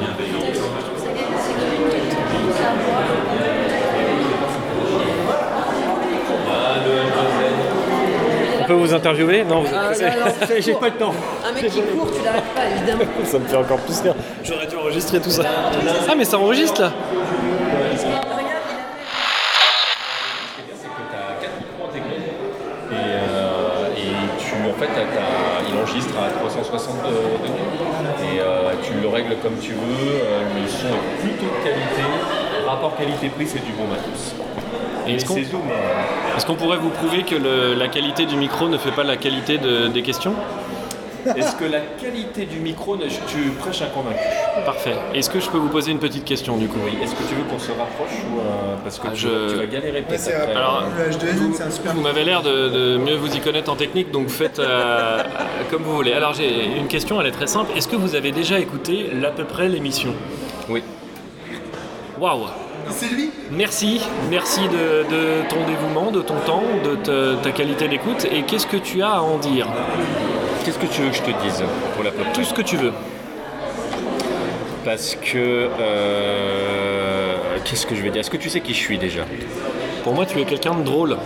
Speaker 3: On peut vous interviewer Non, vous
Speaker 2: Ah, non, non, c'est
Speaker 3: J'ai
Speaker 2: court.
Speaker 3: pas le temps.
Speaker 2: Un mec qui court, tu l'arrêtes pas, évidemment.
Speaker 3: Ça me fait encore plus rire. J'aurais dû enregistrer tout ça. Ah, mais ça enregistre là
Speaker 12: Et, euh, tu, en fait, il enregistre à 360 degrés. Et euh, tu le règles comme tu veux. euh, le son est plutôt de qualité. Rapport qualité-prix, c'est du bon matos.
Speaker 3: Et Est-ce qu'on
Speaker 12: euh,
Speaker 3: est-ce qu'on pourrait vous prouver que le- la qualité du micro ne fait pas la qualité de- des questions
Speaker 10: Est-ce que la qualité du micro, ne- tu prêches un convaincu
Speaker 3: Parfait. Est-ce que je peux vous poser une petite question du coup
Speaker 10: Oui, est-ce que tu veux qu'on se rapproche ou euh, parce que
Speaker 3: Ah,
Speaker 10: tu,
Speaker 3: je-
Speaker 10: tu vas galérer peut-être
Speaker 3: c'est
Speaker 10: après.
Speaker 3: rapide. Alors,
Speaker 10: Euh,
Speaker 3: Vous m'avez l'air de, de mieux vous y connaître en technique, donc
Speaker 15: [LAUGHS]
Speaker 3: faites euh, comme vous voulez. Alors j'ai une question, elle est très simple. Est-ce que vous avez déjà écouté l'à peu près l'émission
Speaker 10: Oui.
Speaker 3: Waouh
Speaker 15: C'est lui
Speaker 3: Merci, merci de, de ton dévouement, de ton temps, de te- ta qualité d'écoute. Et qu'est-ce que tu as à en dire
Speaker 10: Qu'est-ce que tu veux que je te dise pour la pop
Speaker 3: Tout ce que tu veux.
Speaker 10: Parce que euh, qu'est-ce que je vais dire Est-ce que tu sais qui je suis déjà
Speaker 3: Pour moi, tu es quelqu'un de drôle.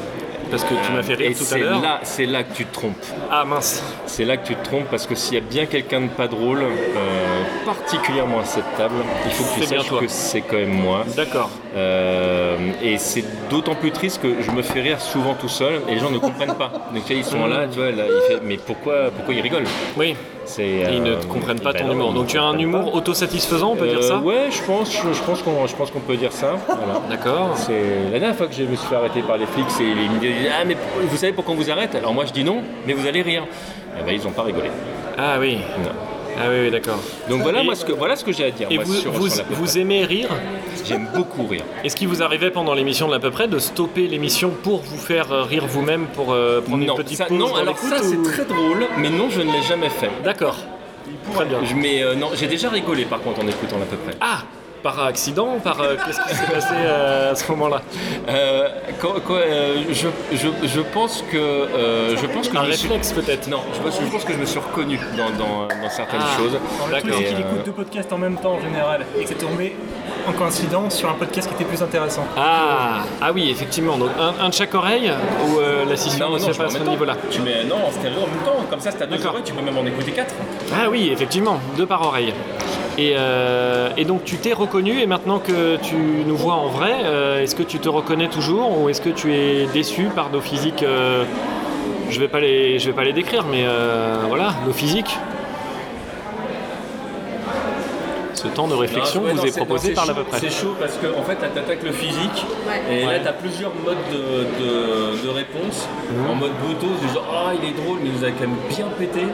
Speaker 3: Parce que tu m'as fait rire
Speaker 10: Et
Speaker 3: tout à
Speaker 10: c'est
Speaker 3: l'heure.
Speaker 10: là- C'est là que tu te trompes.
Speaker 3: Ah mince.
Speaker 10: C'est là que tu te trompes parce que s'il y a bien quelqu'un de pas drôle, euh, particulièrement à cette table, il faut que tu
Speaker 3: C'est bien
Speaker 10: saches
Speaker 3: toi.
Speaker 10: que c'est quand même moi. Euh,
Speaker 3: D'accord.
Speaker 10: et c'est d'autant plus triste que je me fais rire souvent tout seul et les gens ne comprennent pas. Donc tu vois, ils sont
Speaker 3: Mhm.
Speaker 10: là, tu vois, là, il fait, mais pourquoi, pourquoi ils rigolent
Speaker 3: Oui. Ils
Speaker 10: euh,
Speaker 3: ne comprennent pas ton humour. Donc tu as un humour autosatisfaisant, on peut dire ça
Speaker 10: [LAUGHS] Ouais, je pense, je, je pense qu'on, je pense qu'on peut dire ça.
Speaker 3: D'accord.
Speaker 10: C'est la dernière fois que je me suis fait arrêter par les flics, c'est ils me disent ah mais vous savez pourquoi on vous arrête Alors moi je dis non, mais vous allez rire. Eh ben ils n'ont pas rigolé.
Speaker 3: Ah oui. Ah oui, oui, d'accord.
Speaker 10: Donc voilà
Speaker 3: Et-
Speaker 10: moi ce que voilà ce que j'ai à dire.
Speaker 3: Et
Speaker 10: moi,
Speaker 3: vous,
Speaker 10: sur-
Speaker 3: vous-
Speaker 10: sur la pop.
Speaker 3: vous aimez rire
Speaker 10: J'aime beaucoup rire.
Speaker 3: Est-ce qu'il vous arrivait pendant l'émission de l'à peu près de stopper l'émission pour vous faire euh, rire vous-même pour euh, prendre
Speaker 10: Non,
Speaker 3: une petite
Speaker 10: ça-
Speaker 3: pause
Speaker 10: non,
Speaker 3: dans
Speaker 10: alors
Speaker 3: l'écoute
Speaker 10: ça, c'est
Speaker 3: ou-
Speaker 10: très drôle, mais non, je ne l'ai jamais fait.
Speaker 3: D'accord. Très bien.
Speaker 10: Je- Mais euh, non, j'ai déjà rigolé par contre en écoutant la peu près.
Speaker 3: Ah Par accident Par euh, qu'est-ce qui s'est passé euh, à ce moment-là
Speaker 10: Euh, quoi- quoi, euh, je, je- je pense que euh, je pense que
Speaker 3: Un
Speaker 10: je me suis-
Speaker 3: réflexe, peut-être
Speaker 10: Non, je pense, je pense que je me suis reconnu dans, dans- dans certaines
Speaker 3: Ah,
Speaker 10: choses.
Speaker 16: Alors, le truc, c'est
Speaker 10: Et,
Speaker 16: qu'il
Speaker 10: euh,
Speaker 16: écoute deux podcasts en même temps en général et que c'est tombé en coïncidence sur un podcast qui était plus intéressant.
Speaker 3: Ah Ah oui, effectivement. Donc un, un de chaque oreille ou euh, la scission
Speaker 10: Non,
Speaker 3: ne
Speaker 10: non,
Speaker 3: se
Speaker 10: je
Speaker 3: fait pas à
Speaker 10: mets en
Speaker 3: ce
Speaker 10: même temps.
Speaker 3: niveau-là
Speaker 10: Tu mets non en stéréo en même temps, comme ça, c'est à deux oreilles, tu peux même en écouter quatre.
Speaker 3: Ah oui, effectivement, deux par oreille. Et, euh, et donc tu t'es reconnu et maintenant que tu nous vois en vrai, euh, est-ce que tu te reconnais toujours ou est-ce que tu es déçu par nos physiques euh, Je vais pas les, je vais pas les décrire, mais euh, voilà, nos physiques. Ce temps de réflexion
Speaker 10: Non, ouais,
Speaker 3: vous
Speaker 10: non,
Speaker 3: est
Speaker 10: c'est-
Speaker 3: proposé
Speaker 10: non,
Speaker 3: par
Speaker 10: c'est
Speaker 3: la
Speaker 10: chaud,
Speaker 3: peu près.
Speaker 10: C'est chaud parce que en fait, là, t'attaques le physique et là,
Speaker 3: Ouais.
Speaker 10: t'as plusieurs modes de, de- de réponse.
Speaker 3: Mhm.
Speaker 10: En mode boutose, du genre, ah, il est drôle, mais il nous a quand même bien pété.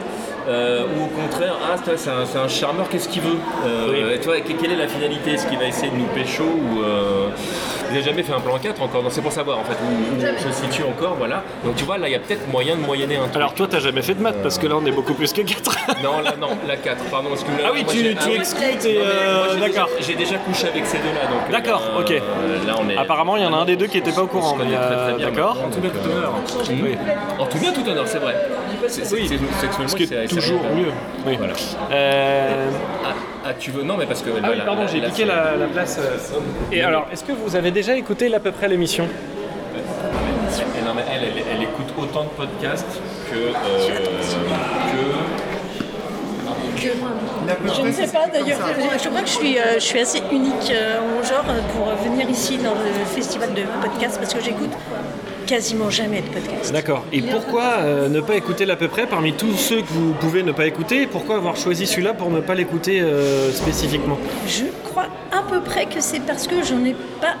Speaker 10: Euh, ou au contraire, ah, c'est- c'est un, c'est un charmeur, qu'est-ce qu'il veut Euh, et Toi, que- quelle est la finalité Est-ce qu'il va essayer de nous pécho ou euh, Il n'a jamais fait un plan 4 encore, donc c'est pour savoir en fait où, où on se situe encore, voilà. Donc tu vois, là, il y a peut-être moyen de moyenner un truc.
Speaker 3: Alors toi, t'as jamais fait de maths parce que là, on est beaucoup plus que 4. [LAUGHS]
Speaker 10: Non, là, non, la 4, pardon, excuse-moi.
Speaker 3: Ah oui,
Speaker 10: Moi,
Speaker 3: tu-
Speaker 10: j'ai-
Speaker 3: tu
Speaker 10: ouais.
Speaker 3: exclus tes,
Speaker 10: Non, mais
Speaker 3: euh,
Speaker 10: moi, j'ai déjà-
Speaker 3: d'accord.
Speaker 10: J'ai déjà couché avec ces deux-là, donc.
Speaker 3: D'accord,
Speaker 10: euh,
Speaker 3: ok.
Speaker 10: Là, on est.
Speaker 3: Apparemment, il y en a un des deux qui n'était pas au courant. mais, euh, D'accord.
Speaker 10: En tout bien, tout honneur. En tout bien, tout honneur, c'est vrai. C'est c'est- c'est- sexuellement,
Speaker 3: Ce qui est
Speaker 10: c'est- c'est
Speaker 3: toujours
Speaker 10: rien.
Speaker 3: mieux. Euh, Oui.
Speaker 10: Voilà. Ah, ah, tu veux Non, mais parce que.
Speaker 3: Ah oui, pardon, j'ai piqué la, la place. euh. Et alors, est-ce que vous avez déjà écouté l'à peu près l'émission
Speaker 10: Et non, mais elle, elle, elle écoute autant de podcasts que. euh,
Speaker 17: Je ne sais pas d'ailleurs, je je crois que je suis, euh, je suis assez unique euh, en mon genre euh, pour euh, venir ici dans le festival de podcast parce que j'écoute quasiment jamais de podcast.
Speaker 3: D'accord. Et pourquoi euh, ne pas écouter l'à peu près parmi tous ceux que vous pouvez ne pas écouter Pourquoi avoir choisi celui-là pour ne pas l'écouter euh, spécifiquement
Speaker 17: Je crois à peu près que c'est parce que j'en ai pas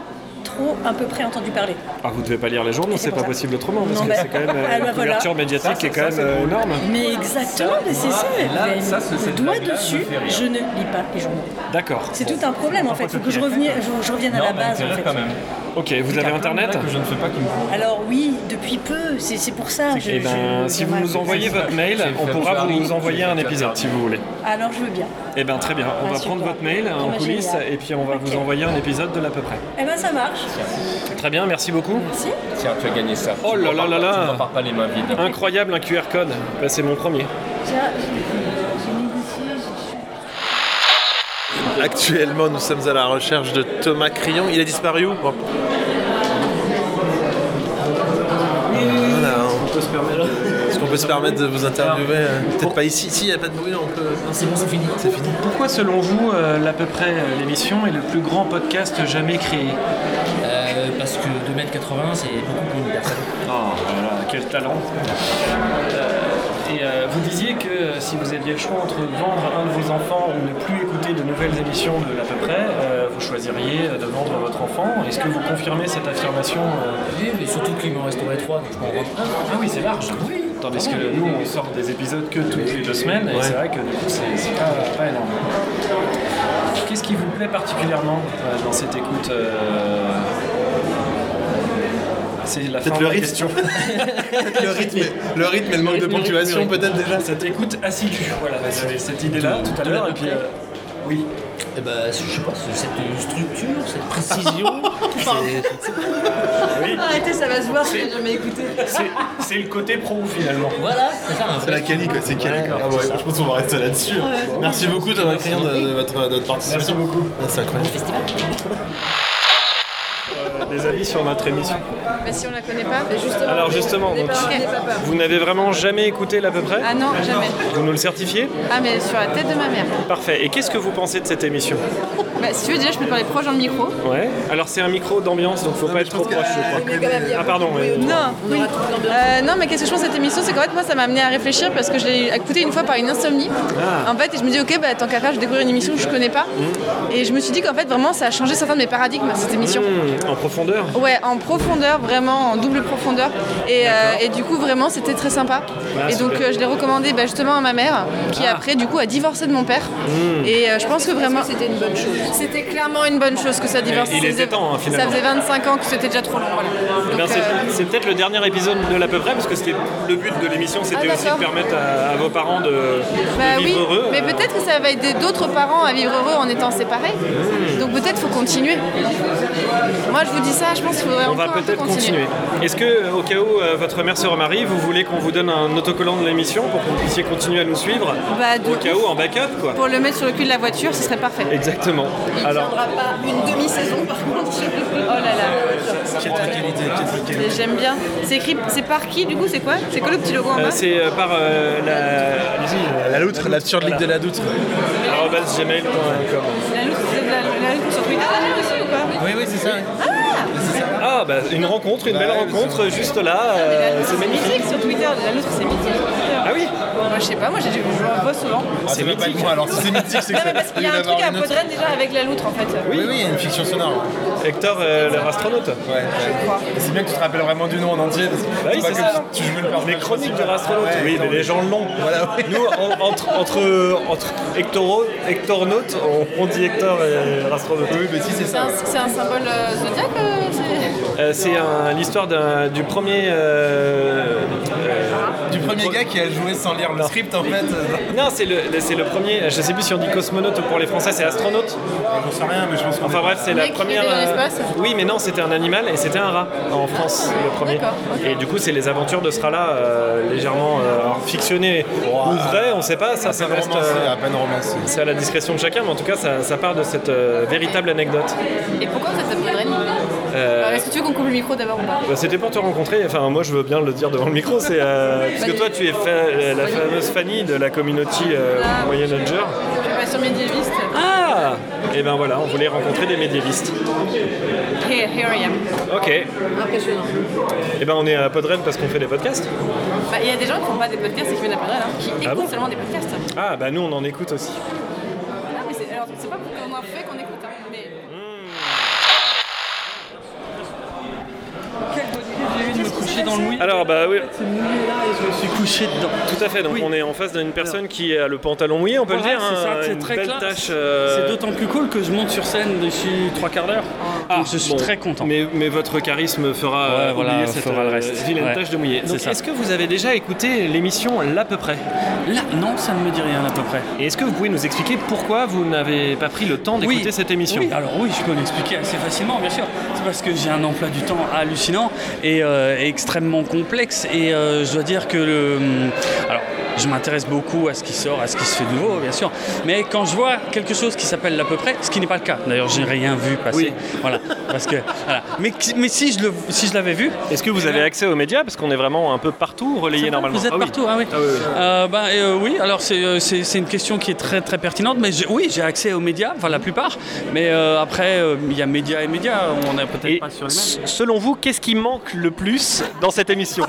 Speaker 17: trop à peu près entendu parler.
Speaker 3: Ah, vous devez pas lire les journaux, c'est pas possible autrement, parce
Speaker 17: Non,
Speaker 3: que
Speaker 17: bah-
Speaker 3: c'est quand même euh,
Speaker 17: [LAUGHS] Ah, bah
Speaker 3: une
Speaker 17: voilà.
Speaker 3: couverture médiatique qui est quand même euh, énorme.
Speaker 17: Mais exactement, mais c'est ça.
Speaker 10: là,
Speaker 17: mais
Speaker 10: ça, ce-
Speaker 17: le
Speaker 10: cette
Speaker 17: doigt
Speaker 10: blague-là me
Speaker 17: dessus,
Speaker 10: fait rire.
Speaker 17: je ne lis pas les journaux.
Speaker 3: D'accord.
Speaker 17: C'est tout un problème en fait, il faut que je revienne, je, je revienne à la base en fait.
Speaker 3: Ok, vous avez internet
Speaker 10: que je ne fais pas qui
Speaker 17: Alors oui, depuis peu, c'est c'est pour ça. je-
Speaker 3: hein. Eh ben,
Speaker 17: je-
Speaker 3: si vous
Speaker 17: voilà.
Speaker 3: nous envoyez votre mail, on pourra vous envoyer un épisode si vous voulez.
Speaker 17: Alors je veux bien.
Speaker 3: Eh bien, très bien. On
Speaker 17: Ah,
Speaker 3: va
Speaker 17: super.
Speaker 3: prendre votre mail en
Speaker 17: Ah,
Speaker 3: coulisses
Speaker 17: génial.
Speaker 3: et puis on va vous envoyer un épisode de l'à peu près.
Speaker 17: Eh ben ça marche.
Speaker 3: Très bien, merci beaucoup.
Speaker 17: Merci.
Speaker 10: Tiens, tu as gagné ça.
Speaker 3: Oh là là là là
Speaker 10: On part pas les mains vides.
Speaker 3: Incroyable un QR code. Bah, c'est mon premier.
Speaker 17: Tiens, j'ai négocié, j'ai-
Speaker 1: Actuellement, nous sommes à la recherche de Thomas Crillon. Il a disparu où Bon. Voilà. hein. Est-ce qu'on peut se permettre de vous interviewer euh, Peut-être pas ici. Si, il n'y a pas de bruit, on peut. Non, c'est bon, c'est fini. C'est fini.
Speaker 3: Pourquoi, selon vous, euh, l'à peu près l'émission est le plus grand podcast jamais créé
Speaker 18: Parce que 2m80, c'est beaucoup pour une personne.
Speaker 3: Oh là là, quel talent Et euh, vous disiez que euh, si vous aviez le choix entre vendre un de vos enfants ou ne plus écouter de nouvelles émissions de l'à peu près, euh, vous choisiriez de vendre votre enfant. Est-ce que vous confirmez cette affirmation euh,
Speaker 18: Oui, mais surtout que l'humour reste pour les trois, donc je comprends.
Speaker 3: Ah oui, c'est large.
Speaker 18: Oui,
Speaker 3: Tandis que nous, on sort des épisodes que toutes les deux semaines, et c'est vrai que du coup, c'est c'est pas, pas énorme. Qu'est-ce qui vous plaît particulièrement euh, dans cette écoute euh, C'est la fin
Speaker 1: Peut-être
Speaker 3: de
Speaker 1: le
Speaker 3: la
Speaker 1: rythme. [LAUGHS]
Speaker 3: question.
Speaker 1: Peut-être le rythme et- le rythme et le manque de ponctuation, peut-être, déjà.
Speaker 3: Cette écoute assidue, voilà, j'avais cette idée-là tout à l'heure, et puis... euh, oui.
Speaker 10: Eh ben, je sais pas, c'est cette structure, cette précision. c'est-
Speaker 17: Arrêtez, ça va se voir, je n'ai jamais écouté.
Speaker 3: [LAUGHS] C'est le côté pro finalement.
Speaker 10: Voilà, c'est ça.
Speaker 1: C'est la cali, quoi, c'est cali.
Speaker 10: Ouais,
Speaker 1: Ah, ouais, je pense qu'on va rester là-dessus.
Speaker 10: Ouais.
Speaker 1: Merci beaucoup, Thomas Crayon, de, de votre, de votre participation. Merci beaucoup. Ah, C'est incroyable.
Speaker 3: Des avis sur notre émission.
Speaker 17: Mais Bah, si on la connaît pas, justement.
Speaker 3: Alors justement,
Speaker 17: n'aie
Speaker 3: donc,
Speaker 17: pas- n'aie pas peur.
Speaker 3: vous n'avez vraiment jamais écouté l'à peu près
Speaker 17: Ah non, jamais.
Speaker 3: Vous nous le certifiez
Speaker 17: Ah mais sur la tête de ma mère.
Speaker 3: Parfait. Et qu'est-ce que vous pensez de cette émission
Speaker 17: Bah, si tu veux déjà, je peux parler proche dans le micro.
Speaker 3: Ouais. Alors c'est un micro d'ambiance, donc faut pas être trop proche, je crois. Ah pardon. oui.
Speaker 17: Non, oui. Euh, non, mais qu'est-ce que je pense de cette émission C'est qu'en fait, moi, ça m'a amené à réfléchir parce que je l'ai écoutée une fois par une insomnie.
Speaker 3: Ah.
Speaker 17: En fait, et je me dis, ok, bah, tant qu'à faire, je découvre une émission que je connais pas.
Speaker 3: Mhm.
Speaker 17: Et je me suis dit qu'en fait, vraiment, ça a changé certains de mes paradigmes, cette émission.
Speaker 3: Mmh, en profondeur.
Speaker 17: Ouais, en profondeur, vraiment, en double profondeur. Et, euh, et du coup, vraiment, c'était très sympa.
Speaker 3: Ah,
Speaker 17: et donc,
Speaker 3: super. Ah.
Speaker 17: euh, je l'ai recommandé bah, justement à ma mère, qui après, du coup, a divorcé de mon père.
Speaker 3: Mmh.
Speaker 17: Et euh, je pense que vraiment. C'était une bonne chose. C'était clairement une bonne chose que ça divorce.
Speaker 3: il
Speaker 17: Ça
Speaker 3: était
Speaker 17: faisait-
Speaker 3: temps, hein,
Speaker 17: Ça
Speaker 3: finalement.
Speaker 17: faisait 25 ans que c'était déjà trop long. voilà.
Speaker 3: Eh bien,
Speaker 17: Donc,
Speaker 3: c'est
Speaker 17: euh,
Speaker 3: c'est peut-être le dernier épisode de l'à peu près, parce que c'était le but de l'émission, c'était
Speaker 17: Ah,
Speaker 3: aussi de
Speaker 17: d'accord.
Speaker 3: permettre à, à vos parents de, de
Speaker 17: Bah oui,
Speaker 3: vivre heureux.
Speaker 17: mais
Speaker 3: euh,
Speaker 17: peut-être que ça va aider d'autres parents à vivre heureux en étant séparés. Donc peut-être faut continuer. Moi je vous dis ça, je pense qu'il faudrait
Speaker 3: On
Speaker 17: encore
Speaker 3: va
Speaker 17: un peu
Speaker 3: peut-être continuer. Est-ce que, au cas où euh, votre mère se remarie, vous voulez qu'on vous donne un autocollant de l'émission pour que vous puissiez continuer à nous suivre
Speaker 17: Bah, de
Speaker 3: Au cas où, en backup, quoi.
Speaker 17: Pour le mettre sur le cul de la voiture, ce serait parfait.
Speaker 3: Exactement. Alors,
Speaker 17: pas une demi-saison par contre. [LAUGHS] Oh là là. Mais J'aime bien. C'est écrit, c'est par qui du coup C'est quoi C'est quoi le petit logo en
Speaker 3: euh,
Speaker 17: bas
Speaker 3: c'est euh, par euh, la... la loutre, la
Speaker 1: Sur le
Speaker 3: de
Speaker 1: la doutre.
Speaker 3: gmail.com.
Speaker 17: La loupe, c'est de la, la loupe sur Twitter la loupe aussi ou quoi
Speaker 3: Oui, oui, c'est ça. Ah, bah, une rencontre, une belle rencontre, juste là. euh, c'est
Speaker 17: C'est
Speaker 3: magnifique.
Speaker 17: mythique sur Twitter. La loupe, c'est mythique sur Twitter.
Speaker 3: Ah oui
Speaker 17: Moi je sais pas, moi j'ai dû je vois souvent.
Speaker 1: Ah, c'est mythique. Moi, alors, si c'est mythique, c'est que
Speaker 17: Non, mais
Speaker 1: ça
Speaker 17: parce qu'il y a un truc à Podren déjà avec la loutre en fait.
Speaker 1: Oui, oui, il y a une fiction sonore.
Speaker 3: Hector, leur astronaute.
Speaker 1: Ouais, ouais. Et C'est bien que tu te rappelles vraiment du nom en entier. Parce que
Speaker 3: Bah oui,
Speaker 1: pas
Speaker 3: c'est
Speaker 1: comme
Speaker 3: ça.
Speaker 1: si Tu jouais le personnage.
Speaker 3: Les chroniques de l'astronaute.
Speaker 1: Ouais,
Speaker 3: oui,
Speaker 1: non,
Speaker 3: mais les gens le l'ont. Nous, en- entre, entre, entre Hectoro- Hectornaute, on, on dit Hector et l'astronaute. Oui, mais si, c'est
Speaker 17: C'est un, c'est un symbole euh, zodiaque euh, c'est-
Speaker 3: c'est un- l'histoire d'un- du premier. euh, du premier gars qui a joué sans lire le script en fait. Non, c'est le, le- c'est le premier. Je sais plus si on dit cosmonaute pour les Français, c'est astronaute. J'en sais rien, mais je pense Enfin bref, c'est la
Speaker 17: Mec qui
Speaker 3: première. euh,
Speaker 17: vivait dans l'espace
Speaker 3: Oui, mais non, c'était un animal et c'était un rat en France, le premier.
Speaker 17: D'accord,
Speaker 3: Et du coup, c'est les aventures de ce rat-là, euh, légèrement euh, alors, fictionnées ou vraies, on sait pas. Ça, ça reste. euh, C'est à la discrétion de chacun, mais en tout cas, ça, ça part de cette euh, véritable anecdote.
Speaker 17: Et pourquoi vous êtes à Podren
Speaker 3: Euh,
Speaker 17: Alors, Est-ce que tu veux qu'on coupe le micro d'abord ou pas
Speaker 3: bah, C'était pour te rencontrer, enfin moi je veux bien le dire devant le micro, c'est
Speaker 17: [LAUGHS]
Speaker 3: euh, parce que toi tu es fa- euh, la fameuse Fanny de la community euh, Moyen-Ager.
Speaker 17: Je suis pas sur médiéviste.
Speaker 3: Ah Et ben voilà, on voulait rencontrer des médiévistes.
Speaker 17: Here, here I am.
Speaker 3: Ok,
Speaker 17: Impressionnant.
Speaker 3: et ben on est à Podren parce qu'on fait des podcasts.
Speaker 17: Bah, Il y a des gens qui font pas des podcasts et qui viennent à Podren, hein, qui écoutent
Speaker 3: bon
Speaker 17: seulement des podcasts.
Speaker 3: Ah bah nous on en écoute aussi.
Speaker 17: Ah, mais c'est- alors, c'est pas pour qu'on en fait qu'on écoute, hein, mais.
Speaker 3: Alors bah oui. je suis couché dedans. Tout à fait, donc on est en face d'une personne qui a le pantalon mouillé, on peut
Speaker 10: Voilà,
Speaker 3: le dire.
Speaker 10: c'est
Speaker 3: hein,
Speaker 10: ça, c'est
Speaker 3: une
Speaker 10: très
Speaker 3: belle
Speaker 10: classe.
Speaker 3: tache, euh,
Speaker 10: C'est d'autant plus cool que je monte sur scène d'ici trois quarts d'heure.
Speaker 3: Ah,
Speaker 10: Donc je suis
Speaker 3: bon.
Speaker 10: très content.
Speaker 3: Mais, mais votre charisme fera euh,
Speaker 10: Ouais, voilà,
Speaker 3: oublier cette
Speaker 10: fera le
Speaker 3: euh,
Speaker 10: reste.
Speaker 3: vilaine
Speaker 10: Ouais.
Speaker 3: tâche de mouiller.
Speaker 10: C'est
Speaker 3: Donc,
Speaker 10: ça.
Speaker 3: est-ce que vous avez déjà écouté l'émission L'à peu près
Speaker 10: Là, non, ça ne me dit rien à peu près.
Speaker 3: Et est-ce que vous pouvez nous expliquer pourquoi vous n'avez pas pris le temps d'écouter
Speaker 10: Oui.
Speaker 3: cette émission
Speaker 10: Oui, alors oui, je peux l'expliquer assez facilement, bien sûr. C'est parce que j'ai un emploi du temps hallucinant et euh, extrêmement complexe. Et euh, je dois dire que le. hum, Alors, je m'intéresse beaucoup à ce qui sort, à ce qui se fait de nouveau, bien sûr. Mais quand je vois quelque chose qui s'appelle à peu près, ce qui n'est pas le cas. D'ailleurs, j'ai rien vu passer. Voilà. Parce que. Voilà. Mais, qui- mais si je le, si je l'avais vu.
Speaker 3: Est-ce que vous avez accès aux médias Parce qu'on est vraiment un peu partout, relayé
Speaker 10: Eh ben. C'est vrai,
Speaker 3: normalement.
Speaker 10: Vous êtes
Speaker 3: Ah oui.
Speaker 10: partout, ah oui. Euh, ben, euh, oui, alors c'est, euh, c'est, c'est une question qui est très très pertinente, mais j'ai- oui, j'ai accès aux médias, enfin la plupart, mais euh, après, euh, il y a médias et médias, on n'est peut-être pas sur les mêmes.
Speaker 3: Selon vous, qu'est-ce qui manque le plus dans cette émission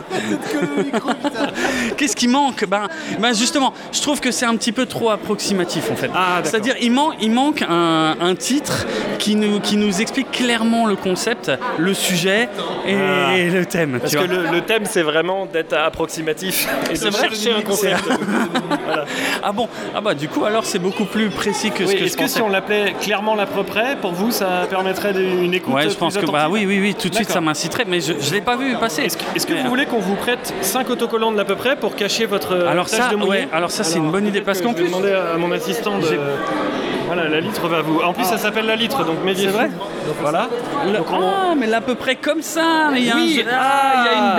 Speaker 3: Qu'est-ce qui manque ben, ben justement, je trouve que c'est un petit peu trop approximatif en fait.
Speaker 10: Ah,
Speaker 3: C'est-à-dire il, man- il manque un, un titre qui nous, qui nous explique clairement le concept, le sujet et,
Speaker 10: Ah.
Speaker 3: et le thème.
Speaker 10: Parce
Speaker 3: tu
Speaker 10: que
Speaker 3: vois.
Speaker 10: le, le thème, c'est vraiment d'être approximatif et de
Speaker 3: C'est vrai
Speaker 10: chercher un concept.
Speaker 3: Ah bon Ah bah du coup alors c'est beaucoup plus précis que ce
Speaker 10: Oui,
Speaker 3: que je
Speaker 10: Est-ce que
Speaker 3: pensais.
Speaker 10: si on l'appelait clairement la propre, pour vous, ça permettrait d'une une écoute
Speaker 3: Ouais, je
Speaker 10: plus
Speaker 3: pense que bah
Speaker 10: attentive
Speaker 3: oui, oui, oui, tout de suite
Speaker 10: D'accord.
Speaker 3: ça m'inciterait, mais je, je l'ai pas vu passer. euh, Est-ce que,
Speaker 10: Est-ce que vous voulez qu'on vous prête 5 autocollants de l'à peu près pour cacher votre euh,
Speaker 3: Alors
Speaker 10: tache
Speaker 3: ça,
Speaker 10: de mouillé
Speaker 3: ouais, alors ça, c'est une bonne idée, parce
Speaker 10: peut-être
Speaker 3: qu'en
Speaker 10: que je vais
Speaker 3: plus-
Speaker 10: demander à mon assistant de.
Speaker 3: J'ai- Ah.
Speaker 10: Voilà, la litre va vous. En plus, ça s'appelle la litre, donc méfiez-vous.
Speaker 3: C'est vrai
Speaker 10: Voilà.
Speaker 3: Ah, mais l'à peu près comme ça, mais il y a un jeu- Ah, il y a une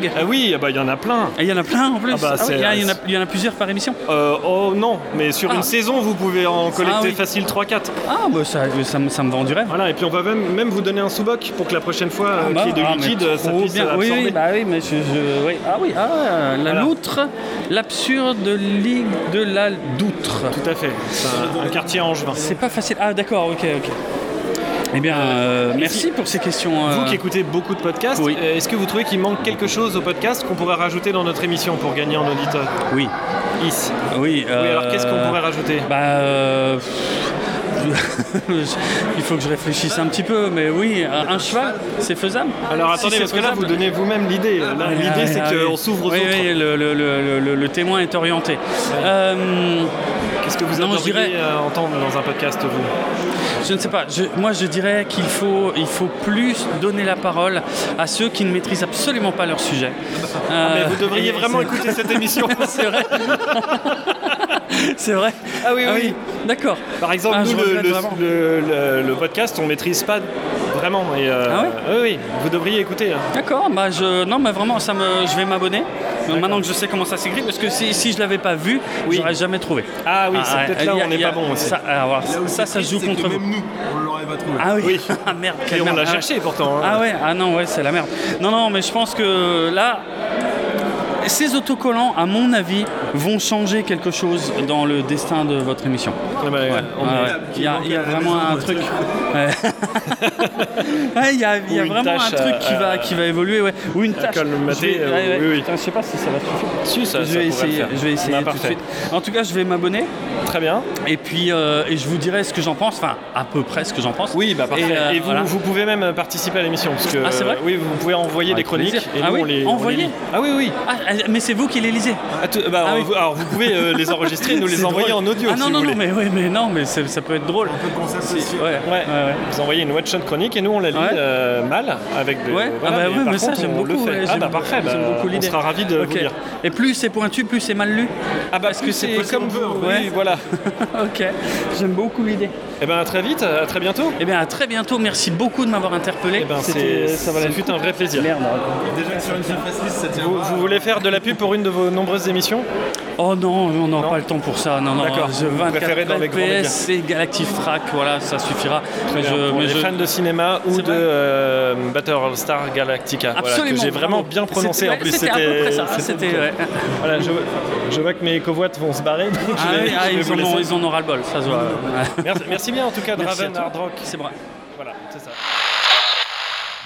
Speaker 3: blague.
Speaker 10: Ah oui, ah bah, il y en a plein.
Speaker 3: Il y en a plein en plus.
Speaker 10: Ah bah,
Speaker 3: Ah oui,
Speaker 10: c'est-
Speaker 3: il y a- il y en a- il y en a plusieurs par émission.
Speaker 10: Euh, oh non, mais sur
Speaker 3: Ah.
Speaker 10: une saison, vous pouvez en collecter
Speaker 3: Ah oui.
Speaker 10: facile 3-4.
Speaker 3: Ah, bah ça, ça, me- ça me vend du rêve.
Speaker 10: Voilà, et puis on va même, même vous donner un sous-boc pour que la prochaine fois euh,
Speaker 3: bah,
Speaker 10: qu'il y ait
Speaker 3: ah,
Speaker 10: de liquide,
Speaker 3: mais
Speaker 10: ça
Speaker 3: trop
Speaker 10: puisse
Speaker 3: bien.
Speaker 10: absorber.
Speaker 3: Oui, oui, bah oui, mais je, je- oui. Ah oui, ah, la loutre, l'absurde ligue de la doutre.
Speaker 10: Tout à fait, c'est un, un quartier angevin.
Speaker 3: C'est pas facile. Ah d'accord, ok, ok. Eh bien, euh, merci pour ces questions.
Speaker 10: Vous
Speaker 3: euh,
Speaker 10: qui écoutez beaucoup de podcasts, euh, est-ce que vous trouvez qu'il manque quelque chose au podcast qu'on pourrait rajouter dans notre émission pour gagner en auditeur
Speaker 3: Oui.
Speaker 10: Ici.
Speaker 3: Oui,
Speaker 10: Oui, alors qu'est-ce qu'on
Speaker 3: euh,
Speaker 10: pourrait rajouter
Speaker 3: Bah, euh, [LAUGHS] il faut que je réfléchisse un petit peu, mais oui, euh, un, un cheval, c'est faisable.
Speaker 10: Alors
Speaker 3: Si
Speaker 10: attendez,
Speaker 3: c'est
Speaker 10: parce que là
Speaker 3: faisable.
Speaker 10: vous donnez vous-même l'idée. Là,
Speaker 3: Ah,
Speaker 10: l'idée
Speaker 3: oui,
Speaker 10: c'est
Speaker 3: ah,
Speaker 10: qu'on
Speaker 3: oui.
Speaker 10: s'ouvre aux
Speaker 3: Oui,
Speaker 10: autres.
Speaker 3: oui, le, le- le- le- le témoin est orienté. Euh,
Speaker 10: Qu'est-ce que vous
Speaker 3: non,
Speaker 10: aimeriez
Speaker 3: je dirais,
Speaker 10: euh, entendre dans un podcast vous
Speaker 3: je ne sais pas. Je- moi, je dirais qu'il faut, il faut plus donner la parole à ceux qui ne maîtrisent absolument pas leur sujet.
Speaker 10: Ah, mais
Speaker 3: Euh,
Speaker 10: vous devriez
Speaker 3: et
Speaker 10: vraiment
Speaker 3: c'est- [LAUGHS]
Speaker 10: écouter cette émission.
Speaker 3: c'est vrai. c'est vrai.
Speaker 10: Ah oui,
Speaker 3: Ah
Speaker 10: oui.
Speaker 3: oui, d'accord.
Speaker 10: Par exemple,
Speaker 3: Ah,
Speaker 10: nous,
Speaker 3: je
Speaker 10: le,
Speaker 3: regrette
Speaker 10: le-
Speaker 3: vraiment.
Speaker 10: le- le- le podcast, on maîtrise pas vraiment. Et, euh,
Speaker 3: Ah ouais
Speaker 10: oui, oui, vous devriez écouter. hein.
Speaker 3: D'accord, bah je, non, mais vraiment, ça me, je vais m'abonner. Maintenant que je sais comment ça s'écrit, parce que si, si je l'avais pas vu, j'aurais jamais trouvé.
Speaker 10: Ah oui, c'est peut-être
Speaker 3: ouais,
Speaker 10: là où
Speaker 3: il y a-
Speaker 10: on n'est
Speaker 3: il y a-
Speaker 10: pas bon aussi.
Speaker 3: Ça, alors, voilà,
Speaker 10: Là où
Speaker 3: ça, ça
Speaker 10: c'est triste,
Speaker 3: joue
Speaker 10: c'est que
Speaker 3: contre
Speaker 10: même
Speaker 3: vous.
Speaker 10: nous, on l'aurait pas trouvé.
Speaker 3: Ah oui, [LAUGHS]
Speaker 10: Oui.
Speaker 3: ah merde.
Speaker 10: Et
Speaker 3: quelle
Speaker 10: on
Speaker 3: merde.
Speaker 10: l'a
Speaker 3: Ah ouais.
Speaker 10: cherché pourtant, hein.
Speaker 3: Ah ouais, ah non, ouais, c'est la merde. Non, non, mais je pense que là, ces autocollants, à mon avis, vont changer quelque chose dans le destin de votre émission.
Speaker 10: Ouais,
Speaker 3: ouais, ouais. Il y a, il y a vraiment un truc. Ouais. [LAUGHS]
Speaker 13: [LAUGHS]
Speaker 3: Ouais, Il y a, il y a
Speaker 10: Ou une
Speaker 3: vraiment un
Speaker 10: tâche,
Speaker 3: truc
Speaker 10: euh,
Speaker 3: qui, va,
Speaker 10: euh,
Speaker 3: qui va évoluer, ouais. ou une tâche.
Speaker 10: colle matée,
Speaker 3: Je vais-
Speaker 10: euh,
Speaker 3: ouais, ouais.
Speaker 10: oui, oui.
Speaker 3: Putain, Je sais pas si ça va suffire.
Speaker 10: Si, ça-
Speaker 3: je,
Speaker 10: ça
Speaker 3: vais
Speaker 10: pourrait
Speaker 3: essayer,
Speaker 10: le faire.
Speaker 3: je vais essayer
Speaker 10: Ah,
Speaker 3: tout de
Speaker 10: parfait.
Speaker 3: suite. En tout cas, je vais m'abonner.
Speaker 10: Très bien.
Speaker 3: Et puis, euh, et je vous dirai ce que j'en pense, enfin, à peu près ce que j'en pense.
Speaker 10: Oui, bah parfait. Et,
Speaker 3: euh,
Speaker 10: vous,
Speaker 3: voilà.
Speaker 10: vous pouvez même participer à l'émission. Parce que,
Speaker 3: Ah, c'est vrai
Speaker 10: Oui, vous pouvez envoyer
Speaker 3: Avec
Speaker 10: des chroniques.
Speaker 3: plaisir.
Speaker 10: Et
Speaker 3: ah
Speaker 10: nous,
Speaker 3: oui,
Speaker 10: on les on les
Speaker 3: envoyer.
Speaker 10: lit. Ah oui, oui.
Speaker 3: mais c'est vous qui les lisez.
Speaker 10: Ah, tout- bah,
Speaker 3: Ah oui.
Speaker 10: vous- alors vous pouvez euh,
Speaker 3: [LAUGHS]
Speaker 10: les enregistrer et nous les
Speaker 3: C'est
Speaker 10: envoyer
Speaker 3: drôle.
Speaker 10: en audio
Speaker 3: Ah non,
Speaker 10: si
Speaker 3: non,
Speaker 10: vous
Speaker 3: non,
Speaker 10: voulez.
Speaker 3: mais, oui, mais non, mais c'est- ça peut être drôle. Si, ouais, ouais, ouais.
Speaker 10: Vous envoyez une one shot chronique et nous on la lit
Speaker 3: Ouais.
Speaker 10: euh, mal avec des.
Speaker 3: Ouais, ah
Speaker 10: voilà,
Speaker 3: bah
Speaker 10: mais
Speaker 3: oui,
Speaker 10: par
Speaker 3: mais ça
Speaker 10: contre,
Speaker 3: j'aime
Speaker 10: on le
Speaker 3: beaucoup.
Speaker 10: fait.
Speaker 3: ouais,
Speaker 10: ah
Speaker 3: j'aime-
Speaker 10: bah parfait, bah,
Speaker 3: j'aime beaucoup
Speaker 10: on
Speaker 3: l'idée.
Speaker 10: sera ravis de
Speaker 3: Ok.
Speaker 10: vous lire.
Speaker 3: Et plus c'est pointu, plus c'est mal lu.
Speaker 10: Ah bah
Speaker 3: Est-ce
Speaker 10: plus
Speaker 3: que c'est
Speaker 10: c'est
Speaker 3: possible
Speaker 10: comme vous,
Speaker 3: Ouais.
Speaker 10: oui, voilà.
Speaker 3: [LAUGHS] ok, j'aime beaucoup l'idée.
Speaker 10: Et ben à très vite, à très bientôt.
Speaker 3: Eh bien à très bientôt, merci beaucoup de m'avoir interpellé.
Speaker 10: Eh ben,
Speaker 3: C'était- euh,
Speaker 10: c'est- ça valait le
Speaker 3: c'est
Speaker 10: fut un vrai plaisir.
Speaker 3: Merde. hein.
Speaker 1: Déjà que sur une surface lisse, ça tient
Speaker 10: Vous,
Speaker 1: pas.
Speaker 10: vous voulez faire de la pub pour une de vos nombreuses émissions
Speaker 3: Oh non, on n'aura pas le temps pour ça. Non, non,
Speaker 10: D'accord.
Speaker 3: je
Speaker 10: Vous
Speaker 3: 24
Speaker 10: préférez dans les grands médias.
Speaker 3: PS et Galactifrac, voilà, ça suffira. Mais
Speaker 10: Bien,
Speaker 3: je,
Speaker 10: pour
Speaker 3: mais
Speaker 10: les
Speaker 3: je-
Speaker 10: fans de cinéma ou de euh, Battlestar Galactica. voilà,
Speaker 3: Absolument,
Speaker 10: que j'ai vraiment
Speaker 3: bravo.
Speaker 10: bien prononcé
Speaker 3: C'était-
Speaker 10: en plus.
Speaker 3: c'était à peu près ça, Ah, c'était-
Speaker 10: nickel.
Speaker 3: ouais.
Speaker 10: Voilà, je, je vois que mes covoites vont se barrer. donc je
Speaker 3: Ah
Speaker 10: vais-
Speaker 3: oui,
Speaker 10: je
Speaker 3: ah,
Speaker 10: vais
Speaker 3: ils,
Speaker 10: vous
Speaker 3: en ont,
Speaker 10: laisser.
Speaker 3: ils en ont ras le bol, ça se voit.
Speaker 10: [LAUGHS] Merci, merci bien en tout cas,
Speaker 3: Merci à
Speaker 10: Draven
Speaker 3: toi.
Speaker 10: Hard Rock.
Speaker 3: C'est vrai.
Speaker 10: Voilà, c'est ça.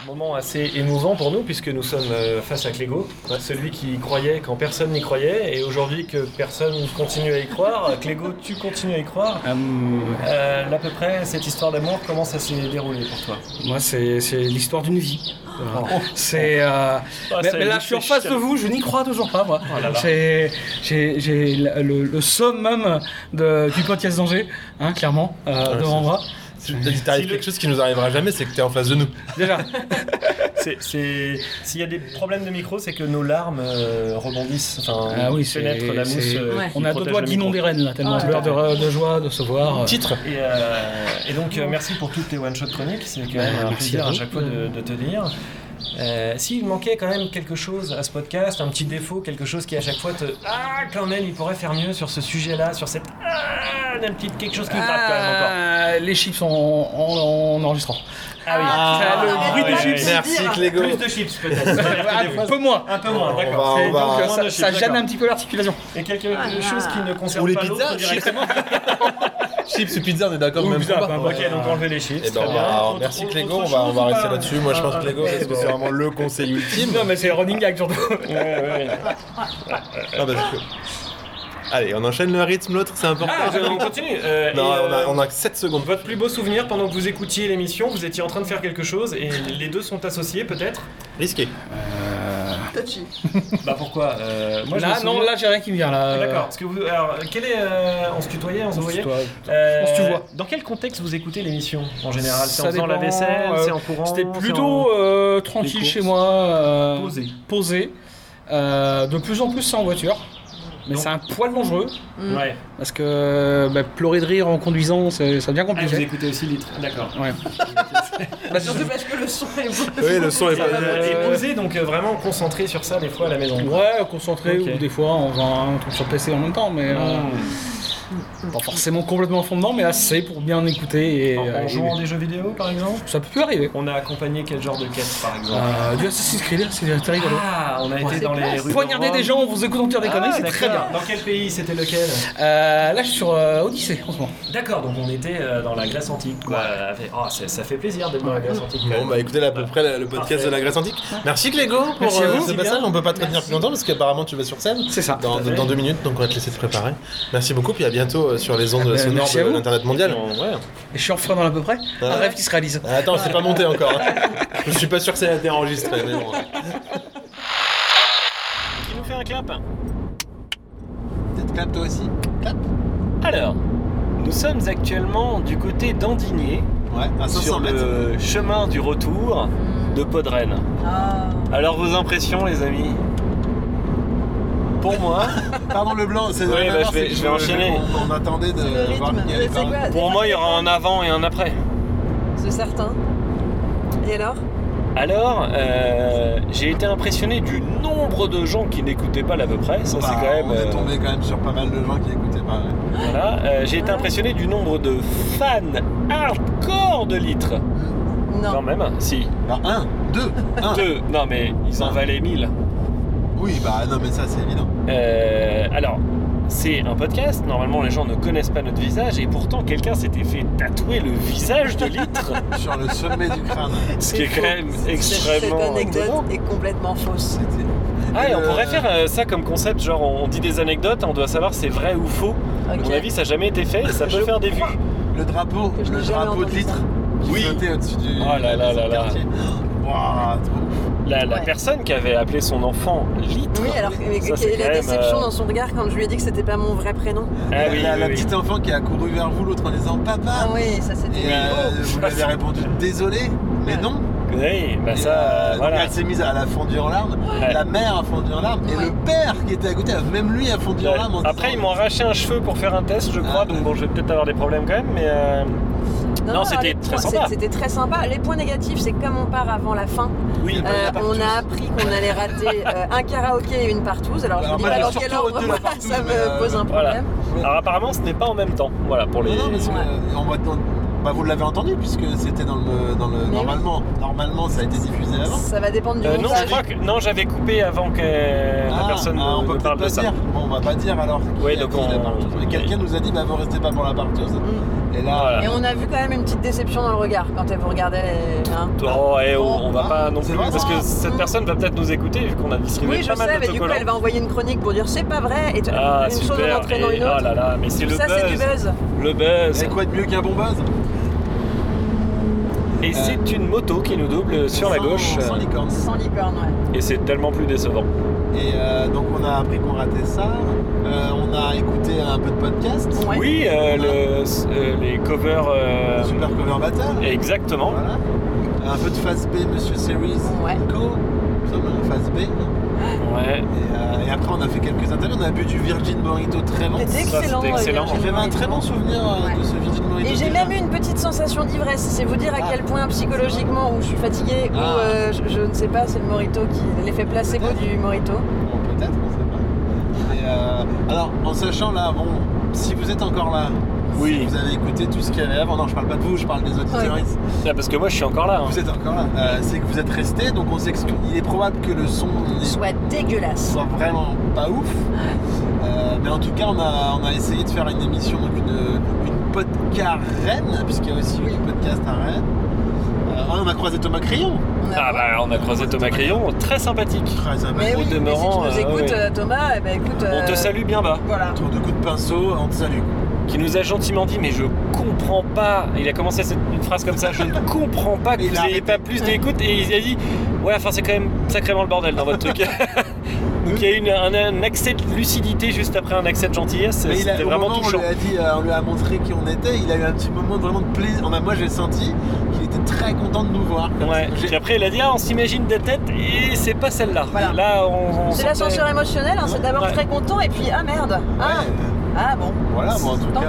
Speaker 10: Moment assez émouvant pour nous puisque nous sommes euh, face à Clégo, celui qui croyait quand personne n'y croyait et aujourd'hui que personne continue à y croire. Clégo, tu continues à y croire. Euh, à peu près, cette histoire d'amour, comment ça s'est déroulé pour toi Oh.
Speaker 2: Moi, c'est c'est l'histoire d'une vie. Voilà. C'est. euh, mais,
Speaker 10: ça
Speaker 2: mais là,
Speaker 10: nous
Speaker 2: je suis en
Speaker 10: fait
Speaker 2: face
Speaker 10: chier.
Speaker 2: de vous, je n'y crois toujours pas, moi.
Speaker 10: Oh là là.
Speaker 2: C'est- J'ai j'ai le, le- le summum de- du podcast d'Angers, hein, clairement, euh,
Speaker 1: Ouais,
Speaker 2: devant
Speaker 1: c'est-
Speaker 2: moi.
Speaker 1: Si t'arrives quelque chose qui nous arrivera jamais, c'est que t'es en face de nous.
Speaker 2: Déjà.
Speaker 10: C'est- c'est- S'il y a des problèmes de micro, c'est que nos larmes euh, rebondissent, enfin,
Speaker 2: Ah oui, c'est-
Speaker 10: pénètrent la mousse.
Speaker 2: c'est-
Speaker 10: euh, qui
Speaker 2: On a deux
Speaker 10: protège
Speaker 2: doigts
Speaker 10: le
Speaker 2: guinon
Speaker 10: micro.
Speaker 2: des rennes, là, tellement
Speaker 10: Ah,
Speaker 2: l'heure
Speaker 10: tout à
Speaker 2: de, de joie de se voir.
Speaker 10: Titre. Et, euh, et donc, euh, merci pour toutes tes one-shot chroniques. C'est quand même
Speaker 2: Ouais,
Speaker 10: un
Speaker 2: Bah, merci
Speaker 10: plaisir
Speaker 2: à
Speaker 10: à
Speaker 2: vous.
Speaker 10: chaque fois de, de te lire. Euh, S'il manquait quand même quelque chose à ce podcast, un petit défaut, quelque chose qui à chaque fois te. Ah, quand même, il pourrait faire mieux sur ce sujet-là, sur cette. Ah, d'un petit quelque chose qui me frappe quand même encore.
Speaker 2: Ah, les chips en, en- en enregistrant.
Speaker 10: Ah oui,
Speaker 2: Ah, le bruit des
Speaker 10: oui,
Speaker 2: chips.
Speaker 10: oui.
Speaker 2: Merci, Clégo.
Speaker 10: Plus de chips [LAUGHS] peut-être.
Speaker 2: un peu moins.
Speaker 10: Un peu moins,
Speaker 2: On
Speaker 10: d'accord.
Speaker 2: va-
Speaker 10: C'est
Speaker 2: on va-
Speaker 10: donc, euh,
Speaker 2: Moins
Speaker 10: ça-
Speaker 2: de chips,
Speaker 10: ça gêne
Speaker 2: d'accord.
Speaker 10: un petit Ah,
Speaker 2: peu l'articulation.
Speaker 10: Et quelque chose qui ne concerne
Speaker 2: Ou les
Speaker 10: pas
Speaker 2: pizzas,
Speaker 10: l'autre directement. Chips ou pizza, on est d'accord
Speaker 3: Ou
Speaker 10: même
Speaker 3: pizza,
Speaker 10: pas.
Speaker 3: bah, ok, donc enlevez les chips,
Speaker 10: Eh ben,
Speaker 3: très bien.
Speaker 10: alors,
Speaker 3: Autre-
Speaker 10: merci
Speaker 3: autre
Speaker 10: Clégo, on
Speaker 3: chose
Speaker 10: va, on va
Speaker 3: ou
Speaker 10: rester
Speaker 3: pas
Speaker 10: là-dessus. Moi je pense Clégo, parce que c'est vraiment le conseil ultime.
Speaker 13: Non, mais c'est running gag surtout.
Speaker 10: Ah, parce que- Allez, on enchaîne le rythme, l'autre c'est important.
Speaker 3: Ah, je- on continue. Euh,
Speaker 10: Non,
Speaker 3: et,
Speaker 10: on a-
Speaker 3: euh,
Speaker 10: on a 7 secondes.
Speaker 3: Votre plus beau souvenir pendant que vous écoutiez l'émission, vous étiez en train de faire quelque chose et les deux sont associés peut-être
Speaker 10: Risqué.
Speaker 19: Touchy.
Speaker 3: Euh, [LAUGHS] Bah pourquoi Euh, moi, je me
Speaker 13: Là,
Speaker 3: souviens-
Speaker 13: non, là, j'ai rien qui me vient. Là.
Speaker 3: D'accord. Parce que vous, alors, quel est, euh, on se tutoyait, on se
Speaker 13: On se
Speaker 3: voyait.
Speaker 13: tutoie.
Speaker 3: Euh,
Speaker 13: On se tuvoie.
Speaker 3: Dans quel contexte vous écoutez l'émission en général C'est en
Speaker 13: Ça
Speaker 3: faisant la
Speaker 13: dépend,
Speaker 3: vaisselle,
Speaker 13: euh,
Speaker 3: c'est en courant.
Speaker 13: C'était
Speaker 3: c'est en-
Speaker 13: plutôt euh,
Speaker 3: les
Speaker 13: tranquille
Speaker 3: courses.
Speaker 13: chez moi. euh,
Speaker 3: Posé.
Speaker 13: Posé. Euh, de plus en plus, c'est en voiture. Mais c'est un poil dangereux.
Speaker 3: Mm. Ouais.
Speaker 13: Parce que bah, pleurer de rire en conduisant, c'est- ça devient
Speaker 3: Ah,
Speaker 13: compliqué.
Speaker 3: vous écoutez aussi litre. D'accord.
Speaker 13: Ouais.
Speaker 19: Surtout parce que le son est beau.
Speaker 13: Euh,
Speaker 3: Et posé, donc euh, vraiment concentré sur ça des fois à la maison.
Speaker 13: Ouais, concentré
Speaker 3: Ok.
Speaker 13: ou des fois on va un truc sur PC en même temps, mais
Speaker 3: Ah.
Speaker 13: euh, pas forcément complètement à fond dedans, mais assez pour bien écouter et
Speaker 3: En,
Speaker 13: euh,
Speaker 3: en
Speaker 13: et-
Speaker 3: jouant à des jeux vidéo par exemple
Speaker 13: Ça peut arriver.
Speaker 3: On a accompagné quel genre de quête par exemple
Speaker 13: Euh, du Assassin's Creed, c'est très rigolo.
Speaker 3: Ah, on a été dans les rues.
Speaker 13: Poignarder
Speaker 3: de Rome.
Speaker 13: des gens en vous écoutant dire des
Speaker 3: Ah,
Speaker 13: conneries, c'est très bien.
Speaker 3: d'accord. Dans quel pays C'était lequel
Speaker 13: Euh, là, je suis sur euh, Odyssey en ce moment.
Speaker 3: D'accord, donc on était euh, dans la Grèce antique. Quoi. Avec- oh, ça, ça fait plaisir d'être dans la Grèce antique.
Speaker 10: Bon, bah écoutez, là, à peu près le, le podcast
Speaker 3: Parfait.
Speaker 10: de la Grèce antique. Merci Clégo pour
Speaker 3: Merci à
Speaker 10: euh,
Speaker 3: vous.
Speaker 10: ce passage. On peut pas te retenir plus longtemps parce qu'apparemment tu vas sur scène.
Speaker 13: C'est ça.
Speaker 10: Dans,
Speaker 3: Tout à fait.
Speaker 10: dans deux minutes, donc on va te laisser te préparer. Merci beaucoup, puis à bientôt euh, sur les ondes
Speaker 3: Eh
Speaker 13: Ah,
Speaker 3: ben,
Speaker 13: bah,
Speaker 10: sonores
Speaker 13: merci
Speaker 10: de
Speaker 13: à vous.
Speaker 10: l'Internet mondial.
Speaker 13: Et je suis en frein dans l'à peu près.
Speaker 10: Ah.
Speaker 13: Un rêve qui se réalise.
Speaker 10: Ah, Attends, c'est pas monté encore. hein. Je suis pas sûr que ça a été enregistré, mais bon.
Speaker 3: Qui nous fait un clap
Speaker 1: Peut-être clap toi aussi.
Speaker 3: Alors, nous sommes actuellement du côté d'Andigné,
Speaker 1: à 500
Speaker 3: sur le chemin du retour de Podren.
Speaker 2: Ah,
Speaker 3: Alors, vos impressions, les amis Pour moi,
Speaker 1: Pardon le blanc, c'est
Speaker 3: Oui,
Speaker 1: la
Speaker 3: bah,
Speaker 1: valeur,
Speaker 3: je vais-
Speaker 1: c'est
Speaker 3: je
Speaker 1: que
Speaker 3: vais enchaîner.
Speaker 1: On, on attendait de voir qui allait parler.
Speaker 3: pour moi, il y aura un avant et un après.
Speaker 2: C'est certain. Et alors
Speaker 3: Alors, euh, j'ai été impressionné du nombre de gens qui n'écoutaient pas l'à peu près. Ça, c'est
Speaker 1: Bah,
Speaker 3: quand même.
Speaker 1: on est
Speaker 3: euh,
Speaker 1: tombé quand même sur pas mal de gens qui écoutaient pas. ouais.
Speaker 3: Voilà, euh, j'ai été impressionné du nombre de fans hardcore de litres.
Speaker 2: Non.
Speaker 3: Quand même, hein. si.
Speaker 1: Bah, un, deux, un.
Speaker 3: Deux, non mais ils en valaient mille.
Speaker 1: Oui, bah non, mais ça c'est évident.
Speaker 3: Euh, alors, c'est un podcast, normalement les gens ne connaissent pas notre visage et pourtant quelqu'un s'était fait tatouer le visage de
Speaker 1: [LAUGHS]
Speaker 3: litre.
Speaker 1: Sur le sommet du crâne. hein,
Speaker 3: Ce qui est quand même
Speaker 2: Cette
Speaker 3: extrêmement.
Speaker 2: anecdote est complètement fausse.
Speaker 3: Ah, et on pourrait faire euh, ça comme concept, genre on dit des anecdotes, on doit savoir c'est vrai ou faux. À mon avis, ça n'a jamais été fait, ça peut faire des vues.
Speaker 1: Le drapeau, le drapeau de litre. Oui. Sauté au-dessus du.
Speaker 3: Oh là là là là.
Speaker 1: Waouh, trop
Speaker 3: La, la personne qui avait appelé son enfant litre.
Speaker 2: Oui, alors Ah, mais
Speaker 3: ça, c'est
Speaker 2: quelle est la
Speaker 3: quand même,
Speaker 2: déception
Speaker 3: euh,
Speaker 2: dans son regard quand je lui ai dit que c'était pas mon vrai prénom
Speaker 3: Ah oui,
Speaker 1: la,
Speaker 3: oui,
Speaker 1: la
Speaker 3: oui.
Speaker 1: petite enfant qui a couru vers vous l'autre en disant papa.
Speaker 2: Ah oui, ça c'était.
Speaker 1: Et euh, vous lui avez répondu désolé, mais non.
Speaker 3: Oui, bah ça, voilà.
Speaker 1: Elle s'est mise à euh, la fondue en larmes. La mère a fondu en larmes et le père qui était à côté, même lui a fondu en larmes. en
Speaker 3: Après, ils m'ont arraché un cheveu pour faire un test,
Speaker 1: Ah,
Speaker 3: je crois, donc bon, je vais peut-être avoir des problèmes quand même, mais. euh, Non,
Speaker 2: alors,
Speaker 3: c'était
Speaker 2: les
Speaker 3: très
Speaker 2: points-
Speaker 3: sympa.
Speaker 2: c'est- C'était très sympa. Les points négatifs, c'est que comme on part avant la fin,
Speaker 3: Oui,
Speaker 2: euh, on a appris qu'on allait rater euh, un karaoké et une partouze. Alors je ne
Speaker 3: Alors,
Speaker 2: dis
Speaker 3: moi,
Speaker 2: pas
Speaker 3: j'ai
Speaker 2: dans
Speaker 3: surtout
Speaker 2: quel ordre,
Speaker 3: retenu la
Speaker 2: voilà, [LAUGHS]
Speaker 3: partouze,
Speaker 2: ça
Speaker 3: mais, euh,
Speaker 2: me pose un
Speaker 3: voilà.
Speaker 2: problème.
Speaker 3: Alors apparemment, ce n'est pas en même temps, voilà, pour les.
Speaker 1: Non, non, mais c'est- euh, on va- on- bah, vous l'avez entendu puisque c'était dans le, dans le normalement. Normalement, ça a été diffusé avant.
Speaker 2: Ça va dépendre du
Speaker 3: Euh, non,
Speaker 2: montage.
Speaker 3: je crois que non, j'avais coupé avant que la
Speaker 1: Ah,
Speaker 3: personne
Speaker 1: ah, on
Speaker 3: ne-
Speaker 1: peut
Speaker 3: ne
Speaker 1: peut-être
Speaker 3: parle de
Speaker 1: pas
Speaker 3: ça.
Speaker 1: dire. Bon, on va pas dire alors. qui
Speaker 3: Ouais,
Speaker 1: a
Speaker 3: donc
Speaker 1: dit la
Speaker 3: on-
Speaker 1: partouze. Mais quelqu'un nous a dit, bah vous restez pas pour la partouze. Et là,
Speaker 2: Et on a vu quand même une petite déception dans le regard quand elle vous regardait. les- hein.
Speaker 3: Oh, eh, oh, on va pas non plus,
Speaker 1: vrai,
Speaker 3: parce que cette personne va peut-être nous écouter vu qu'on a distribué
Speaker 2: Oui, je
Speaker 3: pas mal
Speaker 2: sais, mais du coup,
Speaker 3: d'autocollants.
Speaker 2: elle va envoyer une chronique pour dire c'est pas vrai, et tu-
Speaker 3: Ah,
Speaker 2: une
Speaker 3: super.
Speaker 2: chose en entraînant
Speaker 3: et-
Speaker 2: une autre.
Speaker 3: Oh là là, mais c'est le
Speaker 2: Ça, c'est du buzz.
Speaker 3: Le buzz.
Speaker 1: C'est quoi de mieux qu'un bon buzz
Speaker 3: Et c'est une moto qui nous double sur la gauche.
Speaker 1: sans licorne.
Speaker 2: Euh, Sans licorne, ouais.
Speaker 3: Et c'est tellement plus décevant.
Speaker 1: Et euh, donc on a appris qu'on ratait ça. Euh, on a écouté un peu de podcast.
Speaker 3: Oui, euh, le- s- euh, les covers. euh,
Speaker 1: Super cover battle.
Speaker 3: Exactement.
Speaker 1: Un peu de phase B, Monsieur Series. Co. Nous sommes en phase B.
Speaker 3: Ouais.
Speaker 1: Et, euh, et après on a fait quelques interviews. On a bu du Virgin Morito très bon.
Speaker 2: C'était
Speaker 1: Ça,
Speaker 2: excellent,
Speaker 1: c'était
Speaker 2: euh, Virgin
Speaker 1: J'avais un
Speaker 2: Morito.
Speaker 1: très bon souvenir euh, de ce Virgin Morito.
Speaker 2: Et j'ai
Speaker 1: déjà.
Speaker 2: même eu une petite sensation d'ivresse, c'est vous dire à quel point psychologiquement où je suis fatiguée
Speaker 1: Ah.
Speaker 2: ou euh, je, je ne sais pas, c'est le morito qui l'effet placebo du morito.
Speaker 1: Bon, peut-être, on sait pas. Et, euh, alors, en sachant là, bon, si vous êtes encore là, oui. vous avez écouté tout ce qu'il y avait avant, non, je parle pas de vous, je parle des auditeurs.
Speaker 3: Ah, parce que moi, je suis encore là. hein.
Speaker 1: Vous êtes encore là. Euh, c'est que vous êtes resté, donc on s'excuse. Il est probable que le son
Speaker 2: soit dégueulasse,
Speaker 1: soit vraiment pas ouf. Euh, mais en tout cas, on a, on a essayé de faire une émission, donc une, une podcast Rennes, puisqu'il y a aussi eu podcast à Rennes. Euh, oh, on a croisé Thomas Crayon.
Speaker 3: Ah bah on a croisé Thomas Crayon, très sympathique.
Speaker 1: Très
Speaker 2: Mais oui,
Speaker 3: Au
Speaker 2: mais si tu
Speaker 3: demeurant,
Speaker 2: nous
Speaker 3: euh,
Speaker 2: écoutes,
Speaker 3: ouais.
Speaker 2: euh, Thomas, eh ben, écoute.
Speaker 3: On te
Speaker 2: euh,
Speaker 3: salue bien bas.
Speaker 2: Voilà.
Speaker 1: Tour de coup de pinceau, on te salue.
Speaker 3: Qui nous a gentiment dit, mais je comprends pas. Il a commencé cette, une phrase comme ça,
Speaker 1: [LAUGHS]
Speaker 3: je ne comprends pas que vous n'ayez pas plus d'écoute. Et il a dit, ouais, enfin, c'est quand même sacrément le bordel dans votre truc. [LAUGHS] Donc il y a eu une- un, un accès de lucidité juste après un accès de gentillesse.
Speaker 1: Mais il a,
Speaker 3: C'était
Speaker 1: au
Speaker 3: vraiment
Speaker 1: moment où on
Speaker 3: touchant.
Speaker 1: lui a dit, euh, on lui a montré qui on était, il a eu un petit moment vraiment de plaisir. On a- moi j'ai senti qu'il était très content de nous voir.
Speaker 3: Ouais. Puis après, il a dit, ah, on s'imagine des têtes et c'est pas celle-là. Là, on. on
Speaker 2: C'est
Speaker 3: sentait-
Speaker 2: l'ascenseur émotionnel, hein, c'est d'abord
Speaker 3: Ouais.
Speaker 2: très content et puis ah merde. Ah, ah bon. Tant pis.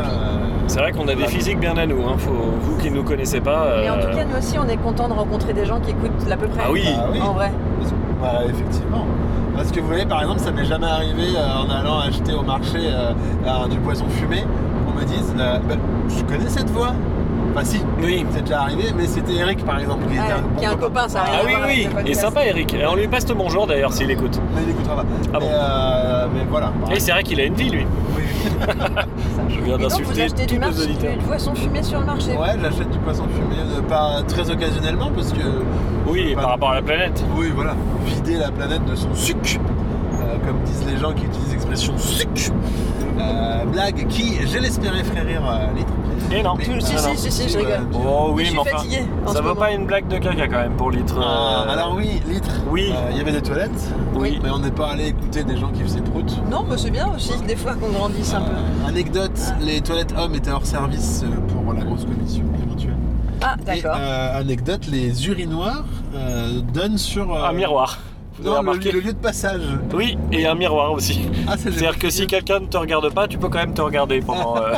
Speaker 3: C'est vrai qu'on a des physiques bien à nous, hein. Faut, vous qui ne nous connaissez pas.
Speaker 2: Mais en
Speaker 3: euh,
Speaker 2: tout cas, nous aussi, on est content de rencontrer des gens qui écoutent à peu près.
Speaker 3: Ah
Speaker 1: euh,
Speaker 3: oui. Ah oui.
Speaker 2: En vrai.
Speaker 1: Bah, effectivement. Parce que vous voyez, par exemple, ça m'est jamais arrivé euh, en allant acheter au marché euh, euh, du poisson fumé qu'on me dise euh, Bah, Je connais cette voix. Bah, si,
Speaker 3: oui.
Speaker 1: c'est déjà arrivé, mais c'était Eric par exemple. Qui, était un bon
Speaker 2: Ah, Qui a un copain, ça a rien
Speaker 3: Ah
Speaker 2: à
Speaker 3: oui,
Speaker 2: voir avec
Speaker 3: oui,
Speaker 2: le podcast.
Speaker 3: et sympa Eric. Et On lui passe le bonjour d'ailleurs s'il écoute.
Speaker 1: Mais il écoutera pas.
Speaker 3: Ah bon.
Speaker 1: mais voilà.
Speaker 3: Ah, Et c'est vrai qu'il a une vie lui. [LAUGHS] Je
Speaker 2: Et donc, vous
Speaker 3: viens d'insulter
Speaker 2: achetez
Speaker 3: tous
Speaker 2: du,
Speaker 3: nos
Speaker 2: marché,
Speaker 3: auditeurs.
Speaker 2: du poisson fumé sur le marché.
Speaker 1: Ouais, j'achète du poisson fumé, euh, pas très occasionnellement, parce que.
Speaker 3: Oui, par rapport à la planète.
Speaker 1: Oui, voilà. Vider la planète de son suc, euh, comme disent les gens qui utilisent l'expression suc. Euh, blague qui, je l'espérais, ferait rire euh, Litre.
Speaker 3: Et non,
Speaker 1: Mais,
Speaker 3: Ah
Speaker 1: euh,
Speaker 3: non.
Speaker 1: euh,
Speaker 3: Oh oui, mais enfin,
Speaker 1: en ce
Speaker 3: ça vaut
Speaker 1: moment.
Speaker 3: pas une blague de caca quand même pour litre.
Speaker 1: Ah, alors oui, litre.
Speaker 3: Oui.
Speaker 1: Euh, Il y avait des toilettes.
Speaker 3: Oui.
Speaker 1: Mais on n'est pas allé écouter des gens qui faisaient prout.
Speaker 2: Non, mais c'est bien aussi, des fois qu'on grandisse un peu.
Speaker 1: Anecdote,
Speaker 3: Ah.
Speaker 1: les toilettes hommes étaient hors service euh, pour la grosse commission éventuelle.
Speaker 2: Ah, d'accord.
Speaker 1: Et, euh, anecdote, les urinoirs euh, donnent sur... Un
Speaker 3: miroir. Ah, Vous avez
Speaker 1: Non, le,
Speaker 3: remarqué
Speaker 1: le lieu de passage. Ah,
Speaker 3: Oui, et un miroir aussi. C'est-à-dire que si quelqu'un ne te regarde pas, tu peux quand même te regarder pendant.
Speaker 1: [LAUGHS]
Speaker 3: euh,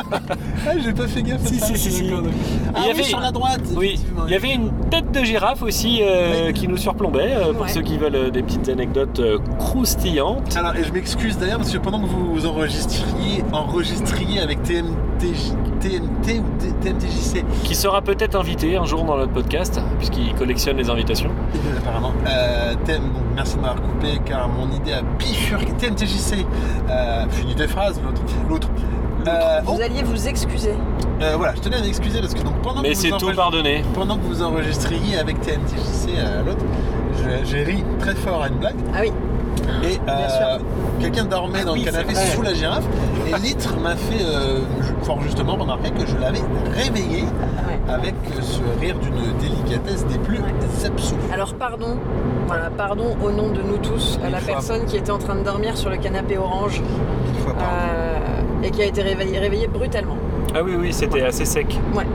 Speaker 1: Ah, j'ai pas fait gaffe à
Speaker 3: Si,
Speaker 1: ça.
Speaker 3: si, si, si.
Speaker 1: D'accord, d'accord.
Speaker 3: Il
Speaker 1: Ah
Speaker 3: y
Speaker 1: oui,
Speaker 3: avait-
Speaker 1: sur la droite.
Speaker 3: Oui, il y avait une tête de girafe aussi euh, qui nous surplombait, euh, pour
Speaker 1: Ouais.
Speaker 3: ceux qui veulent euh, des petites anecdotes euh, croustillantes.
Speaker 1: Alors, et je m'excuse d'ailleurs parce que pendant que vous enregistriez, enregistriez avec TMTJ, TMT ou T- TMTJC,
Speaker 3: Qui sera peut-être invité un jour dans notre podcast, puisqu'il collectionne les invitations.
Speaker 1: apparemment, euh, TM, donc merci de m'avoir coupé car mon idée a bifurqué. TMTJC, euh, finis tes phrases, l'autre. l'autre. Euh,
Speaker 2: Vous alliez vous excuser.
Speaker 1: euh, voilà, je tenais à m'excuser parce que donc pendant
Speaker 3: Mais
Speaker 1: que vous
Speaker 3: c'est
Speaker 1: enregistrez-
Speaker 3: tout pardonné.
Speaker 1: Pendant que vous enregistriez avec TMTJC euh, l'autre, je- j'ai ri très fort à une blague.
Speaker 2: Ah oui.
Speaker 1: Et euh, quelqu'un dormait dans
Speaker 3: Oui,
Speaker 1: le canapé
Speaker 3: c'est vrai.
Speaker 1: sous la girafe. Et Litre m'a fait euh, je- fort justement remarquer que je l'avais réveillé avec euh, ce rire d'une délicatesse des plus absolues.
Speaker 2: Alors pardon, voilà, pardon au nom de nous tous à la
Speaker 1: fois.
Speaker 2: personne qui était en train de dormir sur le canapé orange euh, et qui a été réveillée, réveillée brutalement.
Speaker 3: Ah oui, oui, c'était assez sec.
Speaker 2: Ouais.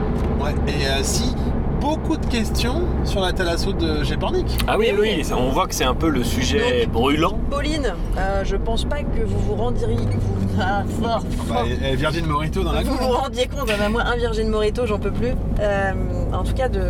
Speaker 1: Ouais, et euh, si beaucoup de questions sur la thalasso de Gépornic.
Speaker 3: Ah oui, oui, ça- on voit que c'est un peu le sujet brûlant.
Speaker 2: Pauline, euh, je pense pas que vous vous rendiriez vous, [LAUGHS] ah, fort,
Speaker 3: Bah,
Speaker 2: fort.
Speaker 1: Virgin Morito dans la
Speaker 2: vous
Speaker 1: cour.
Speaker 3: hein.
Speaker 2: vous rendiez compte, à moi un Virgin Morito, j'en peux plus. Euh, en tout cas, de, de-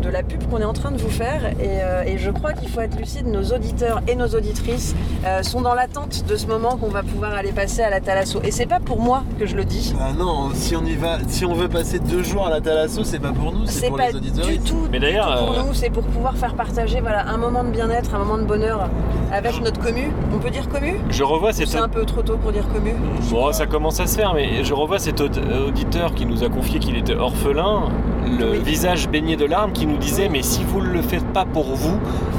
Speaker 2: de la pub qu'on est en train de vous faire. Et, euh, et je crois qu'il faut être lucide. Nos auditeurs et nos auditrices euh, sont dans l'attente de ce moment qu'on va pouvoir aller passer à la Thalasso. Et c'est pas pour moi que je le dis.
Speaker 1: Ah non, si on y va, si on veut passer deux jours à la thalasso, c'est pas pour nous, c'est
Speaker 2: C'est
Speaker 1: pour
Speaker 2: pas
Speaker 1: les auditeurs.
Speaker 2: du tout,
Speaker 3: Mais d'ailleurs,
Speaker 2: Pour
Speaker 3: euh,
Speaker 2: nous, c'est pour pouvoir faire partager voilà, un moment de bien-être, un moment de bonheur avec notre commu. On peut dire commu
Speaker 3: je revois cette
Speaker 2: C'est un peu trop tôt pour dire commu.
Speaker 3: Bon, ça commence à se faire, mais je revois cet aud- auditeur qui nous a confié qu'il était orphelin, le visage baigné de larmes, qui nous disait Mais si vous ne le faites pas pour vous,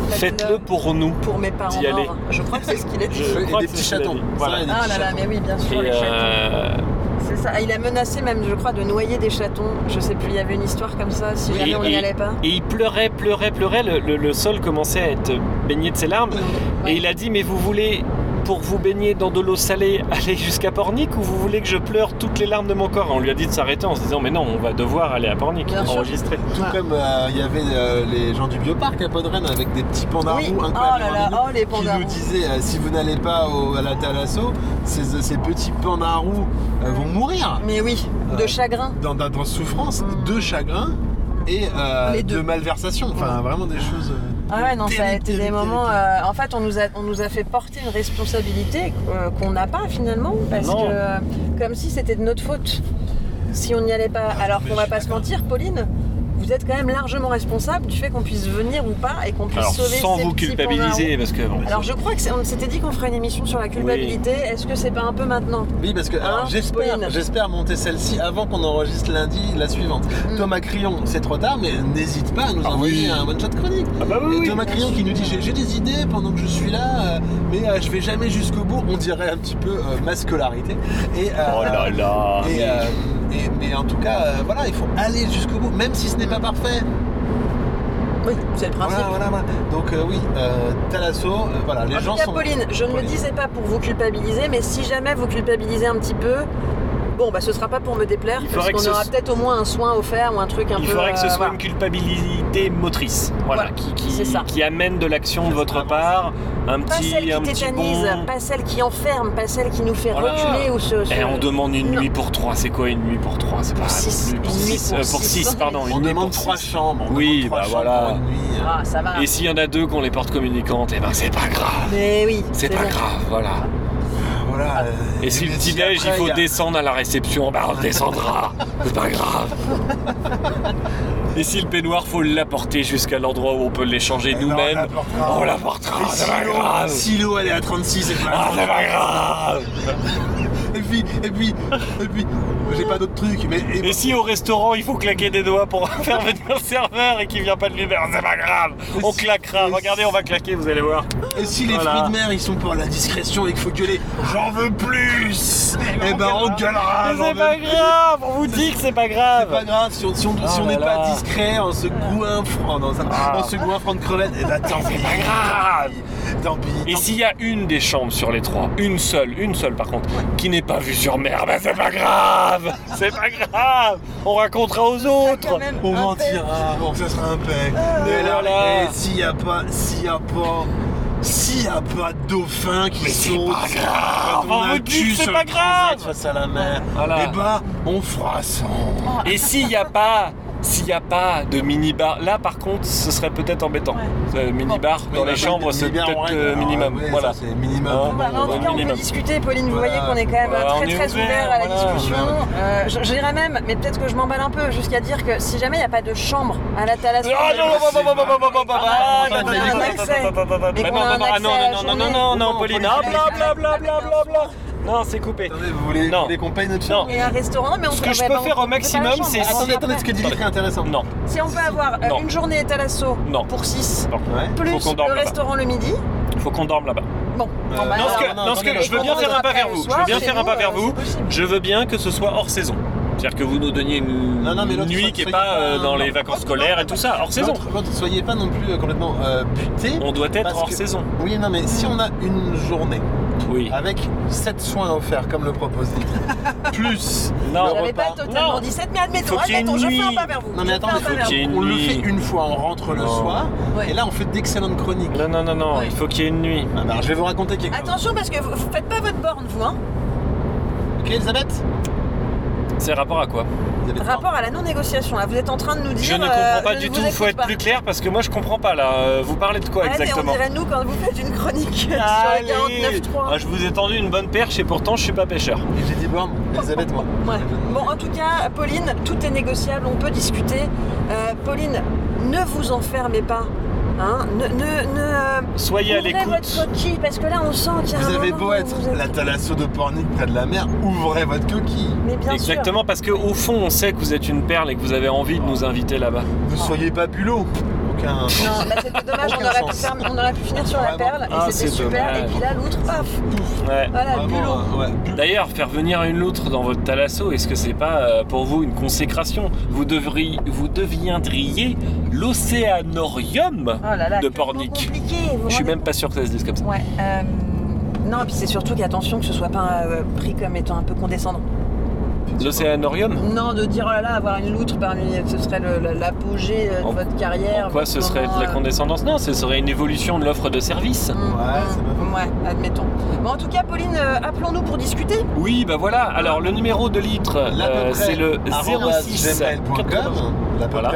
Speaker 3: faites-le pour nous.
Speaker 2: Pour mes parents
Speaker 3: D'y aller.
Speaker 2: morts. Je crois que c'est ce qu'il a dit.
Speaker 3: Je
Speaker 2: Et
Speaker 3: crois
Speaker 2: des
Speaker 3: que
Speaker 2: petits
Speaker 3: c'est ce qu'il a
Speaker 2: chatons.
Speaker 3: dit.
Speaker 2: Ça,
Speaker 3: Voilà.
Speaker 2: Ah là là, mais oui, bien sûr,
Speaker 3: Et,
Speaker 2: les
Speaker 3: euh,
Speaker 2: C'est ça. Ah, Il a menacé même, je crois, de noyer des chatons. Je sais plus, il y avait une histoire comme ça, si
Speaker 3: et-
Speaker 2: jamais on n'y
Speaker 3: et-
Speaker 2: allait pas.
Speaker 3: et il pleurait, pleurait, pleurait. Le, le- le sol commençait à être baigné de ses larmes. Et il a dit Mais vous voulez, pour vous baigner dans de l'eau salée, [LAUGHS] aller jusqu'à Pornic ou vous voulez que je pleure toutes les larmes de mon corps Et On lui a dit de s'arrêter en se disant Mais non, on va devoir aller à Pornic,
Speaker 1: Bien sûr.
Speaker 3: enregistrer.
Speaker 1: Tout comme euh, il y avait euh, les gens du bioparc à Podren avec des petits pandas
Speaker 2: Oui.
Speaker 1: roux
Speaker 2: Oh
Speaker 1: incroyables
Speaker 2: là là,
Speaker 1: mignons,
Speaker 2: oh, les
Speaker 1: qui
Speaker 2: pandas
Speaker 1: nous
Speaker 2: roux.
Speaker 1: disaient euh, si vous n'allez pas au- à la Thalasso, ces, ces petits pandas roux euh, vont mourir.
Speaker 2: Mais oui, de chagrin.
Speaker 1: Dans, dans- dans souffrance, de chagrin et euh,
Speaker 2: Mm. Les deux.
Speaker 1: de malversation. Enfin, vraiment des choses. euh,
Speaker 2: Ah ouais, non, ça a été des moments. euh, en fait, on nous, a, on nous a fait porter une responsabilité euh, qu'on n'a pas finalement, parce
Speaker 1: Non.
Speaker 2: que euh,
Speaker 3: Ah,
Speaker 2: comme si c'était de notre faute si on n'y allait pas. Alors qu'on va pas se mentir, Pauline, vous êtes quand même largement responsable du fait qu'on puisse venir ou pas et qu'on puisse
Speaker 3: Alors,
Speaker 2: sauver
Speaker 3: sans
Speaker 2: ces
Speaker 3: vous
Speaker 2: petits pandarous.
Speaker 3: culpabiliser, parce que bon,
Speaker 2: Alors je crois que c'est- on s'était dit qu'on ferait une émission sur la culpabilité. Est-ce que c'est pas un peu maintenant
Speaker 1: Oui, parce que alors,
Speaker 2: Hein,
Speaker 1: j'espère,
Speaker 2: Pauline
Speaker 1: j'espère monter celle-ci avant qu'on enregistre lundi la suivante.
Speaker 2: Mm.
Speaker 1: Thomas Crillon, c'est trop tard, mais n'hésite pas à nous envoyer un one shot chronique. Et Thomas Crillon qui nous dit j'ai, j'ai des idées pendant que je suis là, euh, mais euh, je vais jamais jusqu'au bout. On dirait un petit peu euh, ma scolarité. Et, euh,
Speaker 3: Oh là là.
Speaker 1: Et, euh, et- mais en tout cas, euh, voilà, il faut aller jusqu'au bout, même si ce n'est pas parfait.
Speaker 2: Oui, c'est le
Speaker 1: principe. Voilà, voilà, voilà. Donc euh, oui, euh, Talasso, euh, voilà, les
Speaker 2: en
Speaker 1: gens
Speaker 2: tout cas,
Speaker 1: sont.
Speaker 2: Pauline, je ne le disais pas pour vous culpabiliser, mais si jamais vous culpabilisez un petit peu, bon, bah, ce sera pas pour me déplaire, parce
Speaker 3: faudrait
Speaker 2: qu'on
Speaker 3: que ce
Speaker 2: aura
Speaker 3: s-
Speaker 2: peut-être au moins un soin offert ou un truc un
Speaker 3: Il
Speaker 2: peu.
Speaker 3: faudrait que ce
Speaker 2: euh,
Speaker 3: soit
Speaker 2: voilà.
Speaker 3: une culpabilité motrice, voilà, qui, qui- qui amène de l'action de votre part, un
Speaker 2: Pas
Speaker 3: petit,
Speaker 2: celle qui
Speaker 3: un petit
Speaker 2: tétanise,
Speaker 3: bond.
Speaker 2: pas celle qui enferme, pas celle qui nous fait
Speaker 3: Voilà.
Speaker 2: reculer ou se. se-
Speaker 3: Eh, on demande une nuit pour trois. C'est quoi une nuit pour trois C'est pas
Speaker 2: six.
Speaker 3: une nuit pour
Speaker 2: Une nuit
Speaker 3: six,
Speaker 2: pour
Speaker 3: euh, pour
Speaker 2: six.
Speaker 3: six, pardon.
Speaker 1: On
Speaker 3: une nuit
Speaker 1: demande
Speaker 3: pour
Speaker 1: trois
Speaker 3: six.
Speaker 1: chambres. on
Speaker 3: Oui,
Speaker 1: demande trois
Speaker 3: bah
Speaker 1: chambres
Speaker 3: voilà.
Speaker 1: pour une nuit.
Speaker 2: Ah, ça va.
Speaker 3: Et s'il y en a deux qu'on les porte communicantes, eh ben c'est pas grave.
Speaker 2: Mais oui.
Speaker 3: C'est pas
Speaker 2: vrai.
Speaker 3: grave, voilà.
Speaker 1: Voilà.
Speaker 3: Et si le petit déj, il
Speaker 1: après,
Speaker 3: faut
Speaker 1: y a-
Speaker 3: descendre à la réception, bah
Speaker 1: [LAUGHS]
Speaker 3: on descendra. C'est pas grave. Et si le peignoir, faut l'apporter jusqu'à l'endroit où on peut
Speaker 1: Eh
Speaker 3: l'échanger
Speaker 1: ben,
Speaker 3: nous-mêmes, on
Speaker 1: Ah,
Speaker 3: l'apportera. Ah, C'est pas grave.
Speaker 1: Si l'eau elle est à 36, c'est pas
Speaker 3: Ah, c'est pas grave.
Speaker 1: Et puis, et puis, et puis, j'ai pas d'autres trucs, mais.
Speaker 3: Et si au restaurant il faut claquer des doigts pour [LAUGHS] faire venir le serveur et qu'il vient pas de l'hiver, c'est pas grave, on claquera, regardez on va claquer, vous allez voir.
Speaker 1: Et si les
Speaker 3: Voilà.
Speaker 1: fruits de mer ils sont pour la discrétion et qu'il faut gueuler, j'en veux plus Eh ben on gueulera
Speaker 13: Ah,
Speaker 3: Mais
Speaker 1: j'en
Speaker 3: c'est
Speaker 1: veux
Speaker 3: pas
Speaker 1: plus.
Speaker 3: grave, on vous dit que c'est pas grave
Speaker 1: C'est pas grave, si on si on- si on n'est
Speaker 3: Oh là
Speaker 1: pas
Speaker 3: là. Ah.
Speaker 1: discret en se gouin franc, dans un, en se gouin franc de crevette, eh ben tant pis.
Speaker 3: C'est pas grave
Speaker 1: Tant pis.
Speaker 3: Et s'il y a une des chambres sur les trois, une seule, une seule par contre, qui n'est pas vue sur mer, ben c'est pas grave C'est pas grave On racontera aux autres
Speaker 1: On
Speaker 3: euh,
Speaker 1: mentira, bon, ça sera un paix.
Speaker 3: Ah
Speaker 1: Mais là, eh, s'il y a pas, s'il y a pas, s'il y a pas de dauphin qui saute, quand
Speaker 3: on
Speaker 1: on a un
Speaker 3: vous dit que
Speaker 1: cul
Speaker 3: c'est
Speaker 1: sur
Speaker 3: pas
Speaker 1: le transat face à la mer, eh ben, on fera sans.
Speaker 3: Et s'il n'y a pas s'il n'y a pas de minibar, là par contre ce serait peut-être embêtant. Euh, minibar dans les chambres c'est peut-être euh, minimum. voilà.
Speaker 1: Ah,
Speaker 3: Hein,
Speaker 1: C'est minimum.
Speaker 2: Bah, en tout cas, on peut discuter, Pauline. Vous voyez qu'on est quand même
Speaker 3: Voilà, Bah,
Speaker 2: très
Speaker 3: on est
Speaker 2: très ouvert,
Speaker 3: ouvert,
Speaker 2: à la
Speaker 3: voilà.
Speaker 2: discussion. Euh, je- je dirais même, mais peut-être que je m'emballe un peu, jusqu'à dire que si jamais il n'y a pas de chambre à la Thalasso,
Speaker 3: Ah non, non, non, non, non, non, non, non, non,
Speaker 2: Ah, qu'on
Speaker 3: non,
Speaker 2: a
Speaker 3: non,
Speaker 2: un
Speaker 3: non,
Speaker 2: accès.
Speaker 3: non, non, non, non,
Speaker 2: Et
Speaker 3: non,
Speaker 2: qu'on a un
Speaker 3: non,
Speaker 2: accès
Speaker 3: ah non,
Speaker 2: à la
Speaker 3: non, non, non,
Speaker 2: journée.
Speaker 3: non, non,
Speaker 2: Bon,
Speaker 3: Pauline,
Speaker 2: on
Speaker 3: ah,
Speaker 2: peut
Speaker 3: bla,
Speaker 2: aller-
Speaker 3: bla, bla, bla, bla, bla. Non, c'est coupé.
Speaker 1: Vous voulez vous voulez qu'on paye notre chambre
Speaker 2: Et un restaurant, mais on
Speaker 3: Ce
Speaker 2: se
Speaker 3: que je
Speaker 2: réveille
Speaker 3: peux
Speaker 2: pas,
Speaker 3: faire
Speaker 2: on
Speaker 3: au
Speaker 2: peut pas la
Speaker 3: maximum
Speaker 2: chambre.
Speaker 3: c'est.
Speaker 2: Attendez, attendez, ce que dit
Speaker 1: Dimitri est intéressant.
Speaker 3: Non.
Speaker 2: Si on peut avoir euh,
Speaker 3: Non.
Speaker 2: une journée Thalasso
Speaker 3: Non.
Speaker 2: pour 6,
Speaker 3: Faut
Speaker 2: plus
Speaker 3: qu'on dorme
Speaker 2: le
Speaker 3: là-bas.
Speaker 2: restaurant le midi,
Speaker 3: euh, Faut qu'on dorme là-bas.
Speaker 2: bon. bon, bah,
Speaker 3: non, ce
Speaker 2: alors,
Speaker 3: que, non, ce que- je veux bien faire un pas vers vous. Je veux bien faire un
Speaker 2: euh,
Speaker 3: pas vers vous. Je veux bien que ce soit hors saison. C'est-à-dire que vous nous donniez une nuit qui n'est pas euh, dans les vacances scolaires et tout ça, hors saison.
Speaker 1: L'autre- l'autre, soyez pas non plus euh, complètement euh, buté.
Speaker 3: On doit être
Speaker 1: parce
Speaker 3: hors
Speaker 1: que-
Speaker 3: saison.
Speaker 1: Oui, non, mais si on a une journée avec 7 soins offerts, comme le propose Dimitri, plus. le
Speaker 2: J'avais
Speaker 1: repas-
Speaker 2: pas totalement dit 7, mais admettons, admettons, je fais un pas vers vous.
Speaker 1: Non, mais
Speaker 2: Je
Speaker 1: attends,
Speaker 2: fais un
Speaker 1: il
Speaker 2: pas
Speaker 1: faut
Speaker 2: vers
Speaker 1: qu'il y ait
Speaker 2: vous.
Speaker 1: une On le fait une fois, on rentre le soir, et là on fait d'excellentes chroniques.
Speaker 3: Non, non, non, non, il faut qu'il y ait une nuit.
Speaker 1: je vais vous raconter quelque chose.
Speaker 2: Attention, parce que vous vous faites pas votre borne, vous, hein.
Speaker 1: Ok, Elisabeth
Speaker 3: C'est rapport à quoi
Speaker 2: Rapport à la non-négociation, là, vous êtes en train de nous dire.
Speaker 3: Je ne
Speaker 2: euh,
Speaker 3: comprends pas
Speaker 2: je
Speaker 3: du
Speaker 2: vous
Speaker 3: tout,
Speaker 2: écoute
Speaker 3: faut être
Speaker 2: pas.
Speaker 3: plus clair parce que moi je comprends pas là. Euh, Vous parlez de quoi
Speaker 2: Ouais, mais
Speaker 3: exactement
Speaker 2: On dirait nous quand vous faites une chronique [LAUGHS] sur
Speaker 3: Allez.
Speaker 2: le 49.3.
Speaker 3: Ah, Je vous ai tendu une bonne perche et pourtant je suis pas pêcheur.
Speaker 1: J'ai dit bon, Elisabeth, moi.
Speaker 2: Ouais. Bon, en tout cas, Pauline, tout est négociable, on peut discuter. Euh, Pauline, ne vous enfermez pas. hein. Ne, ne- ne, euh,
Speaker 1: Soyez à
Speaker 2: ouvrez
Speaker 1: l'écoute.
Speaker 2: votre coquille, parce que là, on sent qu'il y a un
Speaker 1: Vous avez
Speaker 2: moment
Speaker 1: beau
Speaker 2: où
Speaker 1: être
Speaker 2: vous êtes-
Speaker 1: la thalasso de Pornic près de la mer, ouvrez votre coquille.
Speaker 2: Mais bien sûr.
Speaker 3: Exactement, parce qu'au fond on sait que vous êtes une perle et que vous avez envie de nous inviter là-bas.
Speaker 1: Ne soyez pas bulot. Aucun.
Speaker 2: Non, là c'était dommage, on
Speaker 1: Aucun
Speaker 2: aurait, pu
Speaker 1: sens.
Speaker 2: faire- on aurait pu finir sur la perle, et
Speaker 3: Ah,
Speaker 2: c'était
Speaker 3: c'est
Speaker 2: super,
Speaker 3: dommage. hein.
Speaker 2: et puis là l'autre, paf Ah,
Speaker 3: Ouais.
Speaker 2: Voilà, le bulot.
Speaker 1: hein,
Speaker 3: D'ailleurs, faire venir une loutre dans votre thalasso, est-ce que c'est pas euh, pour vous une consécration vous, devriez, vous deviendriez l'océanorium
Speaker 2: Oh là là,
Speaker 3: de
Speaker 2: que
Speaker 3: Pornic.
Speaker 2: compliqué, vous
Speaker 3: Je suis
Speaker 2: rendez-
Speaker 3: même pas sûr que ça se dise comme ça.
Speaker 2: Ouais, euh, non, et puis c'est surtout qu'attention que ce soit pas euh, pris comme étant un peu condescendant.
Speaker 3: L'océanorium
Speaker 2: Non, de dire oh là là, avoir une loutre parmi ce serait le- le- l'apogée euh, de votre carrière.
Speaker 3: Quoi,
Speaker 2: votre
Speaker 3: ce serait de la
Speaker 2: moment,
Speaker 3: condescendance Non, ce serait une évolution de l'offre de service.
Speaker 2: euh, Ouais, admettons. Bon, en tout cas, Pauline, euh, appelons-nous pour discuter.
Speaker 3: Oui, bah voilà. Alors, le numéro de litre, euh,
Speaker 1: près,
Speaker 3: c'est le
Speaker 1: arobase
Speaker 3: 06
Speaker 1: gmail.com,
Speaker 3: 80.
Speaker 1: la
Speaker 3: Voilà.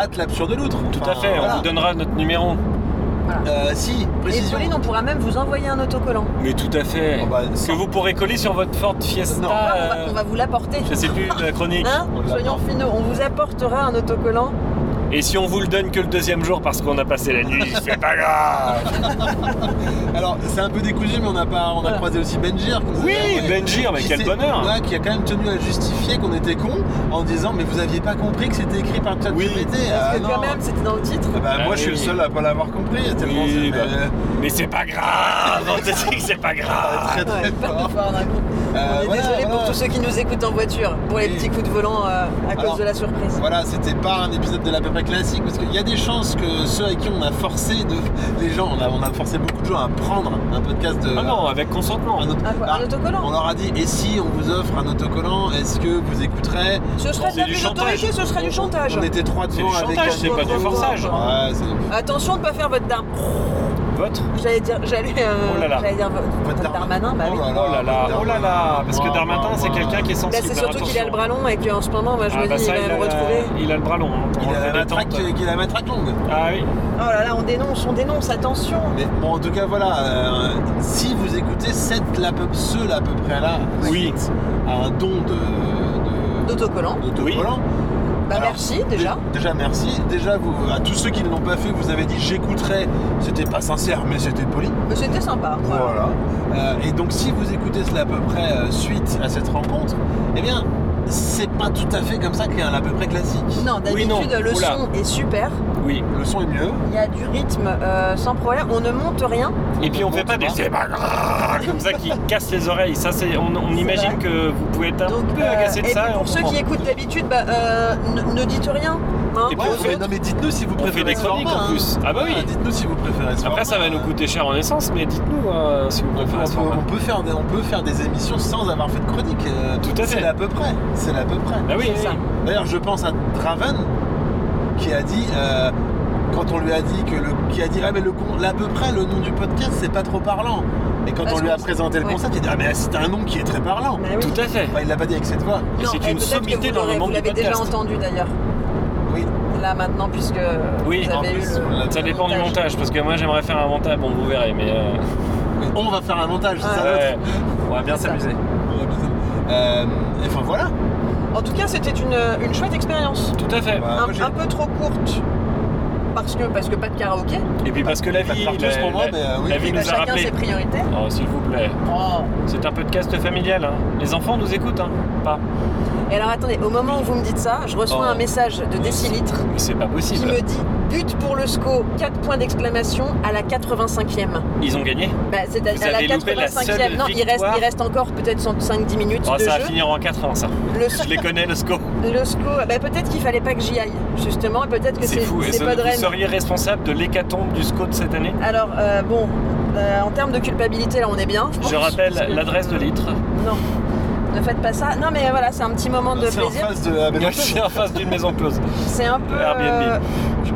Speaker 1: Hâte l'absurde de l'outre. Tout
Speaker 3: à fait, on vous donnera notre numéro.
Speaker 1: Euh, si,
Speaker 2: Et
Speaker 1: précision. Oh, bah,
Speaker 2: Pauline, on pourra même vous envoyer un autocollant.
Speaker 3: Mais tout à fait. que vous pourrez coller sur votre Ford Fiesta.
Speaker 2: Ah, On
Speaker 3: euh,
Speaker 2: va- on va vous l'apporter.
Speaker 3: Je sais plus la chronique.
Speaker 2: Hein Soyons finaux, on vous apportera un autocollant.
Speaker 3: Et si on vous le donne que le deuxième jour parce qu'on a passé la nuit, c'est pas grave.
Speaker 1: Alors, c'est un peu décousu, mais on a, pas, on a croisé aussi Benjir. que vous
Speaker 3: Oui,
Speaker 1: avez abordé,
Speaker 3: Benjir, mais
Speaker 1: qui
Speaker 3: quel
Speaker 1: s'est-
Speaker 3: bonheur.
Speaker 1: ouais, Qui a quand même tenu à justifier qu'on était cons en disant Mais vous aviez pas compris que c'était écrit par ChatGPT.
Speaker 2: Parce
Speaker 1: Ah,
Speaker 2: que
Speaker 1: non.
Speaker 2: quand même, c'était dans
Speaker 1: [LAUGHS]
Speaker 2: le titre.
Speaker 1: Ah bah, moi, je suis le seul à pas l'avoir compris. tellement c'est-
Speaker 3: bah.
Speaker 1: mais, euh,
Speaker 3: Mais c'est pas grave, on te dit que c'est pas grave.
Speaker 1: Très,
Speaker 2: [LAUGHS]
Speaker 1: très fort.
Speaker 2: On
Speaker 1: Euh,
Speaker 2: est
Speaker 1: voilà,
Speaker 2: désolé
Speaker 1: voilà.
Speaker 2: pour tous ceux qui nous écoutent en voiture, pour les petits coups de volant euh, à
Speaker 1: Alors,
Speaker 2: cause de la surprise.
Speaker 1: Voilà, c'était pas un épisode de la peu près classique parce qu'il y a des chances que ceux avec qui on a forcé de, [LAUGHS] les gens, on a, on a forcé beaucoup de gens à prendre un podcast de.
Speaker 3: Ah non, avec consentement.
Speaker 1: Un, auto- Ah, On leur a dit et si on vous offre un autocollant, est-ce que vous écouterez
Speaker 2: Ce serait de la plus autorité, ce serait du chantage. Bah
Speaker 1: On était trois devant avec un- Ouais, c'est-
Speaker 2: Attention de ne pas faire votre dar...
Speaker 3: Votre
Speaker 2: J'allais dire, j'allais, euh,
Speaker 3: Oh là là.
Speaker 2: j'allais dire votre, votre Darmanin. Bah, oui.
Speaker 3: Oh là là, oh là là, parce que Darmatin c'est quelqu'un qui est
Speaker 2: Bah,
Speaker 3: sensible.
Speaker 2: c'est surtout qu'il a le
Speaker 3: attention.
Speaker 2: bras long et qu'en ce moment, moi, je
Speaker 3: Ah
Speaker 2: me
Speaker 3: bah
Speaker 2: dis,
Speaker 3: ça,
Speaker 2: il va
Speaker 3: a
Speaker 2: me
Speaker 3: la-
Speaker 2: retrouver.
Speaker 3: Il a le bras long. hein, pour
Speaker 1: Il a
Speaker 3: enlever
Speaker 1: la
Speaker 3: les
Speaker 1: matraque,
Speaker 3: tentes.
Speaker 1: qui est la matraque longue.
Speaker 3: Ah oui.
Speaker 2: Oh là là, on dénonce, on dénonce, attention.
Speaker 1: Mais bon, en tout cas, voilà, euh, si vous écoutez cette là, peu- ce là à peu près là, oui. à un don de,
Speaker 2: d'autocollant,
Speaker 1: d'autocollant.
Speaker 2: Bah, merci, déjà.
Speaker 1: dé- Déjà merci. Déjà vous, à tous ceux qui ne l'ont pas fait, vous avez dit j'écouterai. C'était pas sincère, mais c'était poli.
Speaker 2: Mais c'était sympa.
Speaker 1: Voilà. Euh, et donc si vous écoutez cela à peu près euh, suite à cette rencontre, eh bien c'est pas tout à fait comme ça qu'un à peu près classique.
Speaker 2: Non, d'habitude, le son est super.
Speaker 3: Oui,
Speaker 1: le son est mieux.
Speaker 2: Il y a du rythme euh, sans problème. On ne monte rien.
Speaker 3: Et puis on fait pas des c'est pas grave, comme ça qui casse les oreilles. Ça c'est, on, on imagine que vous pouvez être un peu agacé de
Speaker 2: euh, et
Speaker 3: ça.
Speaker 2: puis
Speaker 3: et on
Speaker 2: pour ceux
Speaker 3: comprend.
Speaker 2: qui écoutent d'habitude, bah, euh, ne, ne dites rien. hein,
Speaker 3: Et puis
Speaker 2: aux
Speaker 3: on fait-
Speaker 2: autres.
Speaker 1: Non mais dites-nous si vous
Speaker 3: on fait
Speaker 1: préférez
Speaker 3: des
Speaker 1: ce
Speaker 3: chroniques
Speaker 1: format,
Speaker 3: en
Speaker 1: hein.
Speaker 3: plus. Ah bah oui.
Speaker 1: Dites-nous si vous préférez.
Speaker 3: Après ça va nous coûter cher en essence, mais dites-nous euh, si vous préférez ce
Speaker 1: On peut,
Speaker 3: format.
Speaker 1: on peut faire des, on peut faire des émissions sans avoir fait de chronique. euh,
Speaker 3: Tout à fait.
Speaker 1: C'est à peu près. C'est à peu près.
Speaker 3: Ah oui,
Speaker 1: C'est
Speaker 3: oui,
Speaker 1: ça.
Speaker 3: oui.
Speaker 1: D'ailleurs, je pense à Draven qui a dit euh, quand on lui a dit que le qui a dit ah mais le con- l'à peu près le nom du podcast c'est pas trop parlant. Et quand
Speaker 2: Parce
Speaker 1: on lui a
Speaker 2: qu'on-
Speaker 1: présenté le
Speaker 2: ouais.
Speaker 1: concept, il a dit ah mais c'est un nom qui est très parlant.
Speaker 2: Bah oui.
Speaker 3: Tout à fait.
Speaker 1: Enfin, il l'a pas dit avec cette voix.
Speaker 2: Non, et peut-être que vous l'aurez- Vous l'avez déjà entendu d'ailleurs.
Speaker 1: Oui.
Speaker 2: Là maintenant, puisque
Speaker 3: Oui,
Speaker 2: vous
Speaker 3: en
Speaker 2: avez eu
Speaker 3: plus,
Speaker 2: le.
Speaker 3: ça dépend du montage, parce que moi j'aimerais faire un montage, bon vous verrez, mais... euh,
Speaker 1: On va faire un montage, c'est ça
Speaker 3: Ouais. On va bien s'amuser.
Speaker 1: Euh, et enfin voilà.
Speaker 2: En tout cas, c'était une, une chouette expérience.
Speaker 3: Tout à fait.
Speaker 2: un, un peu trop courte. Parce que, parce que pas de karaoké.
Speaker 3: Et puis parce que la vie,
Speaker 1: partout,
Speaker 3: la,
Speaker 1: pour moi,
Speaker 3: la-
Speaker 1: mais, euh, oui.
Speaker 3: la vie
Speaker 1: Et
Speaker 3: nous
Speaker 1: bah,
Speaker 3: a
Speaker 1: chacun
Speaker 3: rappelé.
Speaker 2: ses priorités. Oh.
Speaker 3: Oh, s'il vous plaît. C'est un podcast familial. hein. Les enfants nous écoutent, hein. Pas.
Speaker 2: Et alors attendez, au moment où vous me dites ça, je reçois
Speaker 3: Oh.
Speaker 2: un message de décilitre
Speaker 3: Mais c'est pas
Speaker 2: qui
Speaker 3: possible.
Speaker 2: me dit but pour le SCO, 4 points d'exclamation à la 85e.
Speaker 3: Ils ont gagné.
Speaker 2: Bah, c'est à,
Speaker 3: Vous
Speaker 2: à la
Speaker 3: avez loupé la seule
Speaker 2: 85e. Non, il reste,
Speaker 3: victoire.
Speaker 2: il reste encore peut-être 5-10 minutes
Speaker 3: Oh,
Speaker 2: de
Speaker 3: ça va
Speaker 2: jeu.
Speaker 3: finir en 4 ans, ça.
Speaker 2: Le-
Speaker 3: Je les connais, le score.
Speaker 2: Le SCO, bah, peut-être qu'il fallait pas que j'y aille, justement, et peut-être que
Speaker 3: C'est
Speaker 2: c'est
Speaker 3: fou. Et
Speaker 2: c'est
Speaker 3: ça-
Speaker 2: pas de
Speaker 3: vous
Speaker 2: Rennes.
Speaker 3: seriez responsable de l'hécatombe du SCO de cette année
Speaker 2: Alors, euh, bon, euh, en termes de culpabilité, là, on est bien. pense,
Speaker 3: Je rappelle
Speaker 2: parce que-
Speaker 3: l'adresse de litre.
Speaker 2: Non, ne faites pas ça. Non, mais voilà, c'est un petit moment de
Speaker 3: C'est en
Speaker 2: plaisir.
Speaker 3: face de la maison [LAUGHS] C'est en face d'une maison close.
Speaker 2: C'est un peu.
Speaker 3: Airbnb.
Speaker 2: euh,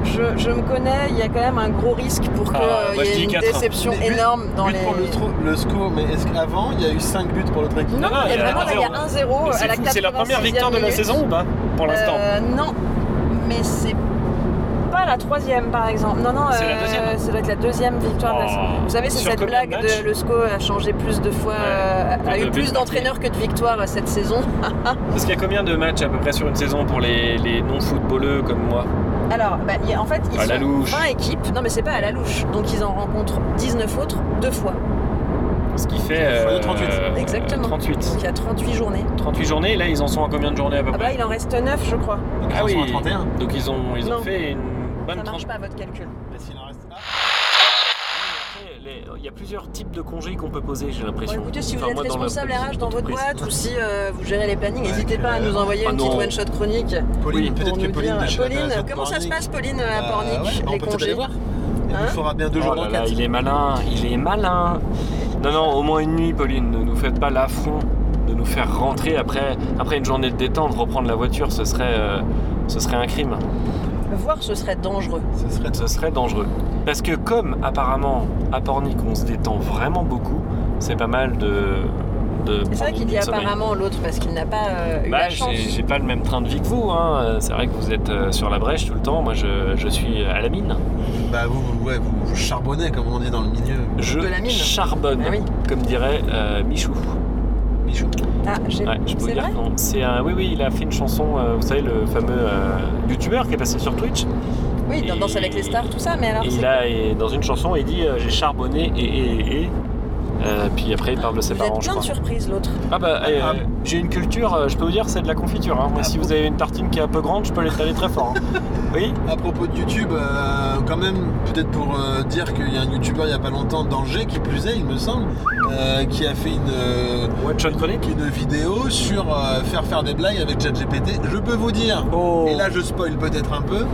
Speaker 2: je, je me connais, il y a quand même un gros risque pour que
Speaker 1: Ah,
Speaker 2: euh,
Speaker 1: moi, je
Speaker 2: il y
Speaker 1: dis
Speaker 2: ait une
Speaker 1: quatre.
Speaker 2: déception
Speaker 1: Mais but-
Speaker 2: énorme dans
Speaker 1: but
Speaker 2: les.
Speaker 1: pour le, tro- le score, mais est-ce qu'avant il y a eu 5 buts pour l'autre équipe
Speaker 2: Non, il y a vraiment là, il y a 1-0
Speaker 1: Mais
Speaker 2: Oh, à
Speaker 1: c'est
Speaker 2: la
Speaker 1: fou, c'est la première
Speaker 2: 86e
Speaker 1: victoire de la
Speaker 2: minute.
Speaker 1: saison ou pas, pour l'instant
Speaker 2: Euh, Non, mais c'est pas la troisième par exemple. Non, non,
Speaker 3: C'est la
Speaker 2: euh,
Speaker 3: deuxième
Speaker 2: ça doit être la deuxième victoire de la
Speaker 3: Oh.
Speaker 2: saison. Vous savez, c'est
Speaker 3: Sur
Speaker 2: cette
Speaker 3: combien de
Speaker 2: blague
Speaker 3: matchs
Speaker 2: de Le SCO a changé plus de fois, euh,
Speaker 3: Quand
Speaker 2: a
Speaker 3: le
Speaker 2: eu
Speaker 3: but
Speaker 2: plus
Speaker 3: marqué.
Speaker 2: d'entraîneurs que de victoires euh, cette saison.
Speaker 3: Parce qu'il y a combien de matchs à peu près sur une saison pour les, les non-footballeux comme moi
Speaker 2: Alors, bah, il y a- en fait, ils
Speaker 3: À
Speaker 2: sont
Speaker 3: la louche.
Speaker 2: 20 équipes. Non, mais c'est pas à la louche. Donc, ils en rencontrent 19 autres deux fois.
Speaker 3: Ce qui fait. euh,
Speaker 2: 38. Exactement.
Speaker 3: 38.
Speaker 2: Donc, il y a 38 journées.
Speaker 3: 38 journées, là ils en sont à combien de journées à peu
Speaker 2: Ah bah,
Speaker 3: près
Speaker 2: il en reste 9, je crois.
Speaker 3: Ah oui, donc ils ont, ils ont
Speaker 2: Non.
Speaker 3: fait une bonne
Speaker 2: Ça marche
Speaker 3: trente-
Speaker 2: pas, votre calcul.
Speaker 3: Les- Il y a plusieurs types de congés qu'on peut poser, j'ai l'impression.
Speaker 2: Bon, écoutez, si vous
Speaker 3: Enfin, moi,
Speaker 2: êtes
Speaker 3: dans la
Speaker 2: responsable RH dans votre
Speaker 3: entreprise.
Speaker 2: boîte ou si euh, vous gérez les plannings, n'hésitez pas à nous envoyer
Speaker 3: ah
Speaker 2: une
Speaker 3: non.
Speaker 2: petite one-shot chronique.
Speaker 1: Pauline,
Speaker 2: pour
Speaker 1: peut-être que
Speaker 2: nous
Speaker 1: Pauline
Speaker 2: dire-
Speaker 1: de chez
Speaker 2: Pauline,
Speaker 1: Atlas,
Speaker 2: comment ça se
Speaker 1: Pornic.
Speaker 2: passe, Pauline, à
Speaker 3: Bah
Speaker 1: Euh,
Speaker 2: Pornic,
Speaker 1: ouais, on
Speaker 2: les
Speaker 1: peut peut-être
Speaker 2: congés Hein
Speaker 1: aller voir. Il nous fera bien deux
Speaker 3: Oh
Speaker 1: jours
Speaker 3: là là,
Speaker 1: d'enquête.
Speaker 3: il est malin, il est malin. Non, non, au moins une nuit, Pauline. Ne nous faites pas l'affront de nous faire rentrer après, après une journée de détente, reprendre la voiture, ce serait, euh, ce serait un crime.
Speaker 2: Voir, ce serait dangereux.
Speaker 1: Ce serait,
Speaker 3: ce serait dangereux. Parce que comme apparemment à Pornic on se détend vraiment beaucoup, c'est pas mal de, de.
Speaker 2: C'est vrai qu'il dit apparemment l'autre parce qu'il n'a pas euh, eu
Speaker 3: Bah,
Speaker 2: la chance.
Speaker 3: j'ai j'ai pas le même train de vie que vous. hein. Euh, C'est vrai que vous êtes euh, sur la brèche tout le temps. Moi, je, je suis à la mine.
Speaker 1: Bah, vous, vous- ouais, vous, vous charbonnez, comme on dit dans le milieu.
Speaker 3: Je charbonne, comme dirait euh, Michou. Michou.
Speaker 2: Ah, j'ai-
Speaker 3: Ouais, je peux
Speaker 2: c'est
Speaker 3: dire
Speaker 2: vrai
Speaker 3: non. C'est un. Oui, oui, il a fait une chanson. euh, vous savez, le fameux euh, youtubeur qui est passé sur Twitch.
Speaker 2: Oui, dans Danse avec les stars, tout ça, mais alors.
Speaker 3: Et
Speaker 2: Ah, c'est-
Speaker 3: il a, et dans une chanson, il dit euh, J'ai charbonné et et et. et. Euh, puis après, il parle de ses
Speaker 2: Vous
Speaker 3: parents.
Speaker 2: êtes
Speaker 3: je
Speaker 2: plein de
Speaker 3: crois.
Speaker 2: surprises, l'autre.
Speaker 3: Ah bah euh, j'ai une culture, euh, je peux vous dire c'est de la confiture. hein. Moi, si vous avez une tartine qui est un peu grande, je peux l'étaler très fort. hein. Oui
Speaker 1: À propos de YouTube, euh, quand même, peut-être pour euh, dire qu'il y a un YouTuber il n'y a pas longtemps d'Angers, qui plus est, il me semble, euh, qui a fait une, euh, une vidéo sur euh, faire faire des blagues avec ChatGPT. Je peux vous dire,
Speaker 2: Oh.
Speaker 1: et là je spoil peut-être un peu,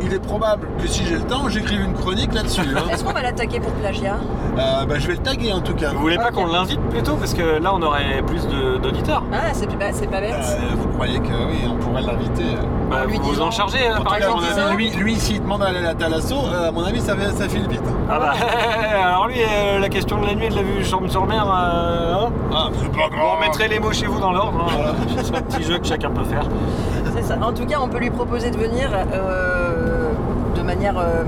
Speaker 1: qu'il est probable que si j'ai le temps, j'écrive une chronique là-dessus.
Speaker 2: [LAUGHS]
Speaker 1: hein.
Speaker 2: Est-ce qu'on va l'attaquer pour plagiat
Speaker 1: Euh, bah, je vais le taguer en tout cas.
Speaker 3: Vous voulez pas qu'on l'invite plutôt parce que là on aurait plus de- d'auditeurs.
Speaker 2: Ah, c'est bah, c'est pas bête.
Speaker 1: Euh, Vous croyez que oui, on pourrait l'inviter
Speaker 3: Bah, vous vous en chargez
Speaker 2: hein, Ah,
Speaker 3: euh,
Speaker 1: En tout
Speaker 3: par
Speaker 1: cas,
Speaker 3: exemple.
Speaker 1: à mon avis, lui, lui s'il demande à aller à la Thalasso, euh, à mon avis, ça, va- ça file vite. hein.
Speaker 2: [LAUGHS]
Speaker 3: Ah bah, [LAUGHS] alors lui, euh, la question de la nuit et de la vue chambre sur mer, euh, hein Vous remettrez les mots chez vous dans l'ordre. hein. [LAUGHS] C'est un petit jeu que chacun peut faire.
Speaker 2: C'est ça. En tout cas, on peut lui proposer de venir euh, de manière. euh,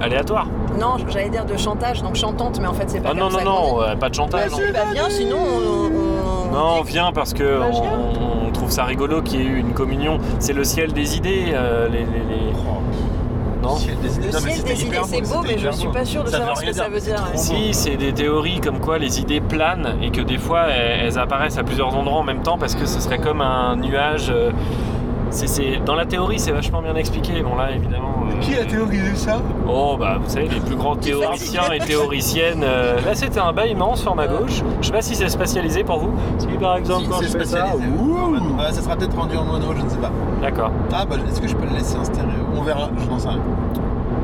Speaker 3: Aléatoire.
Speaker 2: non, j'allais dire de chantage, donc chantante, mais en fait, c'est pas
Speaker 3: Ah non,
Speaker 2: comme
Speaker 3: non,
Speaker 2: ça qu'on dit.
Speaker 3: non, euh, pas de
Speaker 2: Bah,
Speaker 3: chantage. non.
Speaker 2: si, bah, viens, sinon on- on-
Speaker 3: Non, on vient parce que
Speaker 2: Bah, je viens.
Speaker 3: on, on trouve ça rigolo qu'il y ait eu une communion. C'est le ciel des idées, euh, les. les- les- Non
Speaker 2: Le
Speaker 1: mais
Speaker 2: ciel
Speaker 1: c'était
Speaker 2: des idées,
Speaker 1: hyper
Speaker 2: c'est
Speaker 1: beau,
Speaker 2: beau,
Speaker 1: c'était
Speaker 2: mais je
Speaker 1: hyper
Speaker 2: suis
Speaker 1: beau.
Speaker 2: pas sûre de
Speaker 1: Ça veut
Speaker 2: savoir ce
Speaker 1: rien
Speaker 2: que ça
Speaker 1: dire,
Speaker 2: veut
Speaker 1: c'est
Speaker 2: dire.
Speaker 1: trop beau.
Speaker 3: Si, c'est des théories comme quoi les idées planent et que des fois elles, elles apparaissent à plusieurs endroits en même temps parce que ce serait comme un nuage. euh, c'est- c'est- Dans la théorie, c'est vachement bien expliqué. Bon, là, évidemment. euh,
Speaker 1: Qui a théorisé ça
Speaker 3: Oh, bah, vous savez, les plus grands théoriciens et théoriciennes. euh, Là, c'était un bail immense sur ma gauche. Je sais pas si c'est spatialisé pour vous. Si, par exemple, quand
Speaker 1: C'est
Speaker 3: je fais ça.
Speaker 1: spécialisé. Euh, ça sera peut-être rendu en mono, je ne sais pas.
Speaker 3: D'accord.
Speaker 1: Ah bah est-ce que je peux le laisser en stéréo On verra, je n'en sais rien.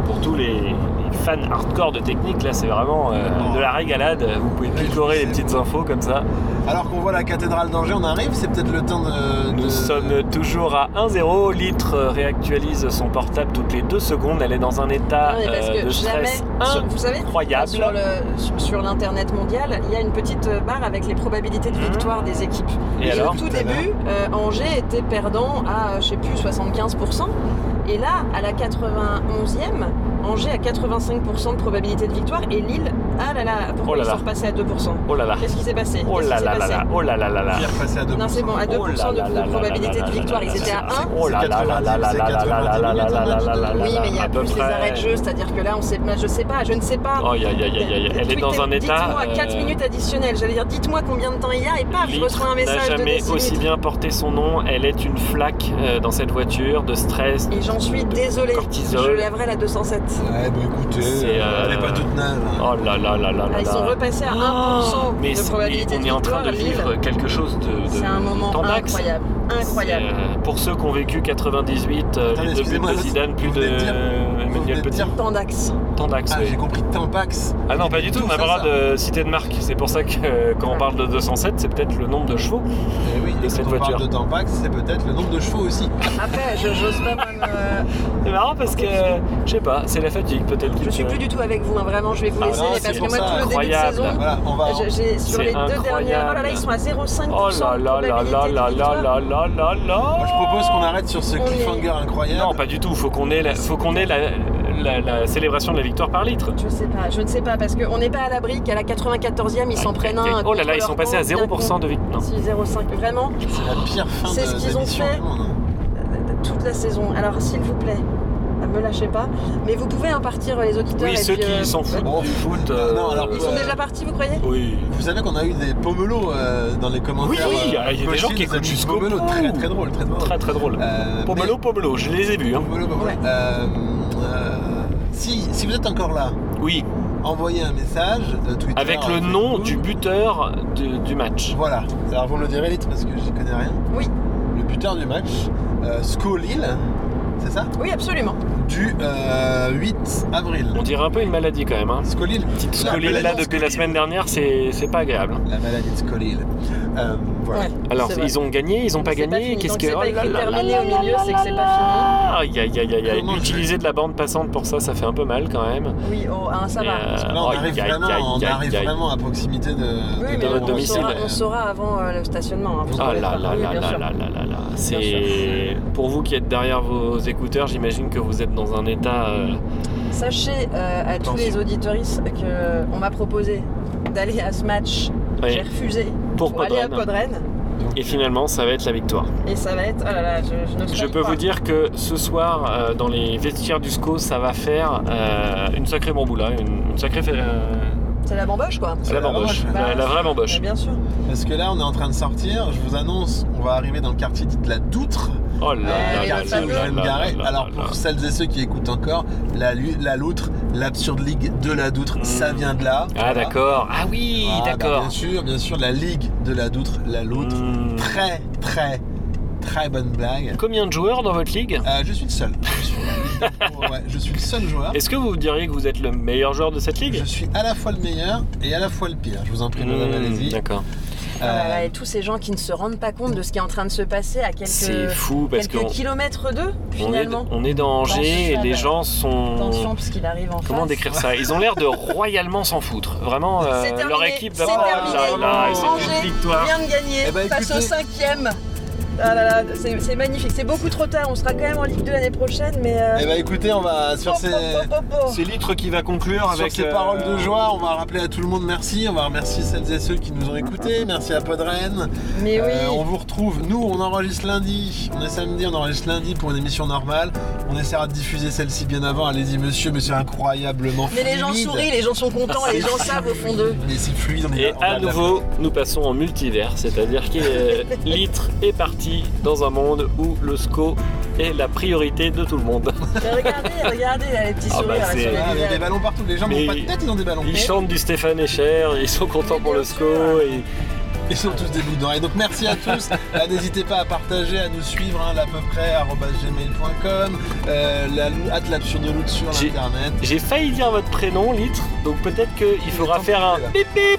Speaker 3: Pour tous les, les fans hardcore de technique, là, c'est vraiment euh, de la régalade. Vous pouvez picorer les petites infos comme ça.
Speaker 1: Alors qu'on voit la cathédrale d'Angers, on arrive, c'est peut-être le temps de.
Speaker 3: Nous sommes toujours à 1-0. Litre euh, réactualise son portable toutes les deux secondes. Elle est dans un état
Speaker 2: Non, mais parce
Speaker 3: euh,
Speaker 2: que
Speaker 3: de
Speaker 2: jamais,
Speaker 3: stress
Speaker 2: sur- vous savez,
Speaker 3: incroyable.
Speaker 2: sur le- sur- sur l'internet mondial, il y a une petite euh, barre avec les probabilités
Speaker 3: Mmh.
Speaker 2: de victoire des équipes.
Speaker 3: Et alors
Speaker 2: au tout
Speaker 3: Tout à
Speaker 2: début, euh, Angers était perdant à, euh, je sais plus, 75%. Et là, à la 91e, Angers a 85% de probabilité de victoire et Lille, ah là là, pourquoi
Speaker 3: Oh là
Speaker 2: ils
Speaker 3: là.
Speaker 2: sont repassés à 2%
Speaker 3: Oh là là.
Speaker 2: Qu'est-ce qui s'est passé
Speaker 3: Oh
Speaker 2: Qu'est-ce
Speaker 3: là
Speaker 2: qui
Speaker 3: là
Speaker 2: s'est
Speaker 3: là
Speaker 2: passé
Speaker 3: là, oh là là là là.
Speaker 1: Pierre passé à 2%.
Speaker 2: Non, c'est bon, à 2% de, de probabilité de victoire, ils étaient à 1.
Speaker 3: Oh là là là là là là là là là là là là là là
Speaker 2: Oui,
Speaker 3: là,
Speaker 2: mais il y
Speaker 3: à
Speaker 2: a
Speaker 3: peu
Speaker 2: plus les
Speaker 3: près.
Speaker 2: arrêts de jeu, c'est-à-dire que là, on sait, bah, je sais pas, je ne sais pas.
Speaker 3: Oh, aïe, aïe, aïe, aïe, aïe. Elle est dans un état.
Speaker 2: Dites-moi 4
Speaker 3: euh,
Speaker 2: minutes additionnelles, j'allais dire dites-moi combien de temps il y a et paf, je
Speaker 3: Litre
Speaker 2: reçois un message
Speaker 3: n'a
Speaker 2: de
Speaker 3: jamais
Speaker 2: 10
Speaker 3: aussi
Speaker 2: minutes.
Speaker 3: bien porté son nom. Elle est une flaque euh, dans cette voiture de stress.
Speaker 2: Et j'en suis désolée,
Speaker 3: cortisol.
Speaker 2: je lèverai la 207.
Speaker 1: Ouais, bah écoutez,
Speaker 3: elle n'est pas toute
Speaker 1: neuve. hein.
Speaker 3: Oh là là là là là.
Speaker 2: Ah, ils
Speaker 3: là.
Speaker 2: sont repassés à 1%
Speaker 3: mais
Speaker 2: Oh. de
Speaker 3: c'est-
Speaker 2: probabilité
Speaker 3: on
Speaker 2: de
Speaker 3: est en train
Speaker 2: victoire.
Speaker 3: de
Speaker 2: Lille.
Speaker 3: vivre quelque chose de, de-
Speaker 2: C'est un
Speaker 3: de
Speaker 2: moment
Speaker 3: tendax.
Speaker 2: incroyable, incroyable.
Speaker 3: Euh, pour ceux qui ont vécu 98, euh, plus de buts de Zidane, plus de Emmanuel Petit.
Speaker 2: Tandax.
Speaker 3: Tandax,
Speaker 1: Ah,
Speaker 3: oui.
Speaker 1: j'ai compris Tampax.
Speaker 3: Ah non, pas du tout, on a pas le droit de citer de marque. C'est pour ça que euh, quand on parle de 207, c'est peut-être le nombre de chevaux de cette
Speaker 1: On
Speaker 3: voiture.
Speaker 1: parle de Tampax, c'est peut-être le nombre de chevaux aussi.
Speaker 2: Après, je j'ose pas même. euh,
Speaker 3: C'est marrant parce que, euh, je sais pas, c'est la fatigue peut-être.
Speaker 2: Je suis plus du tout avec vous, hein, vraiment, je vais vous
Speaker 3: Ah
Speaker 2: laisser,
Speaker 3: non,
Speaker 2: mais
Speaker 3: c'est
Speaker 2: parce que
Speaker 3: pour
Speaker 2: moi,
Speaker 3: ça,
Speaker 2: tout le début de
Speaker 3: incroyable.
Speaker 2: saison,
Speaker 3: Voilà, on va-
Speaker 2: j'ai- j'ai- sur
Speaker 3: C'est
Speaker 2: les deux
Speaker 3: incroyable.
Speaker 2: dernières, oh là là, ils sont à 0,5%.
Speaker 3: Oh là là là là là là là là là là Moi
Speaker 1: je propose qu'on arrête sur ce cliffhanger incroyable.
Speaker 3: Non, pas du tout, faut qu'on ait la, faut qu'on ait la, la- la célébration de la victoire par litre.
Speaker 2: Je sais pas, je ne sais pas, parce qu'on n'est pas à l'abri qu'à la 94e, ils s'en prennent un.
Speaker 3: Oh là
Speaker 2: contre
Speaker 3: là, ils
Speaker 2: leur
Speaker 3: sont passés à
Speaker 2: camp, d'un
Speaker 3: 0% de
Speaker 2: coup.
Speaker 3: victoire.
Speaker 2: Si, 0,5, vraiment.
Speaker 1: C'est la pire fin
Speaker 2: C'est
Speaker 1: de-
Speaker 2: ce qu'ils ont
Speaker 1: d'émission
Speaker 2: fait
Speaker 1: du monde.
Speaker 2: euh, toute la saison. Alors, s'il vous plaît, ne me lâchez pas, mais vous pouvez en partir, les auditeurs.
Speaker 3: Oui,
Speaker 2: et
Speaker 3: ceux
Speaker 2: puis, euh,
Speaker 3: qui s'en foutent du foot. euh,
Speaker 1: non, alors, euh,
Speaker 2: Ils sont déjà partis, vous croyez
Speaker 3: Oui.
Speaker 1: Vous savez qu'on a eu des pomelos euh, dans les commentaires.
Speaker 3: Oui, oui,
Speaker 1: euh,
Speaker 3: il y a des gens qui
Speaker 1: des
Speaker 3: écoutent
Speaker 1: amis
Speaker 3: jusqu'au
Speaker 1: pomelos.
Speaker 3: bout.
Speaker 1: Très, très drôle, très drôle. Euh,
Speaker 3: Très très drôle. Pomelo, Pomelo, je les ai vus. hein.
Speaker 1: Pomelo, Pomelo. Euh, euh, si, si vous êtes encore là,
Speaker 3: oui.
Speaker 1: envoyez un message euh, Twitter.
Speaker 3: Avec le nom du buteur de- du match.
Speaker 1: Voilà. Alors vous me le direz vite parce que j'y connais rien.
Speaker 2: Oui.
Speaker 1: Le buteur du match, euh, Sco Lille, c'est ça
Speaker 2: Oui, absolument.
Speaker 1: Du euh, 8 avril.
Speaker 3: On dirait un peu une maladie quand même. Hein.
Speaker 1: Scolil.
Speaker 3: Petite
Speaker 1: La
Speaker 3: scolile là
Speaker 1: maladie de
Speaker 3: depuis la
Speaker 1: Scolil.
Speaker 3: semaine dernière, c'est c'est pas agréable.
Speaker 1: La maladie de Scolil. Euh, voilà.
Speaker 3: Alors,
Speaker 1: C'est vrai.
Speaker 3: ils ont gagné, ils ont pas
Speaker 1: C'est pas
Speaker 3: gagné,
Speaker 1: fini,
Speaker 3: qu'est-ce
Speaker 1: donc
Speaker 3: que.
Speaker 1: c'est pas
Speaker 3: oh là
Speaker 1: écrit
Speaker 3: là là
Speaker 2: terminé
Speaker 3: là
Speaker 2: au milieu,
Speaker 3: là
Speaker 2: c'est que c'est
Speaker 3: là
Speaker 2: pas
Speaker 3: là. Aïe aïe aïe aïe, aïe.
Speaker 1: Comment je-
Speaker 3: utiliser de la bande passante pour ça, ça fait un peu mal quand même.
Speaker 2: Oui, oh, hein, ça va.
Speaker 3: Euh,
Speaker 1: Là, on
Speaker 3: aïe,
Speaker 1: arrive
Speaker 3: aïe,
Speaker 1: vraiment,
Speaker 3: aïe,
Speaker 1: on
Speaker 3: aïe,
Speaker 1: arrive
Speaker 3: aïe.
Speaker 1: vraiment à proximité de,
Speaker 2: Oui,
Speaker 1: de
Speaker 2: mais
Speaker 1: notre
Speaker 2: on,
Speaker 1: domicile.
Speaker 2: Saura, on saura avant euh, le stationnement. hein, parce qu'on
Speaker 3: Ah
Speaker 2: est
Speaker 3: là
Speaker 2: pas-
Speaker 3: là
Speaker 2: oui,
Speaker 3: là
Speaker 2: bien
Speaker 3: là
Speaker 2: sûr.
Speaker 3: là là là là. C'est pour vous qui êtes derrière vos écouteurs, j'imagine que vous êtes dans un état. euh,
Speaker 2: Sachez euh, à tous les auditoristes qu'on m'a proposé d'aller à ce match.
Speaker 3: Oui.
Speaker 2: J'ai refusé
Speaker 3: Pour
Speaker 2: aller à
Speaker 3: Podren.
Speaker 2: Podren.
Speaker 3: Et finalement, ça va être la victoire.
Speaker 2: Et ça va être. Oh là là, je, je ne
Speaker 3: Je peux vous dire que ce soir, euh, dans les vestiaires du SCO, ça va faire euh, une sacrée bamboula, une, une sacrée. euh,
Speaker 2: C'est la bamboche quoi.
Speaker 3: C'est la bamboche. La, la vraie bamboche.
Speaker 2: Bien sûr.
Speaker 1: Parce que là, on est en train de sortir. Je vous annonce, on va arriver dans le quartier dit de la Doutre.
Speaker 3: Oh là
Speaker 1: là là là là là là là Alors, pour celles et ceux qui écoutent encore, la, lu- la Loutre, l'absurde ligue de la Doutre, ça vient de là.
Speaker 3: Hmm. Ah,
Speaker 1: Voilà.
Speaker 3: d'accord. Ah oui,
Speaker 1: Ah, bah,
Speaker 3: d'accord. Hmm.
Speaker 1: bien sûr, bien sûr, la ligue de la Doutre, la Loutre. Très, très, très bonne blague.
Speaker 3: Combien de joueurs dans votre ligue
Speaker 1: Euh, Je suis le seul. Je suis, ouais, je suis le seul joueur.
Speaker 3: Est-ce que vous diriez que vous êtes le meilleur joueur de cette ligue
Speaker 1: Je suis à la fois le meilleur et à la fois le pire. Je vous en prie, madame,
Speaker 3: Mmh,
Speaker 1: allez-y. Euh,
Speaker 3: D'accord.
Speaker 2: Ah
Speaker 3: euh,
Speaker 2: là là, et tous ces gens qui ne se rendent pas compte de ce qui est en train de se passer à quelques,
Speaker 3: C'est fou, parce
Speaker 2: quelques
Speaker 3: qu'on-
Speaker 2: kilomètres d'eux,
Speaker 3: On est,
Speaker 2: finalement.
Speaker 3: on est dans
Speaker 2: Attention,
Speaker 3: Angers et les
Speaker 2: euh,
Speaker 3: gens sont.
Speaker 2: Attention, parce qu'il arrive en
Speaker 3: Comment
Speaker 2: face.
Speaker 3: décrire ça Ils ont l'air de royalement s'en foutre. Vraiment, euh,
Speaker 2: C'est terminé,
Speaker 3: leur équipe
Speaker 2: c'est
Speaker 3: va pas.
Speaker 2: terminé.
Speaker 3: Là, là, ils ont
Speaker 2: Angers
Speaker 3: une victoire.
Speaker 2: vient de gagner,
Speaker 3: Eh ben,
Speaker 2: passe au
Speaker 3: écoutez.
Speaker 2: cinquième. Ah là là, c'est c'est magnifique, c'est beaucoup trop tard, on sera quand même en Ligue 2 l'année prochaine, mais... euh,
Speaker 3: ben,
Speaker 1: Eh bah écoutez, on va sur
Speaker 2: Oh,
Speaker 1: ces,
Speaker 2: oh, oh, oh, oh.
Speaker 1: ces
Speaker 3: litres qui va conclure
Speaker 1: sur
Speaker 3: avec,
Speaker 1: ces
Speaker 3: euh,
Speaker 1: paroles de joie. On va rappeler à tout le monde merci. On va remercier celles et ceux qui nous ont écoutés. Merci à Podren. Euh,
Speaker 2: Mais Eh oui.
Speaker 3: euh,
Speaker 1: on vous retrouve. Nous, on enregistre lundi. On est samedi, on enregistre lundi pour une émission normale. On essaiera de diffuser celle-ci bien avant. Allez-y, monsieur, mais c'est incroyablement
Speaker 2: Mais les gens
Speaker 1: fluide.
Speaker 2: sourient, les gens sont
Speaker 3: Ah,
Speaker 2: contents, les gens savent au fond d'eux.
Speaker 1: Mais c'est fluide. on est-
Speaker 3: Et
Speaker 1: on a
Speaker 3: à
Speaker 1: de la-
Speaker 3: nouveau, nous passons en multivers, c'est-à-dire que euh,
Speaker 2: [LAUGHS]
Speaker 3: Litre est parti dans un monde où le SCO est la priorité de tout le monde.
Speaker 2: Mais Regardez, regardez là, les petits
Speaker 3: Ah,
Speaker 2: sourires.
Speaker 3: bah,
Speaker 2: là, sur
Speaker 3: c'est-
Speaker 2: les
Speaker 3: Ah, il y a
Speaker 2: visages.
Speaker 3: des ballons
Speaker 1: partout, les gens n'ont
Speaker 3: Mais
Speaker 1: pas de tête, ils ont des ballons.
Speaker 3: Ils chantent du Stéphane Echer, ils sont contents pour le SCO. Et...
Speaker 1: Ils sont tous des bouts d'oreilles. Donc merci à tous. Ah, N'hésitez pas à partager, à nous suivre, hein, à peu près, arobase gmail.com, euh, la lou- at l'absurde loot sur
Speaker 3: J'ai-
Speaker 1: internet.
Speaker 3: J'ai failli dire votre prénom, Litre, donc peut-être qu'il faudra faire un bip bip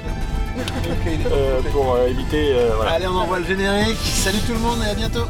Speaker 3: euh, pour euh, éviter. euh, voilà.
Speaker 1: Allez, on envoie le générique. Salut tout le monde et à bientôt.